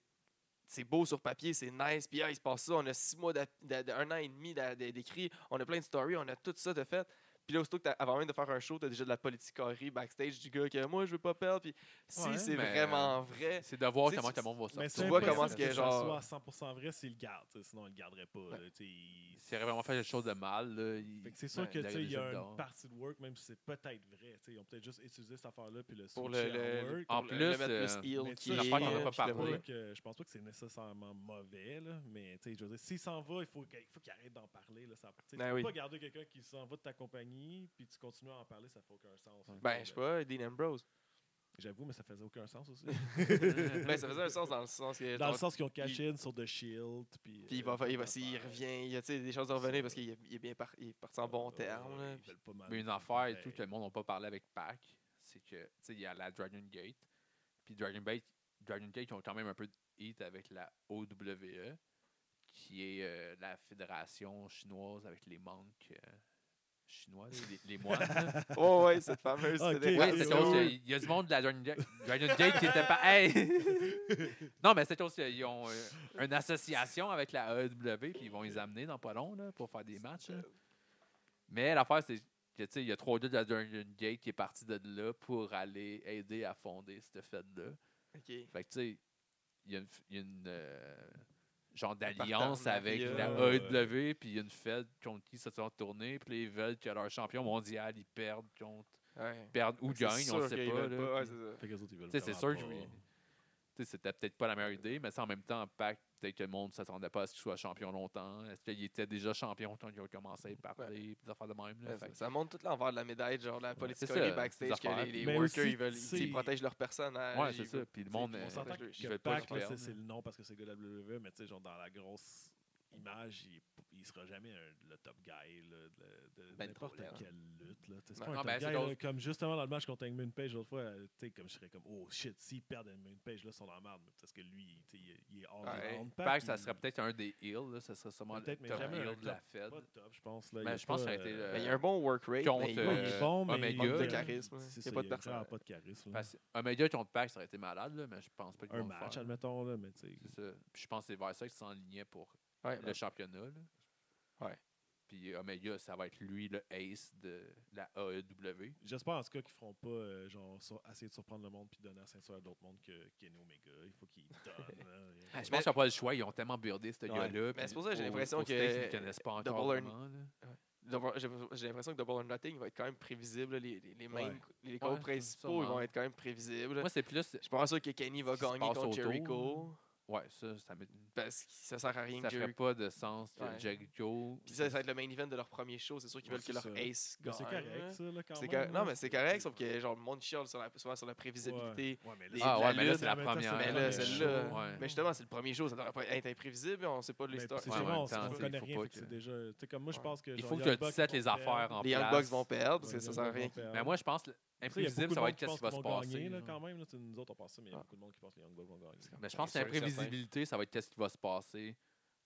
Speaker 2: C'est beau sur papier, c'est nice, puis ah, il se passe ça, on a six mois, d'a- d'a- d'a- un an et demi d'a- d'a- d'écrit, on a plein de stories, on a tout ça de fait. Puis là, aussitôt que t'as- avant même de faire un show, t'as déjà de la politiquerie backstage du gars que moi, je veux pas perdre, puis si
Speaker 3: Ouais,
Speaker 2: c'est
Speaker 4: mais-
Speaker 2: vraiment vrai,
Speaker 4: C'est de voir
Speaker 2: Tu sais,
Speaker 4: comment
Speaker 2: c'est-
Speaker 4: tout le monde va sortir.
Speaker 3: Mais
Speaker 2: tu
Speaker 3: c'est
Speaker 2: vois
Speaker 3: impossible
Speaker 2: comment ce que,
Speaker 3: ça
Speaker 2: genre-
Speaker 3: soit à 100% vrai s'il le garde. tu sais, Sinon, il le garderait pas. là, tu sais, il-
Speaker 4: S'il avait vraiment fait quelque chose de mal, là, il-
Speaker 3: Fait que c'est sûr
Speaker 4: ben,
Speaker 3: que
Speaker 4: il
Speaker 3: tu sais, il y
Speaker 4: déjà
Speaker 3: a
Speaker 4: dehors.
Speaker 3: une partie de work, même si c'est peut-être vrai. tu sais, Ils ont peut-être juste utilisé cette affaire-là puis le
Speaker 2: pour le,
Speaker 3: switcher
Speaker 2: le-
Speaker 3: en work.
Speaker 2: pour
Speaker 4: En
Speaker 2: le-
Speaker 4: plus,
Speaker 2: le mettre
Speaker 4: euh,
Speaker 2: plus heel
Speaker 3: mais
Speaker 2: qui
Speaker 3: ça,
Speaker 2: est,
Speaker 3: je pense qu'on en
Speaker 4: pas
Speaker 3: a
Speaker 2: puis le
Speaker 4: parlé.
Speaker 2: work.
Speaker 3: Pas que- je pense pas que c'est nécessairement mauvais, là, mais tu sais, je veux dire, s'il s'en va, il faut qu'il faut qu'il arrête d'en parler. Là, ça, tu sais, tu
Speaker 2: Ben
Speaker 3: peux
Speaker 2: oui.
Speaker 3: pas garder quelqu'un qui s'en va de ta compagnie puis tu continues à en parler, ça fait aucun sens.
Speaker 2: Ben, je sais pas, Dean Ambrose.
Speaker 3: J'avoue, mais ça faisait aucun sens aussi.
Speaker 2: ben, ça faisait un sens dans le sens que.
Speaker 3: Dans
Speaker 2: genre,
Speaker 3: le sens qu'ils ont caché une sur The Shield. Puis euh,
Speaker 2: Puis il va, il va, s'il revient, il y a tu sais, des choses à revenir parce qu'il est, il est bien par- il est parti en bon terme. là, puis-
Speaker 4: Mais une affaire et tout que le monde n'a pas parlé avec Pac, c'est que, tu sais, il y a la Dragon Gate. Puis Dragon Gate, Dragon Gate, ils ont quand même un peu de hit avec la OWE, qui est euh, la fédération chinoise avec les manques chinois, là, les, les moines. là.
Speaker 2: Oh, ouais, cette fameuse.
Speaker 3: Ok.
Speaker 2: fédération.
Speaker 4: ouais,
Speaker 3: oui,
Speaker 4: c'est
Speaker 3: oui,
Speaker 4: chose
Speaker 3: oui.
Speaker 4: qu'il y a du monde de la Dragon, Ga- Dragon Gate qui était pas. Hey! non, mais c'est chose qu'ils ont euh, une association avec la AEW, puis ils vont les amener dans pas long là, pour faire des matchs. là. Mais l'affaire, c'est que, tu sais, il y a trois gars de la Dragon Gate qui est parti de là pour aller aider à fonder cette fête-là.
Speaker 2: Ok.
Speaker 4: Fait que, tu sais, il y a une, f- il y a une, euh, genre
Speaker 2: partenariat,
Speaker 4: d'alliance avec la
Speaker 3: ouais.
Speaker 4: AEW, puis il y a une fête contre qui se sont tournés, puis là, ils veulent que leur champion mondial, ils perdent contre.
Speaker 2: Ouais.
Speaker 4: Perdent
Speaker 3: Ah,
Speaker 4: ou
Speaker 2: C'est
Speaker 4: gagnent, on
Speaker 2: sûr
Speaker 4: le sait
Speaker 2: qu'ils
Speaker 4: pas.
Speaker 2: veulent
Speaker 4: là.
Speaker 2: ouais,
Speaker 4: Puis,
Speaker 2: c'est ça.
Speaker 3: Fait que les autres, ils veulent
Speaker 4: Tu sais, c'est
Speaker 3: vraiment
Speaker 4: sûr que
Speaker 3: pas.
Speaker 4: oui. tu sais, c'était peut-être pas la meilleure idée, mais ça, en même temps, Pac, peut-être que le monde s'attendait pas à ce qu'il soit champion longtemps. Est-ce qu'il était déjà champion quand ils ont commencé à parler, des affaires de même.
Speaker 2: Ouais,
Speaker 4: là. Fait
Speaker 2: ça-
Speaker 4: que-
Speaker 2: ça montre tout l'envers de la médaille, genre la politique
Speaker 4: c'est ça,
Speaker 2: les backstage,
Speaker 4: ces
Speaker 2: que les, les
Speaker 3: affaires. Mais
Speaker 2: workers,
Speaker 3: aussi,
Speaker 2: ils veulent, ils-
Speaker 3: tu sais,
Speaker 2: ils protègent leur personne. hein,
Speaker 4: Ouais,
Speaker 2: ils
Speaker 4: c'est
Speaker 2: veulent-
Speaker 4: ça. Puis le monde.
Speaker 3: on
Speaker 4: euh,
Speaker 3: s'entend
Speaker 2: je-
Speaker 4: je
Speaker 3: que
Speaker 4: vais pas
Speaker 3: Pac,
Speaker 4: le
Speaker 3: là,
Speaker 4: faire,
Speaker 3: c'est
Speaker 4: là.
Speaker 3: c'est le nom parce que c'est le gars de la WWE, mais tu sais, genre dans la grosse image, il, il sera jamais un- le top guy là, de, de
Speaker 1: Ben,
Speaker 3: n'importe
Speaker 1: trop, là.
Speaker 3: quelle lutte. là. Tu sais, C'est
Speaker 2: Non,
Speaker 3: pas un
Speaker 4: non,
Speaker 3: top
Speaker 4: ben,
Speaker 3: guy,
Speaker 4: c'est
Speaker 3: là,
Speaker 4: d'autres-
Speaker 3: comme justement dans le match contre Hangman Page l'autre fois, euh, tu sais, comme je serais comme oh shit, s'ils perdent Hangman Page, là, ils sont dans la merde. mais Parce que lui, tu sais, il est- il est hors
Speaker 2: Ouais,
Speaker 3: de round.
Speaker 4: Pac, ça
Speaker 3: il-
Speaker 4: serait peut-être un des heels, là, ça serait sûrement le top
Speaker 3: Peut-être, mais jamais un
Speaker 4: heel de la
Speaker 3: top.
Speaker 4: Fed.
Speaker 3: pas top, je pense. Là,
Speaker 4: Ben,
Speaker 3: il y a
Speaker 4: je pense
Speaker 3: pas, euh,
Speaker 4: que ça a été le-
Speaker 2: Ben, Il y a un bon work rate,
Speaker 4: euh, Contre,
Speaker 2: mais il-
Speaker 3: Ouais, il
Speaker 4: euh,
Speaker 3: est bon, mais
Speaker 4: Omega.
Speaker 3: il manque
Speaker 4: Pas de
Speaker 2: charisme, ouais.
Speaker 3: c'est
Speaker 2: Il y a
Speaker 3: ça,
Speaker 2: pas de
Speaker 3: vraiment
Speaker 2: personne.
Speaker 3: pas de charisme. là.
Speaker 4: Parce- Omega contre Pac, ça aurait été malade, là, mais je pense pas qu'ils
Speaker 3: Un
Speaker 4: vont le
Speaker 3: match,
Speaker 4: faire.
Speaker 3: admettons, là, mais tu sais.
Speaker 4: C'est ça. Puis je pense que c'est vers ça qu'ils s'enlignaient pour
Speaker 2: Ouais,
Speaker 4: le championnat. là.
Speaker 2: Ouais.
Speaker 4: Puis Omega, ça va être lui le ace de la AEW.
Speaker 3: J'espère en tout cas qu'ils feront pas euh, genre sur- essayer de surprendre le monde puis donner la ceinture à d'autres mondes que Kenny Omega. Il faut qu'ils donnent. là.
Speaker 4: je pense qu'ils n'ont pas le choix. Ils ont tellement buildé ce
Speaker 1: Ouais.
Speaker 4: gars-là.
Speaker 2: Mais c'est
Speaker 4: puis
Speaker 2: pour ça que j'ai
Speaker 4: au-
Speaker 2: l'impression
Speaker 4: aux
Speaker 2: que
Speaker 4: States, ils ne connaissent pas
Speaker 2: Double
Speaker 4: encore.
Speaker 2: or-
Speaker 4: vraiment, là.
Speaker 2: Double- J'ai j'ai l'impression que Double or Nothing va être quand même prévisible. là. Les, les, les mêmes, les codes
Speaker 4: Ouais,
Speaker 2: principaux
Speaker 4: sûrement.
Speaker 2: ils vont être quand même prévisibles.
Speaker 4: Moi, c'est plus.
Speaker 2: je suis pas sûr que Kenny va
Speaker 4: Ce qui se
Speaker 2: gagner
Speaker 4: passe
Speaker 2: contre
Speaker 4: autour,
Speaker 2: Jericho
Speaker 4: Ouais, ça, ça, me-
Speaker 2: parce que ça sert à rien
Speaker 4: ça
Speaker 2: que
Speaker 4: ferait
Speaker 2: Jericho.
Speaker 4: pas de sens. que
Speaker 2: Ouais.
Speaker 4: Jericho.
Speaker 2: Puis ça, ça va être le main event de leur premier show. C'est sûr qu'ils
Speaker 3: Ouais,
Speaker 2: veulent que leur
Speaker 3: c'est ça.
Speaker 2: ace
Speaker 3: Mais
Speaker 2: gagne.
Speaker 3: C'est
Speaker 2: hein.
Speaker 3: correct, ça, là, quand
Speaker 2: C'est
Speaker 3: même.
Speaker 2: cor-
Speaker 3: là.
Speaker 2: Non, mais c'est correct, sauf que genre, le monde chiale sur la, souvent sur la prévisibilité.
Speaker 3: Ouais, mais là,
Speaker 2: Les-
Speaker 3: c'est-
Speaker 4: Ah ouais,
Speaker 2: la
Speaker 4: mais là,
Speaker 2: lutte,
Speaker 4: c'est la
Speaker 3: en même temps,
Speaker 4: première.
Speaker 3: c'est
Speaker 2: Mais
Speaker 3: le
Speaker 2: là,
Speaker 3: premier
Speaker 2: celle-là.
Speaker 3: show. hein.
Speaker 4: Ouais.
Speaker 2: Mais justement, c'est le premier show, ça devrait pas être imprévisible, on sait pas
Speaker 3: Mais
Speaker 2: l'histoire.
Speaker 3: C'est
Speaker 4: Ouais,
Speaker 3: sûrement,
Speaker 4: en
Speaker 3: on
Speaker 4: même temps,
Speaker 3: ne
Speaker 4: c'est-
Speaker 3: connaît
Speaker 4: faut
Speaker 3: rien.
Speaker 4: pas
Speaker 3: fait que
Speaker 4: que-
Speaker 3: C'est déjà. tu sais, comme moi, je
Speaker 2: Ouais.
Speaker 3: pense que.
Speaker 4: Il
Speaker 3: genre,
Speaker 4: faut que
Speaker 3: Young
Speaker 4: tu
Speaker 3: Bucks
Speaker 4: set
Speaker 3: vont
Speaker 4: les affaires
Speaker 3: perdre.
Speaker 4: en
Speaker 2: Les Young Bucks
Speaker 4: place.
Speaker 2: vont perdre, parce
Speaker 3: Ouais,
Speaker 2: que
Speaker 3: Young
Speaker 2: ça
Speaker 3: Bucks
Speaker 2: sert à
Speaker 3: vont
Speaker 2: rien.
Speaker 3: perdre.
Speaker 4: Mais moi, je pense.
Speaker 3: Tu sais, il y a
Speaker 4: Imprévisible,
Speaker 3: beaucoup
Speaker 4: ça
Speaker 3: de
Speaker 4: va
Speaker 3: monde
Speaker 4: être
Speaker 3: qui
Speaker 4: qu'est-ce
Speaker 3: pense
Speaker 4: qui va
Speaker 3: qu'ils
Speaker 4: se
Speaker 3: vont gagner,
Speaker 4: passer.
Speaker 3: là,
Speaker 4: là. Ah.
Speaker 3: quand même, là, tu- nous autres, on pense ça, mais il y a beaucoup de monde qui pense que les Young Bucks vont gagner.
Speaker 4: Mais je pense que
Speaker 2: sûr et certain.
Speaker 4: l'imprévisibilité, ça va être qu'est-ce qui va se passer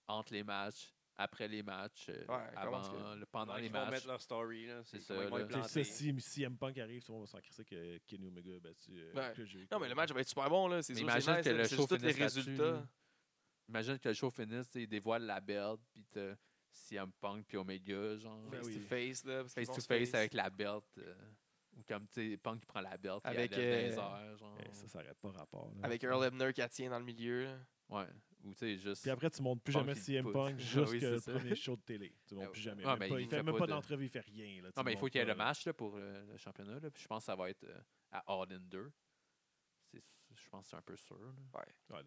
Speaker 4: entre les matchs, après les matchs, euh,
Speaker 2: Ouais, comment
Speaker 4: avant,
Speaker 2: est-ce que-
Speaker 4: le- pendant
Speaker 1: Ouais,
Speaker 4: les
Speaker 1: ils vont
Speaker 4: matchs.
Speaker 1: mettre leur story. là.
Speaker 4: C'est
Speaker 1: C'est
Speaker 4: ça,
Speaker 1: ça.
Speaker 4: là.
Speaker 3: Tu sais, Si, si M. Punk arrive, tout le monde va s'en crisser que Kenny Omega a battu. euh,
Speaker 2: Ouais.
Speaker 3: que Jericho.
Speaker 2: Non, mais le match va être super bon, là. C'est
Speaker 4: Mais
Speaker 2: sûr, c'est
Speaker 4: imagine
Speaker 2: nice,
Speaker 4: que
Speaker 2: là,
Speaker 4: le
Speaker 2: c'est
Speaker 4: show
Speaker 2: juste tous les
Speaker 4: finisse là-dessus,
Speaker 2: résultats.
Speaker 4: là. Imagine que le show finisse, tu sais, ils dévoilent la belt, puis t'as CM Punk, puis Omega, genre.
Speaker 3: Ben
Speaker 2: Face
Speaker 3: oui.
Speaker 2: to face, là. parce qu'ils
Speaker 4: Face
Speaker 2: vont
Speaker 4: to
Speaker 2: se
Speaker 4: face avec la belt. euh, Ou comme, tu sais, Punk qui prend la belt,
Speaker 2: Avec,
Speaker 4: avec les
Speaker 2: euh,
Speaker 4: airs, genre.
Speaker 3: Eh, Ça, ça n'arrête pas rapport. là.
Speaker 2: Avec Earl Ebner qui la tient dans le milieu. là.
Speaker 4: Ouais. Ou, tu sais, juste.
Speaker 3: Puis après, tu montes plus
Speaker 4: Punk,
Speaker 3: jamais
Speaker 4: il
Speaker 3: CM
Speaker 4: pousse.
Speaker 3: Punk
Speaker 4: Ah
Speaker 3: jusqu'au
Speaker 4: oui, c'est
Speaker 3: le
Speaker 4: ça.
Speaker 3: premier show de télé. Tu montes
Speaker 4: Ah,
Speaker 3: plus jamais.
Speaker 4: ouais,
Speaker 3: Même
Speaker 4: mais
Speaker 3: pas-
Speaker 4: il
Speaker 3: il fait
Speaker 4: fait
Speaker 3: même
Speaker 4: pas
Speaker 3: pas
Speaker 4: de-
Speaker 3: d'entrevue, il fait rien. là, tu
Speaker 4: Non, mais il faut
Speaker 3: montes
Speaker 4: qu'il y ait
Speaker 3: pas,
Speaker 4: le
Speaker 3: là.
Speaker 4: match là, pour euh, le championnat. Là. Puis je pense que ça va être euh, à All in 2. C'est- Je pense que c'est un peu sûr. là.
Speaker 3: Ouais, le- ouais, c'est le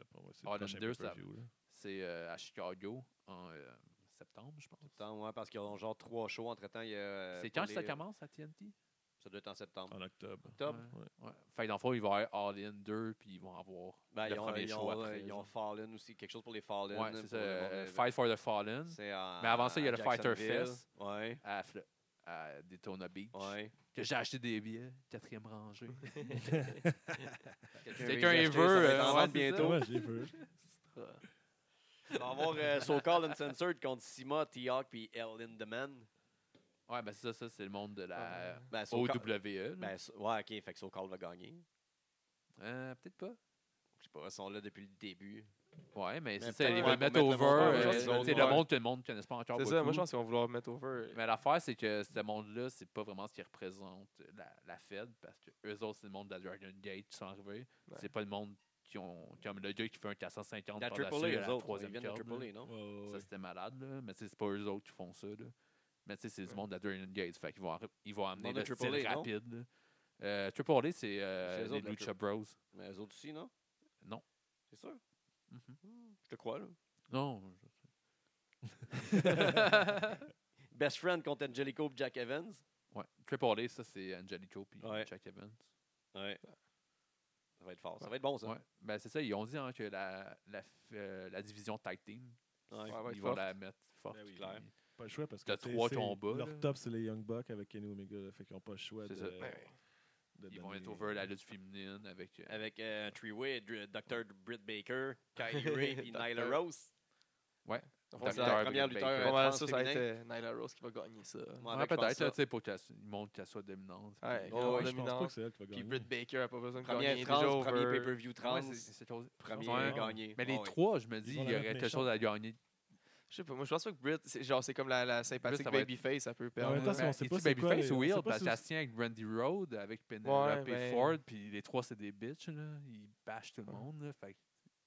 Speaker 4: Ah, le
Speaker 3: prochain
Speaker 4: deux, ça-
Speaker 3: pay-per-view, là.
Speaker 4: C'est euh, à Chicago en euh, septembre, je pense.
Speaker 1: Septembre, euh, ouais, parce qu'ils ont genre trois shows entre temps.
Speaker 4: c'est quand ça commence à TNT?
Speaker 1: Ça doit être en septembre.
Speaker 3: En octobre.
Speaker 1: Octobre.
Speaker 4: Ouais. Ouais. Fait que dans le fond, ils vont avoir All in 2 puis ils vont avoir
Speaker 1: Ben,
Speaker 4: le
Speaker 1: ils ont,
Speaker 4: premier
Speaker 1: ils
Speaker 4: show
Speaker 1: ont,
Speaker 4: après.
Speaker 1: euh, ils
Speaker 4: genre.
Speaker 1: ont Fallen aussi, quelque chose pour les Fallen. là,
Speaker 4: ouais, c'est
Speaker 1: pour
Speaker 4: ça.
Speaker 1: le monde,
Speaker 4: euh,
Speaker 1: euh,
Speaker 4: Fight for the Fallen
Speaker 1: c'est en-
Speaker 4: Mais avant ça, il y a
Speaker 1: à
Speaker 4: le Fighter
Speaker 1: Jacksonville.
Speaker 4: Fest.
Speaker 1: Ouais,
Speaker 4: à, Fl- à Daytona Beach.
Speaker 1: ouais.
Speaker 4: Que j'ai acheté des billets, quatrième
Speaker 1: Quelqu'un
Speaker 4: rangée. Quelqu'un
Speaker 1: les
Speaker 4: les
Speaker 1: a achetés,
Speaker 4: veut,
Speaker 1: ça va
Speaker 4: euh,
Speaker 1: être en
Speaker 4: ouais,
Speaker 1: vente
Speaker 4: c'est ça.
Speaker 1: bientôt.
Speaker 3: Ouais, j'ai vu.
Speaker 1: On va avoir euh, SoCal Uncensored contre Sima, T-Hawk puis L. Lindemann.
Speaker 4: Ouais, ben c'est ça, ça c'est le monde de la
Speaker 1: Ben, SoCal-
Speaker 4: OWE. là.
Speaker 1: ben, so- ouais, ok, fait que SoCal va gagner.
Speaker 4: Euh, Peut-être pas.
Speaker 1: Je sais pas, ils sont là depuis le début.
Speaker 4: Ouais, mais, c'est
Speaker 1: peut-être,
Speaker 4: ça, ils
Speaker 1: ouais,
Speaker 4: vont
Speaker 1: pour
Speaker 4: mettre
Speaker 1: mettre le
Speaker 4: over.
Speaker 1: monde
Speaker 2: over,
Speaker 4: euh,
Speaker 2: je pense
Speaker 4: C'est
Speaker 2: qu'ils vont-
Speaker 4: le monde que le monde ne connaisse pas encore
Speaker 2: C'est
Speaker 4: beaucoup.
Speaker 2: ça, moi je pense qu'ils vont vouloir mettre over.
Speaker 4: Mais l'affaire, c'est que ce monde-là, c'est pas vraiment ce qui représente la, la Fed, parce que eux autres, c'est le monde de la Dragon Gate qui sont arrivés.
Speaker 2: Ouais.
Speaker 4: C'est pas le monde qui ont. Comme le gars qui fait un 450
Speaker 1: La
Speaker 4: par-dessus
Speaker 1: AAA, eux
Speaker 4: à la
Speaker 1: autres. Ils
Speaker 4: troisième
Speaker 1: viennent de
Speaker 4: corde, là.
Speaker 1: AAA, non?
Speaker 4: Ça, c'était malade, là. Mais tu sais, c'est pas eux autres qui font ça, là. Mais tu sais, c'est du
Speaker 2: Ouais.
Speaker 4: monde de la Dragon Gate. Fait qu'ils vont, arri- ils vont amener
Speaker 1: Monde de
Speaker 4: le style
Speaker 1: AAA, non?
Speaker 4: rapide, là. Euh, AAA, c'est euh,
Speaker 1: C'est eux
Speaker 4: les
Speaker 1: autres, la
Speaker 4: Lucha Bros.
Speaker 1: Mais eux autres aussi, non?
Speaker 4: Non.
Speaker 1: C'est sûr?
Speaker 4: Mhm.
Speaker 1: Hmm, Je te crois, là.
Speaker 4: Non.
Speaker 1: Best Friend contre Angelico et Jack Evans.
Speaker 4: Ouais. Triple A, ça, c'est Angelico puis
Speaker 1: Ouais.
Speaker 4: Jack Evans.
Speaker 1: Ouais. Ça va être fort. Ça va être bon, ça.
Speaker 4: Ouais. Ben, c'est ça, ils ont dit hein, que la, la, f- euh, la division tag team,
Speaker 1: Ouais.
Speaker 2: Ouais, ouais. va être
Speaker 4: ils vont
Speaker 2: forte.
Speaker 4: la mettre forte.
Speaker 3: Ben oui,
Speaker 4: puis-
Speaker 1: clair.
Speaker 3: Pas le choix parce que
Speaker 4: T'as
Speaker 3: c'est-
Speaker 4: trois
Speaker 3: c'est-
Speaker 4: combats, là.
Speaker 3: Leur top, c'est les Young Bucks avec Kenny Omega. là, Fait qu'ils n'ont pas le choix de.
Speaker 4: C'est ça.
Speaker 3: de
Speaker 4: Ben, Ils vont
Speaker 3: donner-
Speaker 4: mettre over la lutte féminine avec. euh,
Speaker 1: Avec euh, Treeway, Dr- Dr. Britt Baker, Kylie Ray et Nyla
Speaker 2: Docteur.
Speaker 1: Rose.
Speaker 2: Enfin,
Speaker 1: C'est
Speaker 4: Docteur
Speaker 2: ça-
Speaker 1: la première
Speaker 4: Britt
Speaker 1: lutteur
Speaker 4: Baker.
Speaker 2: Pas mal
Speaker 1: France
Speaker 2: sûr, ça va être
Speaker 1: féminin.
Speaker 2: euh, Nyla Rose qui va gagner ça.
Speaker 1: Moi,
Speaker 4: ouais,
Speaker 1: avec, je pense
Speaker 4: peut-être,
Speaker 1: ça.
Speaker 4: là, tu sais, pour qu'elle montre qu'elle soit dominante.
Speaker 2: Ouais,
Speaker 1: Oh,
Speaker 2: grande
Speaker 3: Ouais, je pense pas que
Speaker 2: dominante.
Speaker 3: c'est elle qui va
Speaker 2: Puis
Speaker 3: gagner.
Speaker 2: Britt Baker a pas besoin de
Speaker 1: Premier
Speaker 2: gagner. euh,
Speaker 1: trans,
Speaker 2: déjà
Speaker 1: premier
Speaker 2: over.
Speaker 1: pay-per-view trans,
Speaker 4: Ouais, c'est- c'est chose-
Speaker 1: premier
Speaker 4: Ouais.
Speaker 1: gagné.
Speaker 4: Mais les
Speaker 1: Ah oui.
Speaker 4: trois, je me dis,
Speaker 3: vont
Speaker 4: il y
Speaker 3: la
Speaker 4: aurait
Speaker 3: mettre
Speaker 4: quelque chose à gagner.
Speaker 2: Je sais pas, moi je pense pas que Britt, c'est genre c'est comme la, la sympathique
Speaker 4: ça va être-
Speaker 2: babyface, ça peut
Speaker 3: En même
Speaker 2: perdre.
Speaker 3: temps, si on sait
Speaker 4: Et
Speaker 3: pas
Speaker 4: tu
Speaker 3: c'est quoi,
Speaker 4: ben, Babyface
Speaker 3: les- on
Speaker 4: ou
Speaker 3: sait
Speaker 4: Will,
Speaker 3: pas
Speaker 4: parce
Speaker 3: si-
Speaker 4: qu'elle se tient avec Randy Road, avec Penelope
Speaker 2: ben-
Speaker 4: Ford, puis les trois, c'est des bitches, là. Ils bâchent tout le
Speaker 2: Ouais.
Speaker 4: monde, là. Fait que,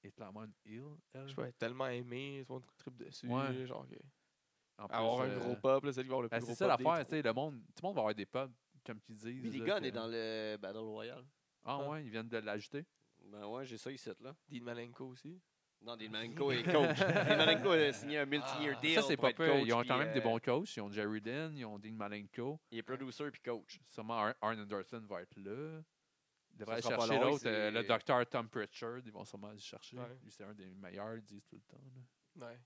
Speaker 4: est clairement une heel, elle.
Speaker 2: Je vais être tellement aimé, tout le monde trip dessus,
Speaker 4: Ouais.
Speaker 2: genre que-
Speaker 4: En plus,
Speaker 2: avoir un
Speaker 4: euh,
Speaker 2: gros pop, là, c'est lui qui va avoir le plus
Speaker 4: ben,
Speaker 2: gros
Speaker 4: c'est ça
Speaker 2: pop des
Speaker 4: l'affaire,
Speaker 2: trois.
Speaker 4: tu sais, le monde, tout le monde va avoir des pubs, comme tu dis.
Speaker 1: Billy Gunn est dans le Battle Royale.
Speaker 4: Ah ouais, ils viennent de l'ajouter.
Speaker 1: Ben ouais, j'ai ça ici, là.
Speaker 2: Dean Malenko aussi.
Speaker 1: Non, Dean Malenko est coach. Dean Malenko a signé un multi-year deal.
Speaker 4: Ah. Ça, c'est
Speaker 1: pour
Speaker 4: pas
Speaker 1: être
Speaker 4: peu. Ils
Speaker 1: coach,
Speaker 4: ont quand
Speaker 1: puis,
Speaker 4: même des
Speaker 1: euh,
Speaker 4: bons coachs. Ils ont Jerry Lynn, ils ont Dean Malenko.
Speaker 1: Il est producer puis coach.
Speaker 4: Sûrement Ar- Arn Anderson va être là. Ils devraient aller
Speaker 1: sera pas
Speaker 4: chercher
Speaker 1: long,
Speaker 4: l'autre,
Speaker 1: c'est-
Speaker 4: euh, le docteur Tom Pritchard. Ils vont sûrement aller le chercher.
Speaker 2: Ouais.
Speaker 4: Lui, c'est un des meilleurs, ils disent tout le temps. là.
Speaker 2: Ouais.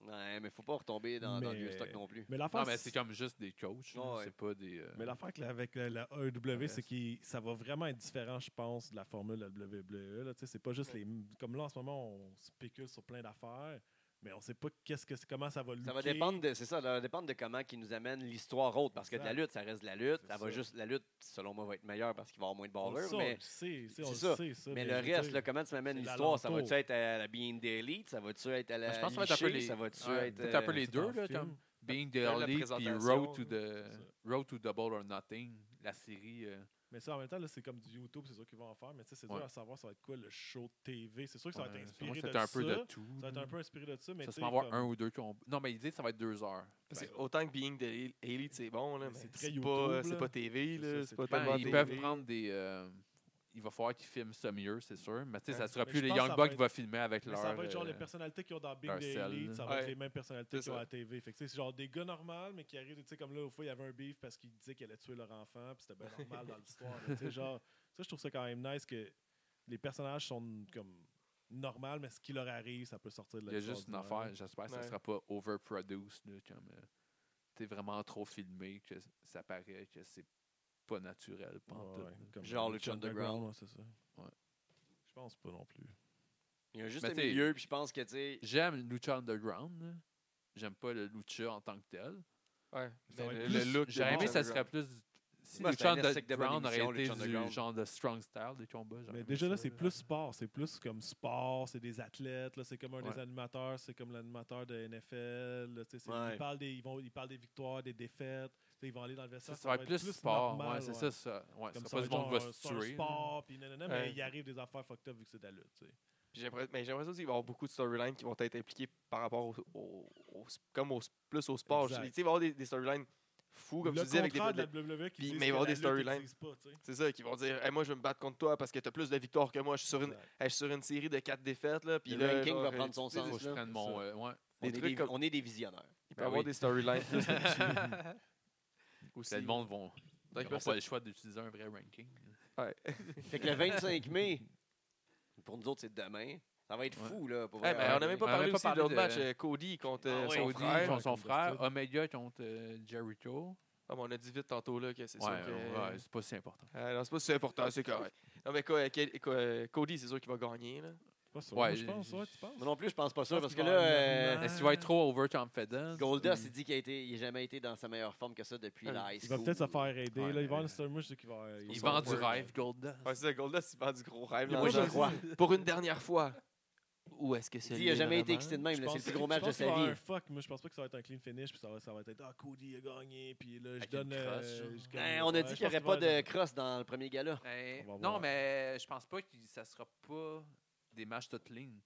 Speaker 1: Ouais, mais faut pas retomber dans, dans le vieux
Speaker 3: Mais-
Speaker 1: stock non plus.
Speaker 3: Mais
Speaker 4: Non,
Speaker 3: l'affaire,
Speaker 4: mais c'est comme juste des coachs. là.
Speaker 1: Ouais.
Speaker 4: C'est pas des. euh,
Speaker 3: Mais l'affaire que la- avec la, la AEW, c'est que ça va vraiment être différent, je pense, de la E, formule de la WWE. là. Tu sais, C'est pas juste les. Comme là, en ce moment, on spécule sur plein d'affaires. Mais on sait pas qu'est-ce que c'est- comment ça va looker.
Speaker 1: Ça va dépendre de, c'est ça, ça va dépendre de comment qui nous amène l'histoire autre, parce que de la
Speaker 3: Exact.
Speaker 1: lutte, ça reste de la lutte.
Speaker 3: C'est
Speaker 1: Ça va
Speaker 3: ça.
Speaker 1: juste, la lutte, selon moi, va être meilleure parce qu'il va y avoir moins de
Speaker 3: On le
Speaker 1: ballers,
Speaker 3: sait, on
Speaker 1: mais
Speaker 3: le sait, tu sais,
Speaker 1: c'est
Speaker 3: on le
Speaker 1: ça.
Speaker 3: sait, ça,
Speaker 1: Mais
Speaker 3: mais
Speaker 1: le
Speaker 3: je veux
Speaker 1: reste,
Speaker 3: dire,
Speaker 1: là, comment tu m'amènes
Speaker 3: c'est
Speaker 1: l'histoire? Ça
Speaker 3: l'alentour.
Speaker 1: va-tu être à la Being Daily? Ça va-tu être à la
Speaker 4: je pense que ça va être un peu
Speaker 1: lichée?
Speaker 4: les-
Speaker 1: Ça va-tu
Speaker 4: ouais,
Speaker 1: être...
Speaker 4: peut-être un peu
Speaker 1: euh,
Speaker 4: les
Speaker 3: c'est
Speaker 4: deux,
Speaker 3: en
Speaker 4: là,
Speaker 3: film.
Speaker 4: comme Being the
Speaker 2: Faire la
Speaker 4: Elite puis
Speaker 2: présentation,
Speaker 4: Road to, the,
Speaker 3: c'est ça.
Speaker 4: Road to Double or Nothing, la série. euh,
Speaker 3: Mais ça, en même temps, là, c'est comme du YouTube, c'est sûr qu'ils vont en faire. Mais tu sais, c'est
Speaker 4: Ouais.
Speaker 3: dur à savoir, ça va être quoi le show de TV. C'est sûr que ça va être
Speaker 4: ouais,
Speaker 3: inspiré
Speaker 4: moi,
Speaker 3: de
Speaker 4: c'était un peu
Speaker 3: ça.
Speaker 4: de tout.
Speaker 3: Ça va être
Speaker 4: là.
Speaker 3: un peu inspiré de ça, mais
Speaker 4: Ça se
Speaker 3: tu sais,
Speaker 4: met avoir
Speaker 3: comme-
Speaker 4: un ou deux combats. Non, mais il dit que ça va être deux heures.
Speaker 2: Parce que
Speaker 3: Ben,
Speaker 2: autant que Being the Elite, c'est bon, là,
Speaker 3: Mais
Speaker 2: mais
Speaker 3: c'est
Speaker 2: c'est,
Speaker 3: très
Speaker 2: pas,
Speaker 3: YouTube,
Speaker 2: c'est
Speaker 3: là.
Speaker 2: pas TV,
Speaker 3: C'est
Speaker 2: là,
Speaker 3: ça,
Speaker 2: c'est
Speaker 3: c'est
Speaker 2: pas
Speaker 3: très
Speaker 2: tellement
Speaker 4: Ben, ils
Speaker 2: TV.
Speaker 4: peuvent prendre des. euh, il va falloir qu'ils filment ça mieux, c'est sûr. Mais tu sais,
Speaker 2: Ouais.
Speaker 4: ça sera
Speaker 3: Mais
Speaker 4: plus
Speaker 3: je
Speaker 4: les
Speaker 3: pense que
Speaker 4: Young
Speaker 3: ça va
Speaker 4: Bucks qui
Speaker 3: être-
Speaker 4: vont filmer avec
Speaker 3: Mais
Speaker 4: leur.
Speaker 3: ça va être genre
Speaker 4: euh,
Speaker 3: les personnalités qu'ils ont dans Big
Speaker 4: leur
Speaker 3: Day
Speaker 4: sel,
Speaker 3: Elite,
Speaker 4: là.
Speaker 3: ça va être
Speaker 2: Ouais.
Speaker 3: les mêmes personnalités
Speaker 2: C'est
Speaker 3: qu'ils ont
Speaker 2: ça.
Speaker 3: à la TV. Fait que, tu sais, c'est genre des gars normaux, mais qui arrivent, tu sais, comme là, au fond, il y avait un beef parce qu'il disait qu'elle allait tuer leur enfant, puis c'était bien normal dans l'histoire. là, Tu sais, genre, ça, je trouve ça quand même nice que les personnages sont comme normaux, mais ce qui leur arrive, ça peut sortir de
Speaker 4: Il y a juste une
Speaker 3: l'extraordinaire.
Speaker 4: affaire, j'espère que ça
Speaker 2: Ouais.
Speaker 4: ne sera pas overproduced, là, comme euh, t'es vraiment trop filmé, que s- ça paraît que c'est pas naturel. pas en
Speaker 3: Ouais,
Speaker 4: tout,
Speaker 3: ouais,
Speaker 4: là.
Speaker 3: comme
Speaker 1: Genre
Speaker 3: le
Speaker 1: Lucha Underground.
Speaker 3: Underground, ouais, c'est ça.
Speaker 4: Ouais.
Speaker 3: Je pense pas non plus.
Speaker 1: Il y a juste
Speaker 4: Mais
Speaker 1: un
Speaker 4: tu sais-
Speaker 1: milieu, puis je pense que, tu sais,
Speaker 4: J'aime Lucha Underground, là. j'aime pas le Lucha en tant que tel.
Speaker 2: Ouais.
Speaker 3: Ça va
Speaker 2: Mais
Speaker 3: être
Speaker 2: le,
Speaker 3: plus-
Speaker 2: le look. de
Speaker 4: J'aurais aimé
Speaker 2: Lucha
Speaker 4: que ça serait
Speaker 2: Underground.
Speaker 4: plus. du- Si
Speaker 1: Moi, c'était
Speaker 4: Lucha
Speaker 1: un estique de bonne
Speaker 4: Underground aurait
Speaker 1: émission,
Speaker 4: été
Speaker 1: Lucha
Speaker 4: du
Speaker 1: Underground.
Speaker 4: genre de strong style des combats. j'aurais
Speaker 3: Mais
Speaker 4: aimé
Speaker 3: déjà,
Speaker 4: ça,
Speaker 3: là, c'est plus sport. C'est plus comme sport, c'est des athlètes, là, c'est comme un
Speaker 4: Ouais.
Speaker 3: des animateurs, c'est comme l'animateur de NFL. là, tu sais, c'est-
Speaker 1: Ouais.
Speaker 3: ils, parlent des, ils, vont, ils parlent des victoires, des défaites. tu sais, Ils vont aller dans le
Speaker 4: Ça,
Speaker 3: vestiaire.
Speaker 4: ça va être plus sport.
Speaker 3: normal,
Speaker 4: ouais, c'est ça, ça. Ouais,
Speaker 3: Comme
Speaker 4: c'est
Speaker 3: ça,
Speaker 4: pas
Speaker 3: va
Speaker 4: du
Speaker 3: être
Speaker 4: monde qui va
Speaker 3: genre,
Speaker 4: se
Speaker 3: c'est un
Speaker 4: tuer. là.
Speaker 3: sport, puis nanana,
Speaker 2: Ouais.
Speaker 3: mais il arrive des affaires fucked up vu que c'est de la lutte. tu sais.
Speaker 2: Puis J'aimerais, mais j'aimerais aussi qu'il va y avoir beaucoup de storylines qui vont être impliquées par rapport au, au- au- comme au, plus au sport. Je
Speaker 3: Exact.
Speaker 2: dis, Tu sais, il va y avoir des, des storylines fous, comme
Speaker 3: le
Speaker 2: tu dis, avec des.
Speaker 3: contraire
Speaker 2: des-
Speaker 3: de la WWE qui
Speaker 2: Puis,
Speaker 3: disent
Speaker 2: mais ils
Speaker 3: que
Speaker 2: vont
Speaker 3: la
Speaker 2: des
Speaker 3: lutte
Speaker 2: storylines.
Speaker 3: n'existe pas, tu sais.
Speaker 2: C'est ça, qui vont dire Hey, Moi, je vais me battre contre toi parce que t'as plus de victoires que moi. Je suis sur une,
Speaker 3: Exact.
Speaker 2: hey, je suis sur une série de quatre défaites. Là, puis
Speaker 1: Le
Speaker 2: là,
Speaker 1: ranking
Speaker 2: genre,
Speaker 1: va prendre son
Speaker 2: tu sais,
Speaker 1: sens,
Speaker 4: Faut que je
Speaker 1: là.
Speaker 4: prenne mon. euh, ouais.
Speaker 1: on
Speaker 2: Des
Speaker 1: est
Speaker 2: trucs
Speaker 1: des-
Speaker 2: comme-
Speaker 1: on est des visionnaires.
Speaker 2: Il peut
Speaker 4: Ben
Speaker 2: avoir
Speaker 4: oui.
Speaker 2: des storylines plus là-dessus. aussi.
Speaker 4: Le monde vont.
Speaker 2: Donc,
Speaker 4: Ils
Speaker 2: ils peuvent
Speaker 4: n'auront pas le choix d'utiliser un vrai ranking.
Speaker 2: Ouais.
Speaker 1: Fait que le 25 mai, pour nous autres, c'est demain. Ça va être
Speaker 4: Ouais.
Speaker 1: fou, là. Pour
Speaker 2: Eh
Speaker 1: vrai.
Speaker 2: ben, on n'a même pas
Speaker 4: On a
Speaker 2: parlé
Speaker 4: même pas
Speaker 2: aussi de
Speaker 4: parlé
Speaker 2: l'autre
Speaker 4: de-
Speaker 2: match. euh, Cody contre euh,
Speaker 1: Ah oui,
Speaker 2: son
Speaker 1: Cody
Speaker 2: frère.
Speaker 4: contre son
Speaker 3: contre
Speaker 4: frère.
Speaker 3: Dustin.
Speaker 4: Omega contre euh, Jericho.
Speaker 2: Ah, mais on a dit vite tantôt là, que c'est
Speaker 4: Ouais,
Speaker 2: sûr que.
Speaker 4: ouais, c'est pas si important.
Speaker 2: Ah, non, c'est pas si important, c'est correct. Non, mais quoi, euh, quel- quoi, euh, Cody, c'est sûr qu'il va gagner. Là.
Speaker 3: Pas sûr,
Speaker 4: Ouais,
Speaker 3: moi, je
Speaker 4: j'ai-
Speaker 3: pense, ouais,
Speaker 4: j'ai-
Speaker 3: tu penses?
Speaker 1: Moi non plus, je pense pas ça,
Speaker 3: Je
Speaker 1: parce
Speaker 3: pense
Speaker 1: que
Speaker 3: qu'il
Speaker 1: là,
Speaker 3: va avoir
Speaker 1: euh,
Speaker 3: une
Speaker 4: Est-ce qu'il va être trop overconfident?
Speaker 1: Goldust,
Speaker 4: Ou-
Speaker 1: il dit qu'il a été, il a jamais été dans sa meilleure forme que ça depuis
Speaker 2: Ouais.
Speaker 1: la high
Speaker 3: Il va
Speaker 1: school.
Speaker 3: peut-être se faire aider.
Speaker 4: Ouais,
Speaker 3: là, il va
Speaker 4: ouais.
Speaker 3: avoir un moi, je sais qu'il va.
Speaker 4: Il
Speaker 3: va
Speaker 4: vend
Speaker 2: sont
Speaker 4: du
Speaker 2: work.
Speaker 4: rêve, Goldust.
Speaker 2: Ouais, c'est ça, Goldust, il vend du gros rêve.
Speaker 1: Moi,
Speaker 2: là,
Speaker 1: je
Speaker 2: genre,
Speaker 1: crois.
Speaker 2: Pour une dernière fois. Où est-ce que
Speaker 1: Il
Speaker 2: c'est
Speaker 1: dit, il a jamais été excité de même.
Speaker 3: Je
Speaker 1: là, C'est
Speaker 3: pense-
Speaker 1: le plus gros match de
Speaker 3: je pense qu'il va
Speaker 1: sa
Speaker 3: avoir
Speaker 1: vie.
Speaker 3: un fuck. Moi, je pense pas que ça va être un clean finish. Puis ça va, ça va être Ah, Cody a gagné. Puis là, je
Speaker 4: Avec
Speaker 3: donne.
Speaker 4: une
Speaker 3: euh,
Speaker 4: crosse, genre.
Speaker 3: je gagne.
Speaker 1: Ben, on a
Speaker 3: Ouais,
Speaker 1: dit
Speaker 3: je
Speaker 1: qu'il n'y
Speaker 3: pense
Speaker 1: aurait pas
Speaker 3: va
Speaker 1: de
Speaker 3: être-
Speaker 1: cross dans le premier gala.
Speaker 4: Eh,
Speaker 3: On va
Speaker 4: non,
Speaker 3: voir.
Speaker 4: mais je pense pas que ça sera pas des matchs toutes lignes.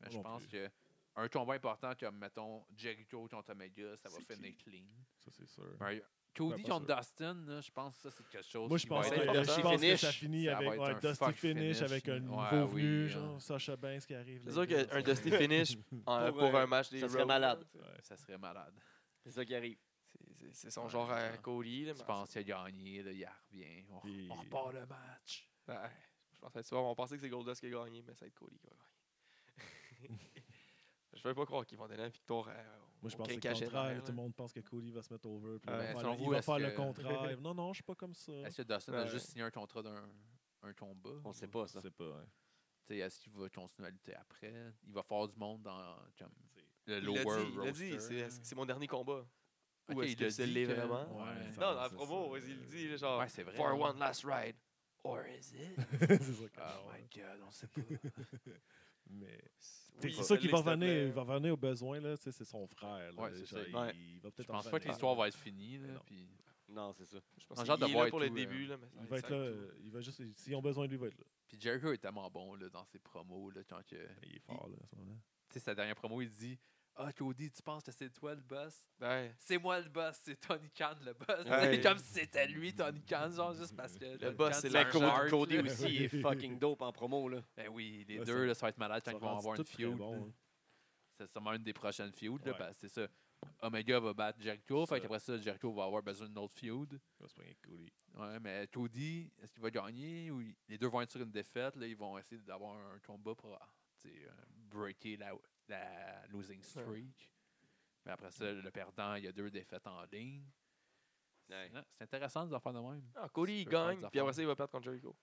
Speaker 4: Mais
Speaker 3: Moi
Speaker 4: je
Speaker 3: non
Speaker 4: pense
Speaker 3: plus.
Speaker 4: que un combat important comme, mettons, Jericho contre Omega, ça va
Speaker 3: C'est
Speaker 4: finir clean.
Speaker 3: Ça, c'est sûr.
Speaker 4: Mais Cody
Speaker 3: pas
Speaker 4: contre Dustin, là, je pense que ça, c'est quelque chose
Speaker 3: Moi, je
Speaker 4: qui va
Speaker 3: pense,
Speaker 1: Ouais,
Speaker 3: que,
Speaker 4: être
Speaker 1: le
Speaker 3: je
Speaker 1: Dusty
Speaker 3: pense que
Speaker 1: finish,
Speaker 3: ça finit
Speaker 4: ça va
Speaker 3: avec
Speaker 4: être
Speaker 3: ouais,
Speaker 4: un
Speaker 3: Dusty
Speaker 4: fuck
Speaker 3: finish,
Speaker 4: finish,
Speaker 3: avec
Speaker 4: là.
Speaker 3: un nouveau
Speaker 4: Ouais, oui,
Speaker 3: venu,
Speaker 4: hein.
Speaker 3: genre Sacha Banks qui arrive.
Speaker 2: C'est
Speaker 3: là,
Speaker 2: sûr
Speaker 3: là,
Speaker 2: qu'un
Speaker 3: ça-
Speaker 2: Dusty finish en-
Speaker 1: Pour,
Speaker 2: pour
Speaker 1: euh,
Speaker 2: un match des
Speaker 1: ça serait
Speaker 2: Raw,
Speaker 1: malade.
Speaker 2: là,
Speaker 3: Ouais.
Speaker 4: Ça serait malade.
Speaker 1: C'est ça qui arrive.
Speaker 2: c'est- c'est- C'est son genre à
Speaker 4: Ouais.
Speaker 2: Cody. Là,
Speaker 4: Tu
Speaker 2: mais-
Speaker 4: penses qu'il a gagné, là, il revient. On,
Speaker 3: Puis-
Speaker 4: on repart le match.
Speaker 2: Ouais, je pense que tu vois, on pensait que c'est Goldust qui a gagné, mais ça va être Cody qui va gagner. je ne veux pas croire qu'ils vont donner la victoire à.
Speaker 3: Moi, je
Speaker 2: au
Speaker 3: pense que c'est
Speaker 2: quinquagénaire,
Speaker 3: le contraire.
Speaker 2: là.
Speaker 3: Tout le monde pense que Cody va se mettre over. Puis
Speaker 2: Ouais,
Speaker 3: il va
Speaker 4: mais
Speaker 3: faire
Speaker 4: selon
Speaker 3: le-
Speaker 4: vous,
Speaker 3: il va
Speaker 4: est-ce
Speaker 3: faire le
Speaker 4: que-
Speaker 3: contraire. Non, non, je suis pas comme ça.
Speaker 4: Est-ce que Dustin a
Speaker 2: Ouais.
Speaker 4: juste signé un contrat d'un un combat?
Speaker 1: On sait pas ça.
Speaker 3: sais pas. ouais.
Speaker 4: Tu sais, Est-ce qu'il va continuer à lutter après? Il va faire du monde dans comme,
Speaker 2: Il
Speaker 4: le
Speaker 2: l'a
Speaker 4: lower
Speaker 2: dit, il l'a
Speaker 4: roster.
Speaker 2: dit, c'est- c'est mon dernier combat.
Speaker 4: Ok,
Speaker 2: Ou est-ce
Speaker 4: il
Speaker 2: que
Speaker 4: l'a
Speaker 2: c'est hein?
Speaker 4: dit
Speaker 2: l'est
Speaker 4: que-
Speaker 2: vraiment?
Speaker 4: Ouais.
Speaker 3: Ouais,
Speaker 2: Non, dans la
Speaker 3: c'est
Speaker 2: promo,
Speaker 3: ça.
Speaker 2: vas-y, il le dit, là, genre,
Speaker 4: Ouais, c'est vrai.
Speaker 2: For
Speaker 4: hein.
Speaker 2: one last ride. Or is it?
Speaker 3: c'est sûr que
Speaker 4: Oh
Speaker 3: non,
Speaker 4: my
Speaker 3: là.
Speaker 4: god, on sait pas.
Speaker 3: Mais
Speaker 2: Oui,
Speaker 3: c'est sûr
Speaker 2: celle-là,
Speaker 3: qu'il va
Speaker 2: s'il te
Speaker 3: revenir,
Speaker 2: plaît.
Speaker 3: il va revenir aux besoins là, tu sais, c'est son frère. là,
Speaker 4: Ouais, c'est
Speaker 3: genre,
Speaker 4: ça.
Speaker 3: il-
Speaker 1: Ouais.
Speaker 3: il
Speaker 4: Je
Speaker 3: va peut-être en
Speaker 4: pense pas que
Speaker 3: revenir.
Speaker 4: l'histoire va être finie. Là,
Speaker 3: Mais non.
Speaker 4: puis-
Speaker 1: Non, c'est ça.
Speaker 2: Je pense
Speaker 4: J'ai hâte
Speaker 2: qu'il
Speaker 4: de
Speaker 2: est
Speaker 4: voir
Speaker 2: là
Speaker 4: et
Speaker 2: pour le
Speaker 4: tout,
Speaker 2: début, là, mais ça
Speaker 3: Il va
Speaker 2: ça
Speaker 3: être là, euh, il va juste s'ils ont besoin de lui, il va être là.
Speaker 4: Puis Jericho est tellement bon là, dans ses promos. Là, quand que, tu
Speaker 3: Il est fort là à ce moment-là.
Speaker 4: sais, sa dernière promo, il dit Ah, Cody, tu penses que c'est toi le boss
Speaker 2: Ouais.
Speaker 4: C'est moi le boss, c'est Tony Khan le
Speaker 2: Ouais.
Speaker 4: boss. C'est comme si c'était lui, Tony Khan, genre juste parce que. Tony
Speaker 2: boss,
Speaker 4: Khan,
Speaker 2: c'est
Speaker 1: Mais
Speaker 2: la
Speaker 4: un
Speaker 1: Cody,
Speaker 4: shark,
Speaker 1: Cody
Speaker 4: là.
Speaker 1: aussi il est fucking dope en promo, là.
Speaker 4: Ben oui, les
Speaker 3: Ouais,
Speaker 4: deux,
Speaker 3: ça-
Speaker 4: là, ça va être malade quand
Speaker 3: Ça
Speaker 4: ils vont
Speaker 3: rend
Speaker 4: avoir
Speaker 3: tout
Speaker 4: une
Speaker 3: très
Speaker 4: feud. euh,
Speaker 3: bon,
Speaker 4: là.
Speaker 3: hein.
Speaker 4: C'est sûrement une des prochaines feuds. là,
Speaker 3: Ouais.
Speaker 4: parce que c'est ça. Omega va battre Jericho.
Speaker 3: Ça.
Speaker 4: Fait qu'après ça, Jericho va avoir besoin d'une autre feud.
Speaker 3: Il va se prendre un coup, lui.
Speaker 4: Ouais, mais Cody, est-ce qu'il va gagner ou il- les deux vont être sur une défaite? Là, ils vont essayer d'avoir un combat pour ah, tu sais, euh, breaker la, la losing streak. Mais après ça, le perdant, il y a deux défaites en ligne.
Speaker 1: Ouais.
Speaker 4: Non, C'est intéressant de leur faire de même.
Speaker 2: Ah, Cody,
Speaker 4: Tu
Speaker 2: il
Speaker 4: peux faire des
Speaker 2: gagne, puis après
Speaker 4: affaires.
Speaker 2: ça, il va perdre contre Jericho.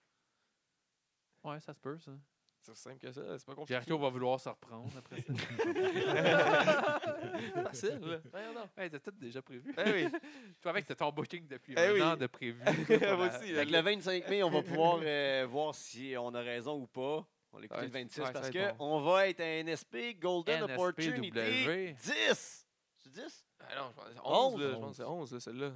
Speaker 4: Ouais, ça se peut, ça.
Speaker 2: C'est aussi simple que ça, c'est pas compliqué.
Speaker 4: Jericho va vouloir se reprendre après ça.
Speaker 2: Facile, là. Ouais, non.
Speaker 4: Hey, t'as tout déjà prévu.
Speaker 2: Eh oui.
Speaker 4: Toi, avec, t'as ton booking depuis
Speaker 2: Eh
Speaker 4: un
Speaker 2: oui.
Speaker 4: an de prévu.
Speaker 2: Moi aussi.
Speaker 1: Fait que le 25 mai, on va pouvoir euh, voir si on a raison ou pas. On l'écoute
Speaker 4: Ouais,
Speaker 1: le 26
Speaker 4: ouais, ça
Speaker 1: parce
Speaker 4: va être
Speaker 1: que on va être à NSP Golden
Speaker 4: NSPW.
Speaker 1: Opportunity 10. C'est 10?
Speaker 2: Ah non, je pense, 11,
Speaker 1: Onze.
Speaker 2: là, je pense que c'est 11, là, celle-là.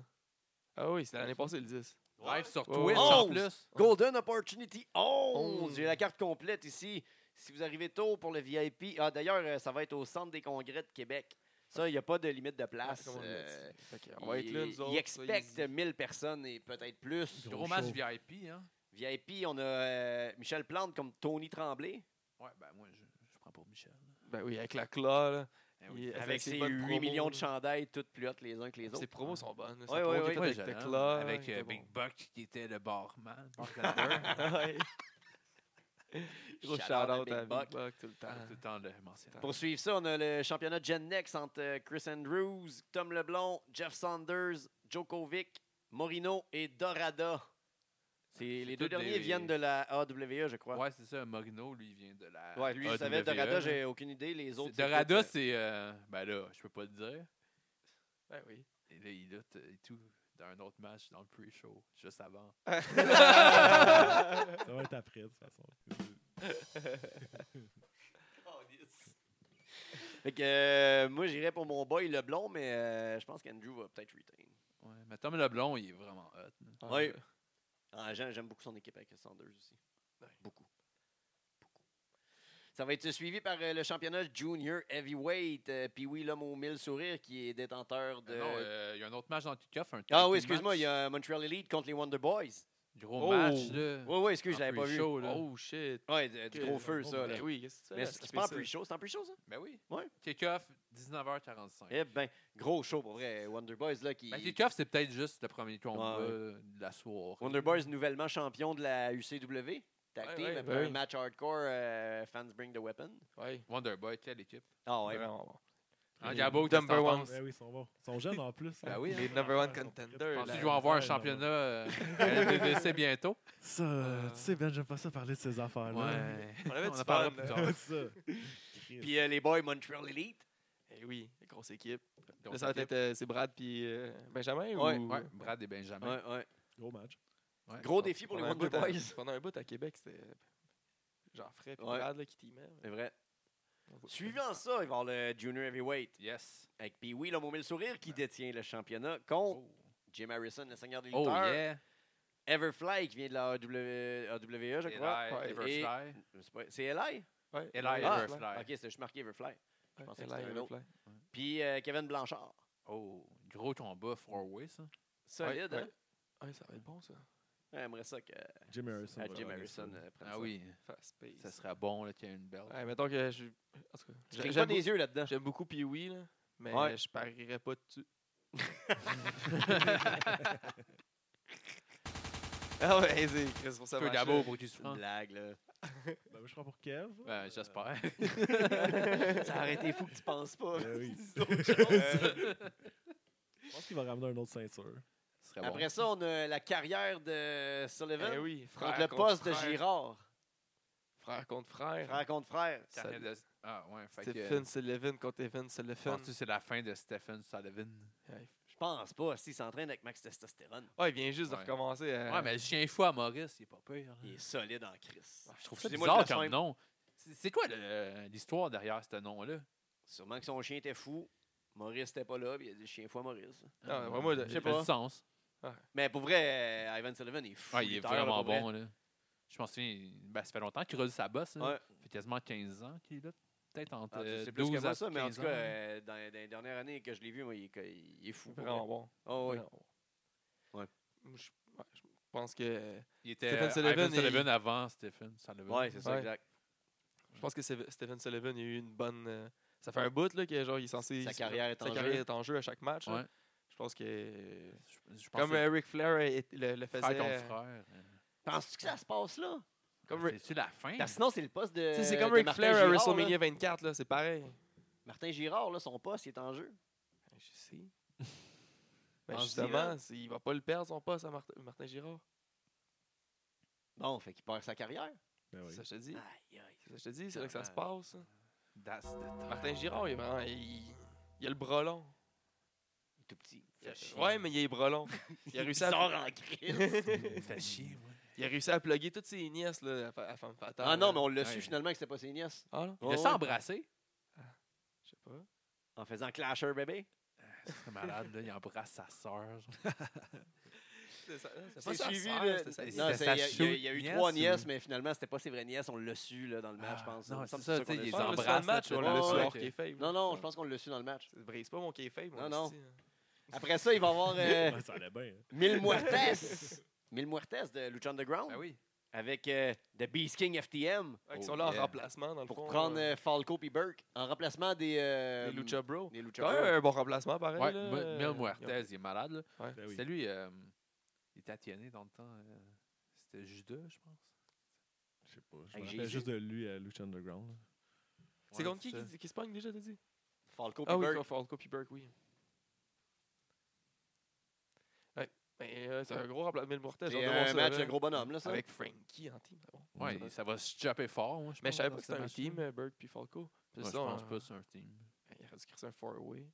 Speaker 2: Ah oui, c'était l'année passée, le 10.
Speaker 4: Live sur
Speaker 2: Ouais, ouais. Oh.
Speaker 4: Twitch en
Speaker 1: Onze.
Speaker 4: plus.
Speaker 1: Golden Opportunity 11.
Speaker 2: Onze.
Speaker 1: J'ai la carte complète ici. Si vous arrivez tôt pour le VIP, ah d'ailleurs, euh, ça va être au Centre des congrès de Québec. Ça, il n'y a pas de limite de place.
Speaker 2: Comme on l'a
Speaker 1: Euh,
Speaker 2: dit. Fait qu'on va être là,
Speaker 1: ils-
Speaker 2: nous autres.
Speaker 1: Ils
Speaker 2: soyez-y.
Speaker 1: expectent 1000 personnes et peut-être plus.
Speaker 4: Gros
Speaker 3: Gros
Speaker 4: match
Speaker 3: show.
Speaker 4: VIP, hein?
Speaker 1: VIP, on a euh, Michel Plante comme Tony Tremblay.
Speaker 4: Ouais, ben moi, je, je prends pour Michel.
Speaker 2: Ben oui, avec la claw, là.
Speaker 4: Eh oui.
Speaker 2: Il-
Speaker 1: Avec ses
Speaker 2: bonnes
Speaker 1: 8
Speaker 2: promos,
Speaker 1: millions de
Speaker 2: là.
Speaker 1: chandails, toutes plus hautes les uns que les autres.
Speaker 2: Ses promos sont bonnes.
Speaker 1: Ouais, ouais, ouais,
Speaker 4: Ouais,
Speaker 2: avec
Speaker 4: j'adore.
Speaker 2: la claw.
Speaker 4: Avec
Speaker 2: il
Speaker 4: euh,
Speaker 2: était
Speaker 4: Big
Speaker 2: bon.
Speaker 4: Buck qui était le barman. bartender.
Speaker 2: Ouais. Gros
Speaker 1: Shout-out à
Speaker 2: shout-out
Speaker 1: Big
Speaker 2: à Big
Speaker 1: Buck.
Speaker 2: Buck tout le temps.
Speaker 4: Tout le temps le mentionner.
Speaker 1: Pour suivre ça, on a le championnat Gen Next entre euh, Chris Andrews, Tom Leblon, Jeff Saunders, Djokovic, Morino et Dorada. C'est- Les deux
Speaker 4: tous des-
Speaker 1: derniers viennent de la AWE, je crois.
Speaker 4: Ouais, c'est ça. Morino, lui, il vient de la.
Speaker 1: Ouais, lui, il savait
Speaker 4: AWE,
Speaker 1: Dorada,
Speaker 4: là.
Speaker 1: j'ai aucune idée. Les autres.
Speaker 4: C'est- Dorada,
Speaker 1: tout,
Speaker 4: c'est. euh, ben là, je peux pas le dire.
Speaker 2: Ben oui.
Speaker 4: Et là, il lutte et tout dans un autre match, dans le pre-show, juste avant.
Speaker 3: Ça va être après, de toute façon.
Speaker 1: euh, fait que, euh, moi, j'irais pour mon boy Leblon, mais euh, je pense qu'Andrew va peut-être retain.
Speaker 4: Ouais, mais Tom Leblon, il est vraiment hot. là.
Speaker 1: Ouais. Ah, j'aime, j'aime beaucoup son équipe avec Sanders aussi. Beaucoup. Beaucoup. Ça va être suivi par euh, le championnat junior heavyweight. euh, Puis oui, l'homme aux mille sourires qui est détenteur de.
Speaker 4: Euh, Non, euh, il y a un autre match dans le kick-off. un tag
Speaker 1: ah
Speaker 4: team
Speaker 1: oui, excuse-moi,
Speaker 4: match.
Speaker 1: il y a Montreal Elite contre les Wonder Boys.
Speaker 4: Gros
Speaker 2: Oh!
Speaker 4: match, là.
Speaker 1: Oui, oui, excuse, je l'avais pas vu.
Speaker 4: Chaud, Euh, là.
Speaker 2: Oh shit.
Speaker 1: Ouais, du, du
Speaker 2: Que-
Speaker 1: gros feu, ça.
Speaker 3: bon,
Speaker 1: Là.
Speaker 2: Ben oui, qu'est-ce que tu fais?
Speaker 1: Mais
Speaker 2: là,
Speaker 1: c'est
Speaker 2: tu
Speaker 1: c'est
Speaker 2: fais
Speaker 1: pas en
Speaker 2: ça?
Speaker 1: pre-show, c'est en pre-show, ça?
Speaker 4: Ben oui.
Speaker 1: Ouais.
Speaker 4: Kick-off, 19h45.
Speaker 1: Eh ben, gros show pour vrai. Wonder Boys, là, qui.
Speaker 4: Ben, kick-off, c'est peut-être juste le premier combat
Speaker 1: Ouais, ouais.
Speaker 4: euh, de la soirée.
Speaker 1: Wonder Boys, nouvellement champion de la UCW. Tag
Speaker 2: Ouais,
Speaker 1: team,
Speaker 2: ouais,
Speaker 1: après
Speaker 2: ouais.
Speaker 1: un match hardcore, euh, Fans Bring the Weapon.
Speaker 2: Ouais.
Speaker 4: Wonder Boy, quelle équipe.
Speaker 1: Ah ouais,
Speaker 2: Vraiment bon.
Speaker 4: En
Speaker 1: Mmh.
Speaker 2: Les
Speaker 4: Gabo, qu'est-ce que
Speaker 2: number
Speaker 4: t'en
Speaker 2: one.
Speaker 4: penses?
Speaker 3: Ben oui, ils sont bons. Ils sont jeunes en plus. hein.
Speaker 4: Ben oui,
Speaker 2: Les number one contenders.
Speaker 4: Penses-tu
Speaker 2: là.
Speaker 4: qu'ils vont avoir un
Speaker 3: Ouais,
Speaker 4: championnat euh, LDDC bientôt?
Speaker 3: Ça, euh, tu sais, Ben, j'aime pas ça parler de ces affaires-là.
Speaker 2: On avait
Speaker 4: On
Speaker 2: du
Speaker 4: en parlera
Speaker 2: fun,
Speaker 4: plus
Speaker 2: là.
Speaker 4: tard.
Speaker 3: ça. Chris.
Speaker 1: Puis euh, les boys Montreal Elite.
Speaker 2: Eh oui, la grosse équipe.
Speaker 4: Donc,
Speaker 2: Là, ça va
Speaker 4: équipe.
Speaker 2: être euh, c'est Brad puis euh, Benjamin
Speaker 1: Ouais,
Speaker 2: ou
Speaker 4: Ouais, Brad et Benjamin.
Speaker 1: Ouais, ouais.
Speaker 3: Gros match.
Speaker 4: Ouais.
Speaker 1: Gros défi pour les
Speaker 2: Pendant un
Speaker 1: Wonder
Speaker 2: bout à-
Speaker 1: Boys.
Speaker 2: Pendant un bout à Québec, c'était genre frais puis
Speaker 1: Ouais.
Speaker 2: Brad là, qui t'y met.
Speaker 1: C'est vrai.
Speaker 2: On voit-
Speaker 1: Suivant ça, il va y avoir le Junior Heavyweight
Speaker 4: Yes.
Speaker 1: avec Pee Wee, l'homme au mille sourires, qui détient le championnat contre Jim Harrison, le seigneur des
Speaker 4: Oh,
Speaker 1: lutteurs.
Speaker 4: yeah.
Speaker 1: Everfly, qui vient de la AW- AWE, je crois.
Speaker 4: Eli,
Speaker 1: Et-
Speaker 4: Everfly.
Speaker 1: Je sais pas, C'est Eli?
Speaker 2: Ouais.
Speaker 4: Eli
Speaker 1: Ah,
Speaker 4: Everfly.
Speaker 1: Ok, c'est- je suis marqué Everfly.
Speaker 2: Ouais,
Speaker 1: pensais que
Speaker 2: Eli
Speaker 1: c'était un autre.
Speaker 2: Everfly.
Speaker 1: Puis euh, Kevin Blanchard.
Speaker 4: Oh, gros combat four-way, ça.
Speaker 1: Solide,
Speaker 2: Ouais,
Speaker 1: hein?
Speaker 2: Ouais, ça va être bon ça.
Speaker 1: Ouais, J'aimerais ça que
Speaker 3: Jim Harrison.
Speaker 1: à
Speaker 3: va
Speaker 1: Jim
Speaker 3: gagner
Speaker 1: Harrison
Speaker 3: ça.
Speaker 1: euh, prenne
Speaker 4: Ah
Speaker 1: ça.
Speaker 4: oui,
Speaker 2: Fast pace.
Speaker 4: ça serait bon là, qu'il y ait une belle.
Speaker 2: Ouais, mettons que je. En tout cas,
Speaker 1: Tu
Speaker 2: j'a-
Speaker 1: clignes pas
Speaker 2: j'aime
Speaker 1: des yeux là-dedans.
Speaker 2: J'aime beaucoup Pee-Wee, là, mais
Speaker 1: Ouais.
Speaker 2: je parierais pas dessus. ah ouais, c'est Chris pour ça.
Speaker 4: Feu
Speaker 2: marche,
Speaker 4: d'abo
Speaker 2: là.
Speaker 4: pour qu'il se
Speaker 1: C'est une
Speaker 4: prend.
Speaker 1: blague, là.
Speaker 3: Ben, je crois pour Kev.
Speaker 1: Euh,
Speaker 4: Ben, j'espère.
Speaker 1: ça aurait été fou que tu penses pas.
Speaker 3: Ben oui.
Speaker 1: Dis autre chose.
Speaker 3: Je pense qu'il va ramener une autre ceinture.
Speaker 4: Ce serait bon.
Speaker 1: Après ça, on a la carrière de Sullivan
Speaker 2: Ah Eh oui, frère
Speaker 1: contre le
Speaker 2: contre
Speaker 1: poste de
Speaker 2: frère, Eh.
Speaker 1: Girard.
Speaker 2: Frère contre frère.
Speaker 1: Frère contre frère.
Speaker 4: Ça vient de- Ah, ouais, fait que.
Speaker 2: Stephen Sullivan contre Evan Sullivan.
Speaker 4: Penses-tu que c'est la fin de Stephen Sullivan?
Speaker 2: Ouais,
Speaker 1: Je pense pas. S'il s'entraîne avec Max Testostérone,
Speaker 2: Ouais, il vient juste
Speaker 4: Ouais.
Speaker 2: de recommencer. euh,
Speaker 4: Ouais, mais le chien fou à Maurice, il est pas pire. hein.
Speaker 1: il est solide en crise.
Speaker 4: Je trouve ça
Speaker 1: Excusez-moi de
Speaker 4: bizarre
Speaker 1: la
Speaker 4: comme
Speaker 1: soin-
Speaker 4: nom. C'est c'est quoi le- euh, l'histoire derrière ce nom-là?
Speaker 1: Sûrement que son chien était fou. Maurice était pas là, puis il a dit chien fou à Maurice.
Speaker 2: Ah, ouais, moi,
Speaker 4: Ça
Speaker 2: je sais
Speaker 4: Euh, fait
Speaker 1: pas.
Speaker 4: du sens.
Speaker 1: Mais pour vrai, euh, Ivan Sullivan est fou.
Speaker 4: Ah, il est
Speaker 1: lutteur, là,
Speaker 4: vraiment
Speaker 1: pour vrai.
Speaker 4: bon. Là. Je m'en souviens, ben, ça fait longtemps qu'il roule sa bosse. là.
Speaker 1: Ouais.
Speaker 4: Ça fait quasiment 15 ans qu'il est là. Peut-être entre
Speaker 1: Ah, tu
Speaker 4: euh,
Speaker 1: sais plus
Speaker 4: 12
Speaker 1: que moi,
Speaker 4: à
Speaker 1: ça, mais en tout
Speaker 4: 15
Speaker 1: cas,
Speaker 4: ans.
Speaker 1: euh, dans, dans les dernières années que je l'ai vu, moi, il, est- il est fou. pour
Speaker 2: Vraiment
Speaker 1: vrai.
Speaker 2: bon.
Speaker 1: Ah oui.
Speaker 2: vraiment bon.
Speaker 1: Ouais.
Speaker 2: Moi, Je ouais, je pense que
Speaker 4: Il était
Speaker 2: Stephen
Speaker 4: Stephen Sullivan,
Speaker 2: Sullivan, il-
Speaker 4: Ivan Sullivan avant Stephen Sullivan.
Speaker 1: Ouais, c'est ça,
Speaker 2: Ouais.
Speaker 1: exact.
Speaker 2: je pense que Steve- Stephen Sullivan a eu une bonne. euh, ça fait un bout là que genre il est censé.
Speaker 1: Sa carrière est
Speaker 2: sa
Speaker 1: en
Speaker 2: carrière
Speaker 1: jeu.
Speaker 2: est en jeu à chaque match. là.
Speaker 4: Ouais.
Speaker 2: Je pense que
Speaker 4: Je, je pense
Speaker 2: Comme
Speaker 4: que
Speaker 2: Eric Flair euh, est- le, le
Speaker 4: c'est
Speaker 2: faisait.
Speaker 4: frère
Speaker 2: euh,
Speaker 4: contre frère.
Speaker 1: Penses-tu que ça se passe là?
Speaker 2: comme
Speaker 4: Ah,
Speaker 2: Ric-
Speaker 4: C'est-tu la fin?
Speaker 1: Parce que sinon, c'est le poste de.
Speaker 2: tu sais, c'est comme
Speaker 1: Euh, de
Speaker 2: Ric
Speaker 1: Martin
Speaker 2: Flair à
Speaker 1: Girard, là.
Speaker 2: WrestleMania 24, là, c'est pareil.
Speaker 1: Martin Girard, là, son poste, il est en jeu.
Speaker 2: Je sais. Ben
Speaker 1: En
Speaker 2: justement, c'est- il va pas le perdre son poste à Martin, Martin Girard.
Speaker 1: Bon, fait qu'il perd sa carrière.
Speaker 3: Ben oui.
Speaker 2: C'est ça que je te dis.
Speaker 3: Ben
Speaker 1: Aïe, aïe.
Speaker 2: C'est ça que je te dis, c'est là que ça se passe. hein.
Speaker 4: That's the time.
Speaker 2: Martin Girard, il, est vraiment- il- il a le bras long.
Speaker 1: Il est tout petit.
Speaker 2: Il
Speaker 1: Ça
Speaker 2: a-
Speaker 1: chie.
Speaker 2: Ouais, mais il est bras long. Il a réussi à.
Speaker 1: sort en crise.
Speaker 4: Fais chier, moi.
Speaker 2: Il a réussi à plugger toutes ses nièces là, à, fa- à Femme Fatale.
Speaker 1: Ah non, mais on l'a
Speaker 4: Ouais.
Speaker 1: su finalement que c'était pas ses nièces.
Speaker 2: Ah non?
Speaker 4: Il
Speaker 1: Ouais,
Speaker 4: a
Speaker 1: ouais.
Speaker 4: s'embrasser.
Speaker 2: Je sais pas.
Speaker 1: En faisant Clasher bébé.
Speaker 4: C'est malade, là. Il embrasse sa sœur. genre.
Speaker 2: C'est ça- c'est
Speaker 1: C'est
Speaker 2: pas sa
Speaker 1: suivi
Speaker 2: sœur,
Speaker 1: de-
Speaker 2: c'était sa nièce.
Speaker 1: Non,
Speaker 4: C'était
Speaker 1: c'est-
Speaker 4: sa
Speaker 1: il y a- il y a- il y, a eu
Speaker 4: chou-
Speaker 1: trois
Speaker 4: nièce,
Speaker 1: nièces,
Speaker 4: ou-
Speaker 1: mais finalement, c'était pas ses vraies nièces. On l'a su là, dans le match,
Speaker 4: Ah,
Speaker 1: je pense.
Speaker 4: non,
Speaker 1: Il me
Speaker 4: c'est
Speaker 1: semble que
Speaker 4: ça,
Speaker 1: qu'on
Speaker 4: tu sais,
Speaker 1: l'a
Speaker 4: il
Speaker 1: su.
Speaker 2: Ah, mais
Speaker 4: embrasse,
Speaker 2: c'est dans le
Speaker 4: là,
Speaker 2: match,
Speaker 4: tu
Speaker 2: on
Speaker 1: vois.
Speaker 2: l'avait
Speaker 1: Ouais,
Speaker 2: su
Speaker 1: ouais.
Speaker 2: alors qu'il est faible.
Speaker 1: Non, non, je pense qu'on l'a su dans le match.
Speaker 2: Ça brise pas mon kayfabe.
Speaker 1: Non,
Speaker 2: mon
Speaker 1: non.
Speaker 2: esti. hein.
Speaker 1: Après ça, il va y avoir euh,
Speaker 3: Ouais, ça allait bien. hein.
Speaker 1: Mil Muertes. Mil Muertes de Lucha Underground.
Speaker 4: Ben oui.
Speaker 1: Avec euh, The Beast King FTM.
Speaker 2: Ouais,
Speaker 4: Oh,
Speaker 2: Ils sont là en
Speaker 4: yeah.
Speaker 2: remplacement, dans le
Speaker 1: Pour
Speaker 2: fond,
Speaker 1: prendre
Speaker 2: euh,
Speaker 1: euh, Falco et Burke en remplacement des. euh,
Speaker 2: les Lucha Bro.
Speaker 1: Des Lucha
Speaker 2: Quand
Speaker 1: Bros.
Speaker 2: même un bon remplacement, pareil.
Speaker 4: Ouais,
Speaker 2: là.
Speaker 4: Mil-
Speaker 2: Euh,
Speaker 4: Mil Muertes, il est malade, là.
Speaker 3: Ben oui.
Speaker 4: C'était lui, euh, il était attienné dans le temps. euh, C'était Judas, je pense.
Speaker 3: Je sais pas. Je
Speaker 1: Avec
Speaker 3: me rappelle
Speaker 1: Jésus.
Speaker 3: juste de lui à Lucha Underground. là.
Speaker 2: C'est
Speaker 4: Ouais,
Speaker 2: contre qui
Speaker 4: ça.
Speaker 2: qui qui se pogne déjà, t'as dit?
Speaker 1: Falco
Speaker 2: Ah
Speaker 1: et
Speaker 2: oui,
Speaker 1: Burke.
Speaker 2: Falco puis Burke, oui. Ouais. Mais euh, c'est un gros remplacement. Mil Muertes, genre,
Speaker 1: C'est
Speaker 2: de voir
Speaker 1: un
Speaker 2: ça,
Speaker 1: match
Speaker 2: là.
Speaker 1: de gros bonhomme, là, ça.
Speaker 2: Avec Frankie en team. c'est bon.
Speaker 4: Ouais, ça va se chopper fort, moi, je
Speaker 2: Mais
Speaker 4: pense,
Speaker 2: Ben, je savais
Speaker 4: dans
Speaker 2: pas que
Speaker 4: ce
Speaker 2: c'était un
Speaker 4: match-là.
Speaker 2: team, euh, Burke puis Falco. Puis
Speaker 4: Moi,
Speaker 2: ça, hein.
Speaker 4: je pense
Speaker 2: on-
Speaker 4: pas que c'est un team.
Speaker 2: Il aurait dû créer un four-way.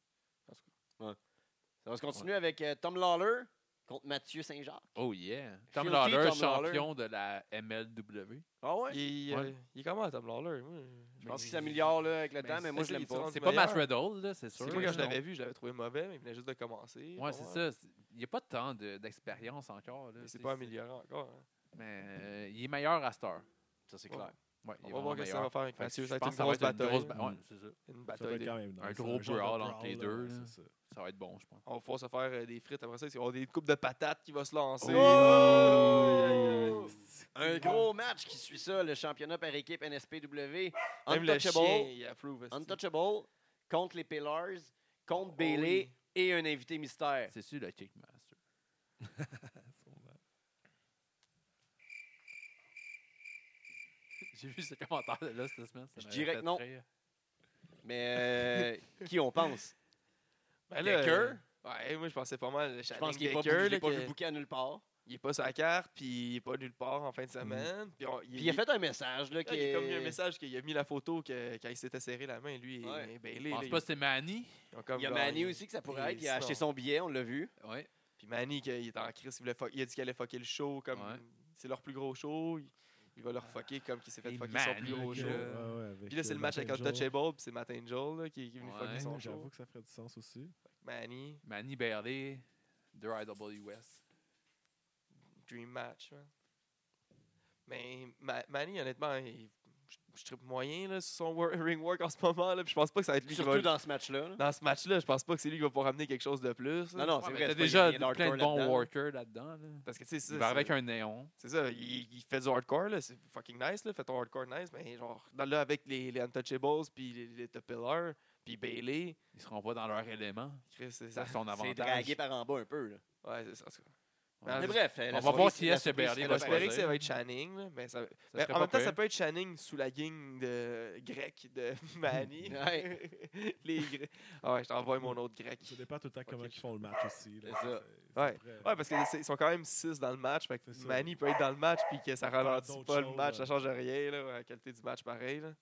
Speaker 1: Ça va se continuer avec euh, Tom Lawler contre Mathieu Saint-Jacques.
Speaker 4: Oh yeah. Tom
Speaker 1: Filthy
Speaker 4: Lawler,
Speaker 1: Tom Lawler.
Speaker 4: champion de la MLW.
Speaker 1: Ah ouais?
Speaker 2: Il, est,
Speaker 4: Ouais.
Speaker 2: euh, il est comment, Tom Lawler? Moi,
Speaker 1: Je pense qu'il s'améliore là, avec le
Speaker 2: Ben,
Speaker 1: temps, mais
Speaker 2: c'est-
Speaker 1: moi je
Speaker 2: c'est-
Speaker 1: l'aime
Speaker 2: il
Speaker 1: pas.
Speaker 2: se
Speaker 4: C'est pas Matt
Speaker 2: meilleur.
Speaker 4: Riddle, là, c'est sûr.
Speaker 2: C'est moi, quand je
Speaker 4: Non.
Speaker 2: l'avais vu, je l'avais trouvé mauvais, mais il venait juste de commencer. hein.
Speaker 4: Ouais, c'est ça. c'est- Il n'y a pas tant de- d'expérience encore. Là,
Speaker 2: Mais
Speaker 4: tu sais,
Speaker 2: c'est pas amélioré encore. hein.
Speaker 4: Mais euh, il est meilleur à cette heure.
Speaker 1: Ça, c'est
Speaker 2: Ouais.
Speaker 1: clair.
Speaker 4: Ouais, il
Speaker 2: On
Speaker 4: est
Speaker 2: va
Speaker 4: vraiment
Speaker 2: voir ce que ça
Speaker 4: meilleur.
Speaker 2: va faire avec
Speaker 4: Fait que
Speaker 2: Mathieu.
Speaker 4: je
Speaker 2: Ça va
Speaker 4: pense
Speaker 2: être
Speaker 4: que
Speaker 2: une
Speaker 4: ça va
Speaker 2: grosse
Speaker 4: être une
Speaker 2: bataille.
Speaker 4: grosse bataille. Ouais, c'est ça.
Speaker 2: Une
Speaker 3: Ça doit
Speaker 2: bataille.
Speaker 3: être
Speaker 2: des-
Speaker 3: quand même
Speaker 4: Ah, un
Speaker 3: nice, hein.
Speaker 4: gros
Speaker 3: genre de
Speaker 4: brawl entre les deux,
Speaker 3: ouais,
Speaker 4: là.
Speaker 3: c'est ça.
Speaker 4: Ça va être bon, je pense.
Speaker 2: On va pouvoir se faire euh, des frites après ça. On a des coupes de patates qui vont se lancer.
Speaker 1: Oh! Un gros match qui suit ça, le championnat par équipe NSPW.
Speaker 2: Même le chien,
Speaker 1: Untouchable,
Speaker 2: il approve. esti.
Speaker 1: Untouchable contre les Pillars, contre
Speaker 2: Oh,
Speaker 1: Bailey et un invité mystère.
Speaker 4: C'est sûr, le Kickmaster. J'ai vu ce commentaire là cette semaine. ça
Speaker 1: Je
Speaker 4: m'avait
Speaker 1: dirais
Speaker 4: fait
Speaker 1: que non.
Speaker 4: rire.
Speaker 1: Mais euh, qui on pense?
Speaker 2: Ben là,
Speaker 1: Decker,
Speaker 2: Ouais, moi, je pensais pas mal.
Speaker 1: je pense qu'il
Speaker 2: est
Speaker 1: n'est pas,
Speaker 2: Decker,
Speaker 1: bou- je l'ai
Speaker 2: là,
Speaker 1: pas
Speaker 2: que-
Speaker 1: vu bouquet à nulle part.
Speaker 2: Il est pas sur la carte, puis il est pas nulle part en fin de semaine. Puis on-
Speaker 1: Mm. Puis il a fait un message. Là,
Speaker 2: Là, Ah, il a comme mis un
Speaker 1: que-
Speaker 2: message qu'il a mis la photo que, quand il s'était serré la main, lui et
Speaker 1: Ouais.
Speaker 2: Bailey.
Speaker 4: Je
Speaker 2: là,
Speaker 4: pense
Speaker 2: ils-
Speaker 4: pas que c'est Manny.
Speaker 2: ils ont comme
Speaker 1: Il y a
Speaker 2: gagné.
Speaker 1: Manny aussi que ça pourrait être. Il a
Speaker 2: Et
Speaker 1: acheté
Speaker 2: sinon-
Speaker 1: son billet, on l'a vu.
Speaker 4: Ouais.
Speaker 2: Puis Manny, qu'il est en crise, il, voulait fuck- il a dit qu'il allait fucker le show. comme
Speaker 4: Ouais.
Speaker 2: C'est leur plus gros show. Il, il va leur fucker comme qu'il s'est fait
Speaker 4: Et
Speaker 2: fucker
Speaker 4: Manny,
Speaker 2: son plus gros
Speaker 4: le-
Speaker 2: show.
Speaker 4: Euh,
Speaker 2: Puis là, c'est le match avec Untouchable, puis c'est Matt Angel là, qui, qui est venu
Speaker 4: Ouais.
Speaker 2: fucker son
Speaker 3: J'avoue
Speaker 2: show.
Speaker 3: que ça ferait du sens aussi.
Speaker 2: Manny,
Speaker 4: Manny Bailey, de IWS.
Speaker 2: Dream Match. man. Mais Ma- Manny, honnêtement, il- je- je tripe moyen là, sur son wor- ring work en ce moment. Là, puis je pense pas que ça va être lui qui
Speaker 1: Surtout
Speaker 2: va.
Speaker 1: dans ce match-là. là.
Speaker 2: Dans ce match-là, je pense pas que c'est lui qui va pouvoir amener quelque chose de plus. là.
Speaker 1: Non, non, c'est
Speaker 4: Ouais, mais
Speaker 1: vrai.
Speaker 4: T'as
Speaker 1: c'est pas-
Speaker 4: déjà
Speaker 1: il y a rien
Speaker 4: plein de bons
Speaker 1: hardcore là-dedans.
Speaker 4: workers là-dedans. Là.
Speaker 2: Parce que tu sais, ça,
Speaker 4: Il va
Speaker 2: c'est-
Speaker 4: avec un néon.
Speaker 2: C'est ça, il, il fait du hardcore, là, c'est fucking nice, là, fait ton hardcore nice, mais genre, dans, là, avec les, les Untouchables, puis les, les The Pillar, puis Bailey,
Speaker 4: Ils seront pas dans leur élément.
Speaker 2: Chris, c'est
Speaker 4: C'est
Speaker 2: ça.
Speaker 4: à son
Speaker 1: C'est
Speaker 4: avantage.
Speaker 1: dragué par en bas un peu. là.
Speaker 2: Ouais, c'est ça. en tout cas.
Speaker 4: Ah,
Speaker 1: Mais
Speaker 2: Mais
Speaker 4: je-
Speaker 1: bref,
Speaker 4: on va voir qui est ce Berlin,
Speaker 2: On
Speaker 4: Il
Speaker 2: va
Speaker 4: va
Speaker 2: espérer
Speaker 4: choisir.
Speaker 2: que ça va être Channing, là, mais, ça,
Speaker 4: Ça
Speaker 2: mais
Speaker 4: serait
Speaker 2: en même
Speaker 4: pas
Speaker 2: temps, ça
Speaker 4: pire.
Speaker 2: peut être Channing sous la gang de grec de Manny. les Grecs. Ah ouais, je t'envoie mon autre grec.
Speaker 3: Ça dépend tout le temps comment
Speaker 2: Ok.
Speaker 3: ils font le match aussi. là.
Speaker 1: C'est ça.
Speaker 2: Ouais.
Speaker 3: après,
Speaker 2: Ouais, parce qu'ils sont quand même 6 dans le match. Fait que
Speaker 3: C'est ça.
Speaker 2: Manny peut être dans le match puis que ça
Speaker 3: Faire
Speaker 2: ralentit
Speaker 3: d'autres
Speaker 2: pas le
Speaker 3: choses,
Speaker 2: match, ça
Speaker 3: ouais.
Speaker 2: change rien là, à la qualité du match pareil. là.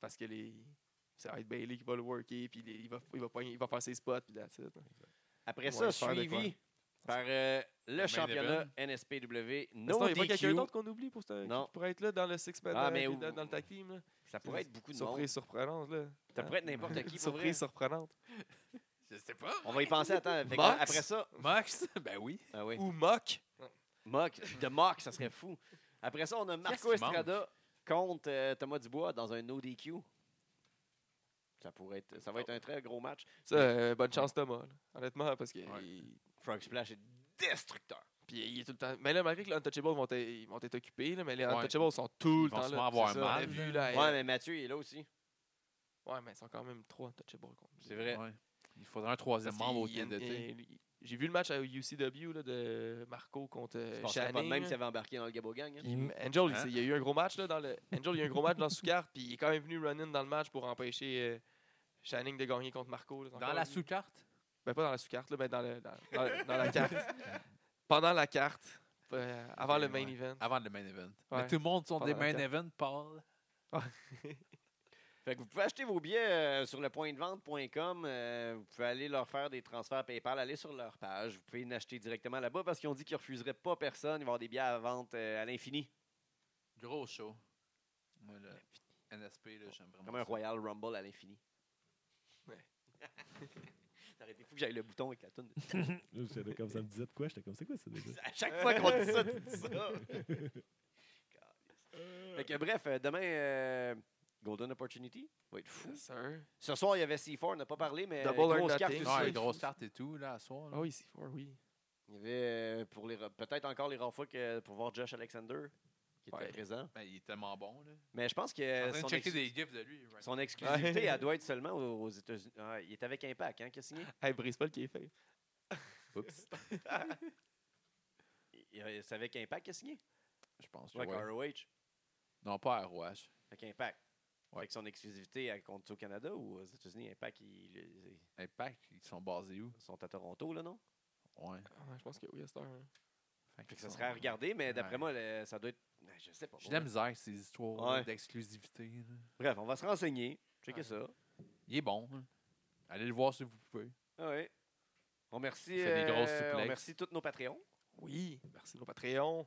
Speaker 2: Parce que les. Ça va être Bailey qui va le worker, puis les- il, va, il, va pogner- il va faire ses spots, puis that's it, là.
Speaker 1: Après
Speaker 2: Ouais,
Speaker 1: ça,
Speaker 2: faire de
Speaker 1: suivi par euh, le
Speaker 4: main
Speaker 1: championnat NSPW.
Speaker 2: Mais
Speaker 1: No
Speaker 2: sinon, il y a pas quelqu'un
Speaker 1: DQ.
Speaker 2: d'autre qu'on oublie pour ce,
Speaker 1: Non.
Speaker 2: qui pourrait être là dans le six-man,
Speaker 1: Ah,
Speaker 2: euh,
Speaker 1: mais
Speaker 2: puis
Speaker 1: ou-
Speaker 2: dans, dans le tag team. Là.
Speaker 1: Ça pourrait être beaucoup de
Speaker 2: Surprise surprenante. Là.
Speaker 1: monde. Ça pourrait être n'importe qui, pour vrai.
Speaker 2: Surprise surprenante.
Speaker 4: Je sais pas.
Speaker 1: On va y penser, attends. Fait que
Speaker 2: Mox?
Speaker 1: après ça...
Speaker 4: Max, ben oui.
Speaker 1: Ah oui.
Speaker 2: Ou mock.
Speaker 1: Mock, de Mock, ça serait fou. Après ça, on a Marco
Speaker 4: qu'il mange?
Speaker 1: Estrada contre euh, Thomas Dubois dans un no DQ. Ça pourrait être... Ça va être un très gros match.
Speaker 2: Ça, euh, bonne chance, Thomas. là. Honnêtement, parce que.
Speaker 4: Ouais.
Speaker 2: il-
Speaker 1: Frog Splash est destructeur.
Speaker 2: Puis il est tout le temps. Mais là, malgré que les Untouchables vont être- ils vont être occupés, là, mais les
Speaker 4: Ouais.
Speaker 2: Untouchables sont tout
Speaker 4: Ils
Speaker 2: le
Speaker 4: vont
Speaker 2: temps
Speaker 4: sûrement
Speaker 2: là.
Speaker 4: avoir
Speaker 2: C'est ça, on a
Speaker 4: mal,
Speaker 2: vu,
Speaker 4: là.
Speaker 2: là,
Speaker 1: Ouais, mais Mathieu il est là aussi.
Speaker 2: Ouais, mais ils sont quand même trois touchables contre nous.
Speaker 1: C'est vrai.
Speaker 4: Ouais. Il faudra un troisième
Speaker 2: Parce
Speaker 4: membre au
Speaker 2: qu'il y a
Speaker 4: team de
Speaker 2: une-
Speaker 4: thé.
Speaker 2: il- J'ai vu le match à UCW là, de Marco
Speaker 1: Je
Speaker 2: contre euh,
Speaker 1: penserais pas de
Speaker 2: Channing.
Speaker 1: même
Speaker 2: là.
Speaker 1: s'il avait embarqué dans le Gabo Gang. hein.
Speaker 2: Puis Angel, il
Speaker 4: Hein?
Speaker 2: s'est- il y a eu un gros match là, dans le. Angel, il y a eu un gros match dans sous-carte, puis il est quand même venu run-in dans le match pour empêcher euh, Channing de gagner contre Marco. là. C'est
Speaker 4: Dans
Speaker 2: encore
Speaker 4: la
Speaker 2: lui.
Speaker 4: sous-carte.
Speaker 2: Ben, pas dans la sous-carte, là, mais dans, le- dans- dans le- dans la carte. Pendant la carte, euh, avant le main
Speaker 4: Ouais.
Speaker 2: event.
Speaker 4: Avant le main event.
Speaker 2: Ouais.
Speaker 4: Mais tout le monde sont
Speaker 2: Pendant
Speaker 4: des
Speaker 2: la
Speaker 4: main
Speaker 2: carte.
Speaker 4: event, Paul.
Speaker 1: Fait que vous pouvez acheter vos billets euh, sur le point de vente.com. vous pouvez aller leur faire des transferts PayPal, aller sur leur page. Vous pouvez en acheter directement là-bas parce qu'ils ont dit qu'ils refuseraient pas personne. Ils vont avoir des billets à vente euh, à l'infini.
Speaker 4: Gros show. Moi, le NSP, là, j'aime vraiment
Speaker 1: Comme un
Speaker 4: ça.
Speaker 1: Royal Rumble à l'infini.
Speaker 2: Ouais.
Speaker 1: Ça aurait été fou que j'aille le bouton avec la toune.
Speaker 3: J'étais comme ça me disait de quoi? J'étais comme, c'est quoi ça déjà?
Speaker 1: À chaque fois qu'on dit ça, tu dis ça. Fait que, bref, euh, demain, euh, Golden Opportunity. Va être fou. Ce soir, il y avait C4, on n'a pas parlé, mais
Speaker 2: Double
Speaker 1: grosse
Speaker 2: or nothing.
Speaker 1: carte aussi.
Speaker 4: Ouais,
Speaker 2: aussi.
Speaker 4: grosse carte et tout, là, à soir. là.
Speaker 2: Ah oui, c'est fort, oui.
Speaker 1: Il y avait euh, pour les ra- peut-être encore les rares fois que, pour voir Josh Alexander, qui était
Speaker 2: Ouais.
Speaker 1: présent.
Speaker 4: Ben, il est tellement bon, là.
Speaker 1: Mais je pense que
Speaker 4: Je suis en
Speaker 1: euh,
Speaker 4: train
Speaker 1: son,
Speaker 4: de checker
Speaker 1: ex-
Speaker 4: des gifs de lui. right
Speaker 1: son exclusivité,
Speaker 2: Ouais.
Speaker 1: elle doit être seulement aux, aux États-Unis. Ah, il est avec Impact, hein, qui a signé.
Speaker 2: Hey, brise pas le café.
Speaker 4: Oups.
Speaker 1: Il- il- C'est avec Impact qu'il a signé.
Speaker 4: Je pense. que
Speaker 1: Avec
Speaker 4: ouais.
Speaker 1: ROH.
Speaker 4: Non, pas à ROH.
Speaker 1: Avec Impact.
Speaker 4: Ouais.
Speaker 1: Fait que son exclusivité, elle compte au Canada ou aux États-Unis? Impact, ils, ils-
Speaker 4: Impact, ils sont basés où
Speaker 1: ils sont à Toronto, là, non?
Speaker 4: Ouais.
Speaker 2: Ah, je pense que oui, à cette heure. hein.
Speaker 1: Fait que
Speaker 4: ils
Speaker 1: ça
Speaker 4: sont-
Speaker 1: serait à regarder, mais d'après
Speaker 4: Ouais.
Speaker 1: moi, le- ça doit être. Ouais, Je sais pas.
Speaker 4: J'ai de la misère, ces histoires
Speaker 1: Ouais.
Speaker 4: d'exclusivité. là.
Speaker 1: Bref, on va se renseigner. Checker
Speaker 2: Ouais.
Speaker 1: ça.
Speaker 4: Il est bon. hein. Allez le voir si vous pouvez.
Speaker 1: Ah ouais. On remercie,
Speaker 4: Il fait des grosses
Speaker 1: euh, on
Speaker 4: souplexes.
Speaker 1: remercie tous nos Patreons.
Speaker 2: Oui, merci nos Patreons,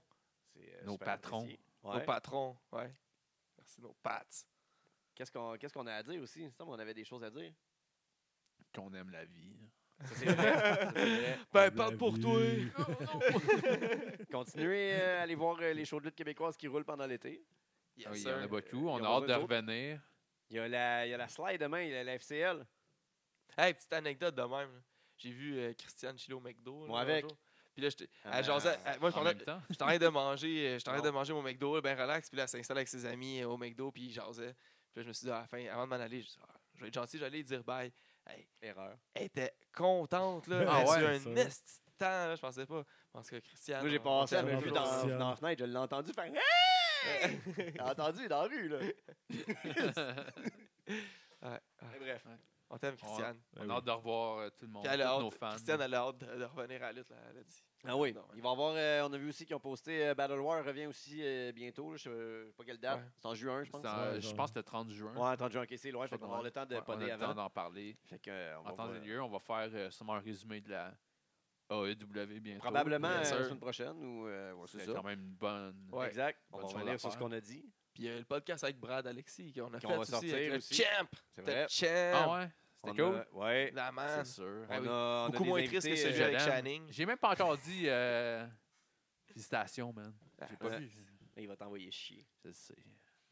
Speaker 1: C'est, euh,
Speaker 4: Nos
Speaker 1: super
Speaker 4: patrons.
Speaker 1: apprécié.
Speaker 2: nos
Speaker 1: Ouais.
Speaker 2: patrons, ouais. Merci nos pats.
Speaker 1: Qu'est-ce qu'on qu'est-ce qu'on a à dire aussi? Il me semble qu'on avait des choses à dire.
Speaker 4: Qu'on aime la vie.
Speaker 1: Ça, c'est vrai. Ça, c'est vrai.
Speaker 2: Ben, parle pour
Speaker 3: La
Speaker 2: toi.
Speaker 3: vie.
Speaker 1: Continuez euh, à aller voir euh, les shows de lutte québécoises qui roulent pendant l'été.
Speaker 2: Yes,
Speaker 4: Ah oui, il y
Speaker 2: sir.
Speaker 4: en a beaucoup. On
Speaker 1: ils
Speaker 4: a
Speaker 1: ont
Speaker 4: hâte de
Speaker 1: raison.
Speaker 4: revenir.
Speaker 1: Il y a la, il y a la slide demain, il y a la FCL.
Speaker 2: Hey, petite anecdote de même. là. J'ai vu euh, Christiane Chilo McDo. là,
Speaker 1: Moi
Speaker 2: l'autre
Speaker 1: avec.
Speaker 2: jour. Puis là, j'étais.
Speaker 1: Ah,
Speaker 2: elle jasait- elle- moi, je
Speaker 4: en
Speaker 2: parlais-
Speaker 4: même temps.
Speaker 2: j'étais en train de manger. euh, J'étais en train
Speaker 1: Non.
Speaker 2: de manger mon McDo, ben relax. Puis là, elle s'installe avec ses amis euh, au McDo, puis j'asais. Puis là, je me suis dit, à la fin, avant de m'en aller, je, ah, je vais être gentil, j'allais lui dire bye.
Speaker 1: Erreur.
Speaker 2: Elle était contente, là.
Speaker 4: Ah
Speaker 2: Elle a eu
Speaker 4: ouais,
Speaker 2: un
Speaker 3: ça.
Speaker 2: esti de temps, là, je pensais pas. En tout cas, Christiane.
Speaker 1: Moi, j'ai
Speaker 2: on-
Speaker 1: passé,
Speaker 4: Ah,
Speaker 2: on
Speaker 1: elle m'a
Speaker 2: t'aime,
Speaker 1: vu
Speaker 2: là.
Speaker 1: dans,
Speaker 3: Christiane.
Speaker 1: dans la fenêtre, je l'ai entendu faire Hey! J'ai entendu dans la rue, là.
Speaker 2: Ouais, ouais.
Speaker 1: Mais Bref.
Speaker 2: On t'aime, Christiane.
Speaker 3: Ben
Speaker 4: On a hâte de revoir euh, tout le monde,
Speaker 2: Puis elle a
Speaker 4: tous nos
Speaker 2: hâte,
Speaker 4: fans.
Speaker 2: Christiane, elle a hâte de, de revenir à la lutte, là, elle a dit.
Speaker 1: Ah oui,
Speaker 2: Non, ouais.
Speaker 1: il va y avoir, euh, on a vu aussi qu'ils ont posté euh, Battle War revient aussi euh, bientôt, là, je sais pas quelle date,
Speaker 2: Ouais.
Speaker 1: c'est en juin, je
Speaker 4: C'est
Speaker 1: pense.
Speaker 4: en-
Speaker 3: Ouais,
Speaker 4: euh, je
Speaker 3: genre.
Speaker 4: pense le 30 juin.
Speaker 1: Ouais, en 30 juin, ok, c'est loin, fait
Speaker 4: Fait
Speaker 1: qu'on
Speaker 4: qu'on
Speaker 1: va avoir le temps de
Speaker 4: Ouais, on a
Speaker 1: podder
Speaker 4: le temps
Speaker 1: avant.
Speaker 4: d'en parler.
Speaker 1: Fait que, euh, on va
Speaker 4: En temps
Speaker 1: voir,
Speaker 4: et
Speaker 1: euh,
Speaker 4: lieu, on va faire euh, sûrement un résumé de la AEW bientôt.
Speaker 1: Probablement
Speaker 2: Bien
Speaker 1: euh,
Speaker 2: sûr.
Speaker 1: la semaine prochaine ou euh, ouais,
Speaker 4: C'est
Speaker 1: c'est
Speaker 4: quand
Speaker 1: ça.
Speaker 4: même une bonne.
Speaker 2: Ouais.
Speaker 1: Exact. On
Speaker 4: Bonne
Speaker 1: va
Speaker 4: chose
Speaker 1: revenir
Speaker 4: à
Speaker 1: sur ce
Speaker 4: faire.
Speaker 1: qu'on a dit.
Speaker 2: Puis il y a eu le podcast avec Brad Alexis qu'on a
Speaker 1: Qu'on
Speaker 2: fait
Speaker 1: va
Speaker 2: aussi,
Speaker 1: sortir
Speaker 2: avec le
Speaker 1: aussi.
Speaker 2: champ.
Speaker 1: C'est
Speaker 2: C'était
Speaker 1: vrai.
Speaker 2: le champ.
Speaker 4: Ah ouais?
Speaker 1: On
Speaker 4: C'était cool?
Speaker 1: a- ouais.
Speaker 2: La man.
Speaker 4: C'est sûr.
Speaker 2: Ah
Speaker 1: On
Speaker 2: oui.
Speaker 1: a- on a
Speaker 2: Beaucoup
Speaker 1: des
Speaker 2: moins triste que
Speaker 1: invités,
Speaker 2: celui
Speaker 1: euh,
Speaker 2: avec
Speaker 4: Jordan.
Speaker 2: Channing.
Speaker 4: J'ai même pas encore dit euh, félicitations, man.
Speaker 2: Ah,
Speaker 4: J'ai pas
Speaker 1: ouais.
Speaker 4: vu.
Speaker 1: Il va t'envoyer chier.
Speaker 4: Je le sais.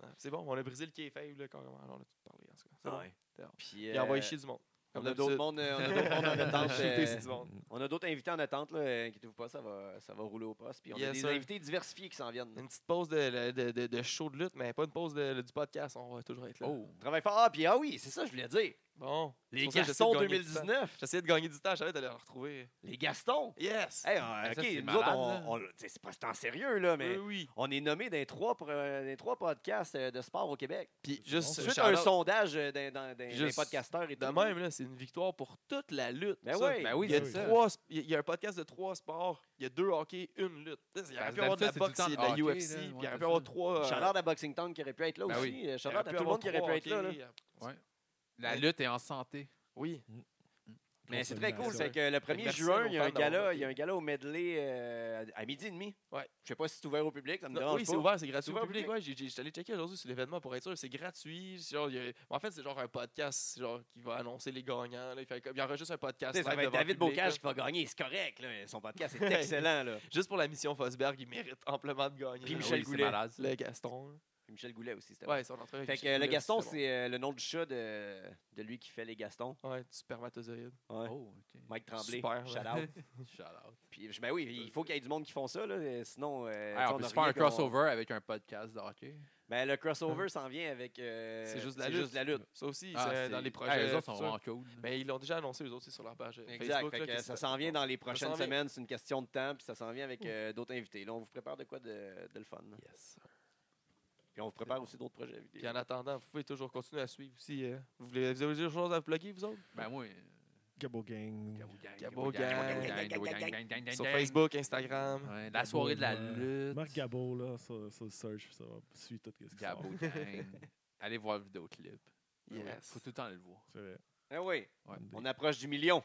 Speaker 2: ah, C'est bon, on a brisé le qui est faible, là, quand même. On a tout parlé, en tout cas. C'est bon. C'est bon.
Speaker 1: Ah Puis,
Speaker 2: Il a
Speaker 1: euh,
Speaker 2: envoyé chier du monde.
Speaker 1: on a d'autres
Speaker 2: d'habitude.
Speaker 1: mondes, euh, on a d'autres mondes en attente.
Speaker 2: Shooter,
Speaker 1: euh,
Speaker 2: c'est du monde.
Speaker 1: On a d'autres invités en attente, là, euh, inquiétez-vous pas, ça va, ça va rouler au poste. Puis on a
Speaker 2: Yes,
Speaker 1: des
Speaker 2: sir. Mm.
Speaker 1: invités diversifiés qui s'en viennent.
Speaker 2: Une petite pause de, de, de, de show de lutte, mais pas une pause de- du podcast. On va toujours être là.
Speaker 4: Oh!
Speaker 1: Travaille fort. Ah, puis ah oui, c'est ça, je voulais dire.
Speaker 2: Bon.
Speaker 1: Les
Speaker 2: C'est pour ça que j'essaie
Speaker 1: Gastons
Speaker 2: de gagner du temps.
Speaker 1: 2019.
Speaker 2: J'essayais de gagner du temps, j'avais d'aller le retrouver.
Speaker 1: Les Gastons.
Speaker 2: Yes!
Speaker 1: Hey,
Speaker 4: Ben,
Speaker 1: euh,
Speaker 4: ça,
Speaker 1: ok,
Speaker 4: c'est
Speaker 1: nous autres,
Speaker 4: malade,
Speaker 1: on- on- t'sais, c'est pas c'est en sérieux, là, mais
Speaker 2: Oui, oui.
Speaker 1: on est nommé dans les trois, pro- dans les trois podcasts euh, de sport au Québec.
Speaker 2: Puis
Speaker 3: bon.
Speaker 2: juste,
Speaker 1: Suite à un
Speaker 2: shout-out.
Speaker 1: sondage euh, d'un d'un- d'un-
Speaker 2: Juste
Speaker 1: d'un podcasteur et
Speaker 2: de
Speaker 1: tout.
Speaker 2: même, là, c'est une victoire pour toute la lutte.
Speaker 1: Ben
Speaker 2: ça.
Speaker 1: ouais.
Speaker 4: Ben oui,
Speaker 2: Il y, a
Speaker 3: Ben
Speaker 4: c'est
Speaker 3: oui.
Speaker 4: ça.
Speaker 2: trois, il y a- il y a un podcast de trois sports. Il y a deux hockey, une lutte. Il y aurait
Speaker 4: Parce
Speaker 2: pu avoir de la
Speaker 4: d'habitude,
Speaker 2: boxe,
Speaker 4: c'est
Speaker 2: il
Speaker 4: tout
Speaker 2: y
Speaker 4: le
Speaker 2: a de la
Speaker 4: temps hockey,
Speaker 2: UFC,
Speaker 4: là,
Speaker 2: puis il
Speaker 4: ouais,
Speaker 2: y aurait
Speaker 4: c'est
Speaker 2: pu avoir
Speaker 4: ça.
Speaker 2: trois. euh,
Speaker 1: Charlotte à Boxing Town qui aurait pu être là
Speaker 4: Ben
Speaker 1: aussi.
Speaker 4: oui.
Speaker 1: Euh,
Speaker 2: il y
Speaker 1: shout-out
Speaker 2: aurait
Speaker 1: à
Speaker 2: pu
Speaker 1: tout le
Speaker 2: avoir
Speaker 1: monde qui aurait pu
Speaker 2: trois
Speaker 1: être là. là.
Speaker 2: hockey. euh,
Speaker 4: Ouais. La lutte est en santé.
Speaker 2: Oui.
Speaker 1: Mais c'est très cool,
Speaker 3: Consommation.
Speaker 1: c'est que le
Speaker 2: Fait que
Speaker 1: 1er
Speaker 2: merci
Speaker 1: juin,
Speaker 2: aux
Speaker 1: il y a un
Speaker 2: fans d'avoir
Speaker 1: gala,
Speaker 2: voté.
Speaker 1: il y a un gala au medley euh, à à midi et demi.
Speaker 2: Ouais.
Speaker 1: Je sais pas si c'est ouvert au public, ça me
Speaker 2: Non,
Speaker 1: dérange
Speaker 2: oui,
Speaker 1: pas.
Speaker 2: c'est ouvert, c'est
Speaker 1: C'est
Speaker 2: gratuit. au
Speaker 1: ouvert au
Speaker 2: public, ouais, j'ai- j'ai- j'étais allé checker aujourd'hui sur l'événement pour être sûr. C'est gratuit. c'est genre, il y a- en fait, c'est genre un podcast c'est genre, qui va annoncer les gagnants. Là, il, fait, comme- il enregistre un podcast.
Speaker 1: Tu sais, Ça
Speaker 2: live
Speaker 1: va être
Speaker 2: devant le
Speaker 1: David
Speaker 2: public, hein.
Speaker 1: Bocage
Speaker 2: là.
Speaker 1: qui va gagner, c'est correct. là. Son podcast est excellent. là.
Speaker 2: Juste pour la mission Fosberg, il mérite amplement de gagner.
Speaker 1: Puis
Speaker 2: là.
Speaker 4: Ah
Speaker 1: Michel
Speaker 4: oui, c'est
Speaker 1: Goulet.
Speaker 4: malade, ça.
Speaker 2: Le Gaston.
Speaker 1: Puis Michel Goulet aussi, c'était
Speaker 2: là. Ouais, son entrevue. avec
Speaker 1: Fait que
Speaker 2: Michel
Speaker 1: euh, le
Speaker 2: Goulet,
Speaker 1: Gaston,
Speaker 2: bon.
Speaker 1: c'est euh, le nom du chat de, de lui qui fait les Gastons.
Speaker 2: Ouais, du spermatozoïde.
Speaker 1: Ouais.
Speaker 4: Oh, OK.
Speaker 1: Mike Tremblay.
Speaker 2: Super,
Speaker 1: shout
Speaker 2: ouais.
Speaker 1: out.
Speaker 4: Shout out.
Speaker 1: Puis, je- ben oui, il faut qu'il y ait du monde qui font ça, là, euh, sinon. euh,
Speaker 4: Hey,
Speaker 1: tu sais,
Speaker 4: Ah, on peut
Speaker 1: a
Speaker 4: se faire
Speaker 1: rien
Speaker 4: un
Speaker 1: qu'on-
Speaker 4: crossover avec un podcast de hockey.
Speaker 1: Ben, le crossover s'en vient avec. euh,
Speaker 2: Hum. C'est juste la lutte. Ça aussi,
Speaker 4: Ah,
Speaker 2: c'est Ben,
Speaker 4: c'est-
Speaker 2: dans les
Speaker 4: Ah,
Speaker 2: projets.
Speaker 4: les autres sont
Speaker 2: futurs.
Speaker 4: vraiment cool.
Speaker 2: Mais ils l'ont déjà annoncé, eux autres, c'est sur leur page euh,
Speaker 1: Exact.
Speaker 2: Facebook.
Speaker 1: Fait
Speaker 2: là,
Speaker 1: que
Speaker 2: que
Speaker 1: ça
Speaker 2: c'est-
Speaker 1: s'en vient dans les prochaines
Speaker 2: s'en vient. Hum.
Speaker 1: semaines. C'est une question de temps, puis ça s'en vient avec euh, d'autres invités. Là, on vous prépare de quoi de, de le fun.
Speaker 4: Yes.
Speaker 1: Puis on vous prépare aussi d'autres projets vidéo.
Speaker 2: Puis en attendant, vous pouvez toujours continuer à suivre aussi. euh, vous, voulez, vous avez des choses à vous plugger, vous autres?
Speaker 4: Ben moi. euh,
Speaker 3: Gabo Gang.
Speaker 4: Gabo Gang,
Speaker 2: Gabo
Speaker 4: Gabo
Speaker 2: Gang.
Speaker 4: Gang, Gabo Gang, Gang, Gang, Gang,
Speaker 2: Sur
Speaker 4: Gang.
Speaker 2: Facebook, Instagram.
Speaker 4: Ouais, La soirée de la
Speaker 3: Ouais.
Speaker 4: lutte.
Speaker 3: Marc Gabo, là, sur, sur le search, ça va suivre tout ce qui sort.
Speaker 4: Gabo Gang. Allez voir le vidéoclip. Ben oui,
Speaker 2: Yes.
Speaker 4: Faut tout le temps aller le voir.
Speaker 3: C'est vrai.
Speaker 1: Eh oui,
Speaker 4: Ouais.
Speaker 1: on approche du million.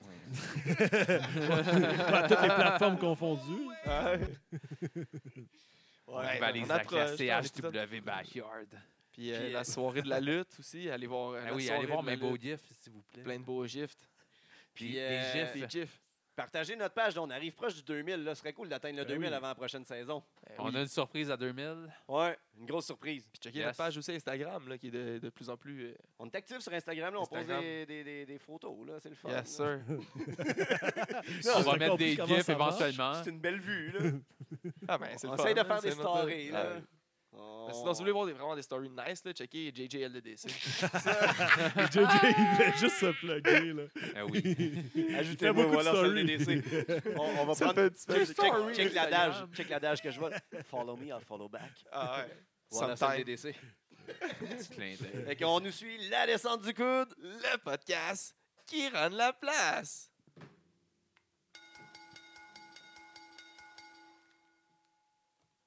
Speaker 3: Ouais, toutes les plateformes confondues.
Speaker 4: Ouais,
Speaker 2: ben,
Speaker 4: valise
Speaker 2: on
Speaker 4: à
Speaker 2: approche,
Speaker 4: la
Speaker 2: on est
Speaker 4: CHW Backyard.
Speaker 2: Puis euh,
Speaker 1: Puis, euh,
Speaker 2: la soirée de la lutte aussi, allez voir. euh,
Speaker 4: Ah
Speaker 2: la
Speaker 4: oui,
Speaker 2: soirée
Speaker 4: allez voir
Speaker 2: de la
Speaker 4: mes beaux
Speaker 2: lutte.
Speaker 4: gifs, s'il vous plaît.
Speaker 2: Plein de beaux gifs.
Speaker 1: Puis,
Speaker 4: Des- des
Speaker 1: euh,
Speaker 4: gifs.
Speaker 2: Des gifs.
Speaker 1: partagez notre page. là, on arrive proche du 2000. Là. Ce serait cool d'atteindre le
Speaker 3: Ben
Speaker 1: 2000
Speaker 3: oui.
Speaker 1: avant la prochaine saison.
Speaker 2: Ben
Speaker 4: On
Speaker 2: oui.
Speaker 4: a une surprise à 2000.
Speaker 1: Ouais, une grosse surprise.
Speaker 2: Puis checker
Speaker 4: Yes.
Speaker 2: notre page aussi Instagram, là, qui est de, de plus en plus. euh,
Speaker 1: On est actif sur Instagram. Là, on
Speaker 2: Instagram.
Speaker 1: pose des, des- des- des photos. là, C'est le fun. là.
Speaker 2: yes, sir.
Speaker 4: On
Speaker 3: j'ai
Speaker 4: va mettre
Speaker 3: compris
Speaker 4: des
Speaker 3: comment
Speaker 4: gifs
Speaker 3: ça marche.
Speaker 4: éventuellement.
Speaker 1: C'est une belle vue. Là.
Speaker 2: Ah, ben, c'est
Speaker 1: on
Speaker 2: le
Speaker 1: essaye
Speaker 2: fun,
Speaker 1: de faire
Speaker 2: hein,
Speaker 1: des
Speaker 2: c'est notre-
Speaker 1: stories.
Speaker 2: Ah,
Speaker 1: Là.
Speaker 2: oui. Ben,
Speaker 1: On-
Speaker 2: sinon, si vous voulez voir des- vraiment des stories nice, là, checkez JJLDDC.
Speaker 3: JJ, il voulait juste se plugger. Là.
Speaker 4: Ah oui.
Speaker 1: Ajoutez-moi,
Speaker 3: beaucoup de
Speaker 1: voilà, sur le
Speaker 3: stories.
Speaker 1: DDC. On, on va
Speaker 2: Ça
Speaker 1: prendre...
Speaker 2: fait un petit peu-
Speaker 1: Check, check,
Speaker 2: Story
Speaker 1: check
Speaker 2: Instagram.
Speaker 1: l'adage, check l'adage que je vois. Follow me, I'll follow back.
Speaker 2: Ah, ouais.
Speaker 1: Voilà, sur le
Speaker 2: Sometime.
Speaker 1: DDC.
Speaker 4: Petit clin d'œil.
Speaker 1: Fait qu'on nous suit la descente du coude.
Speaker 2: Le podcast qui rend la place.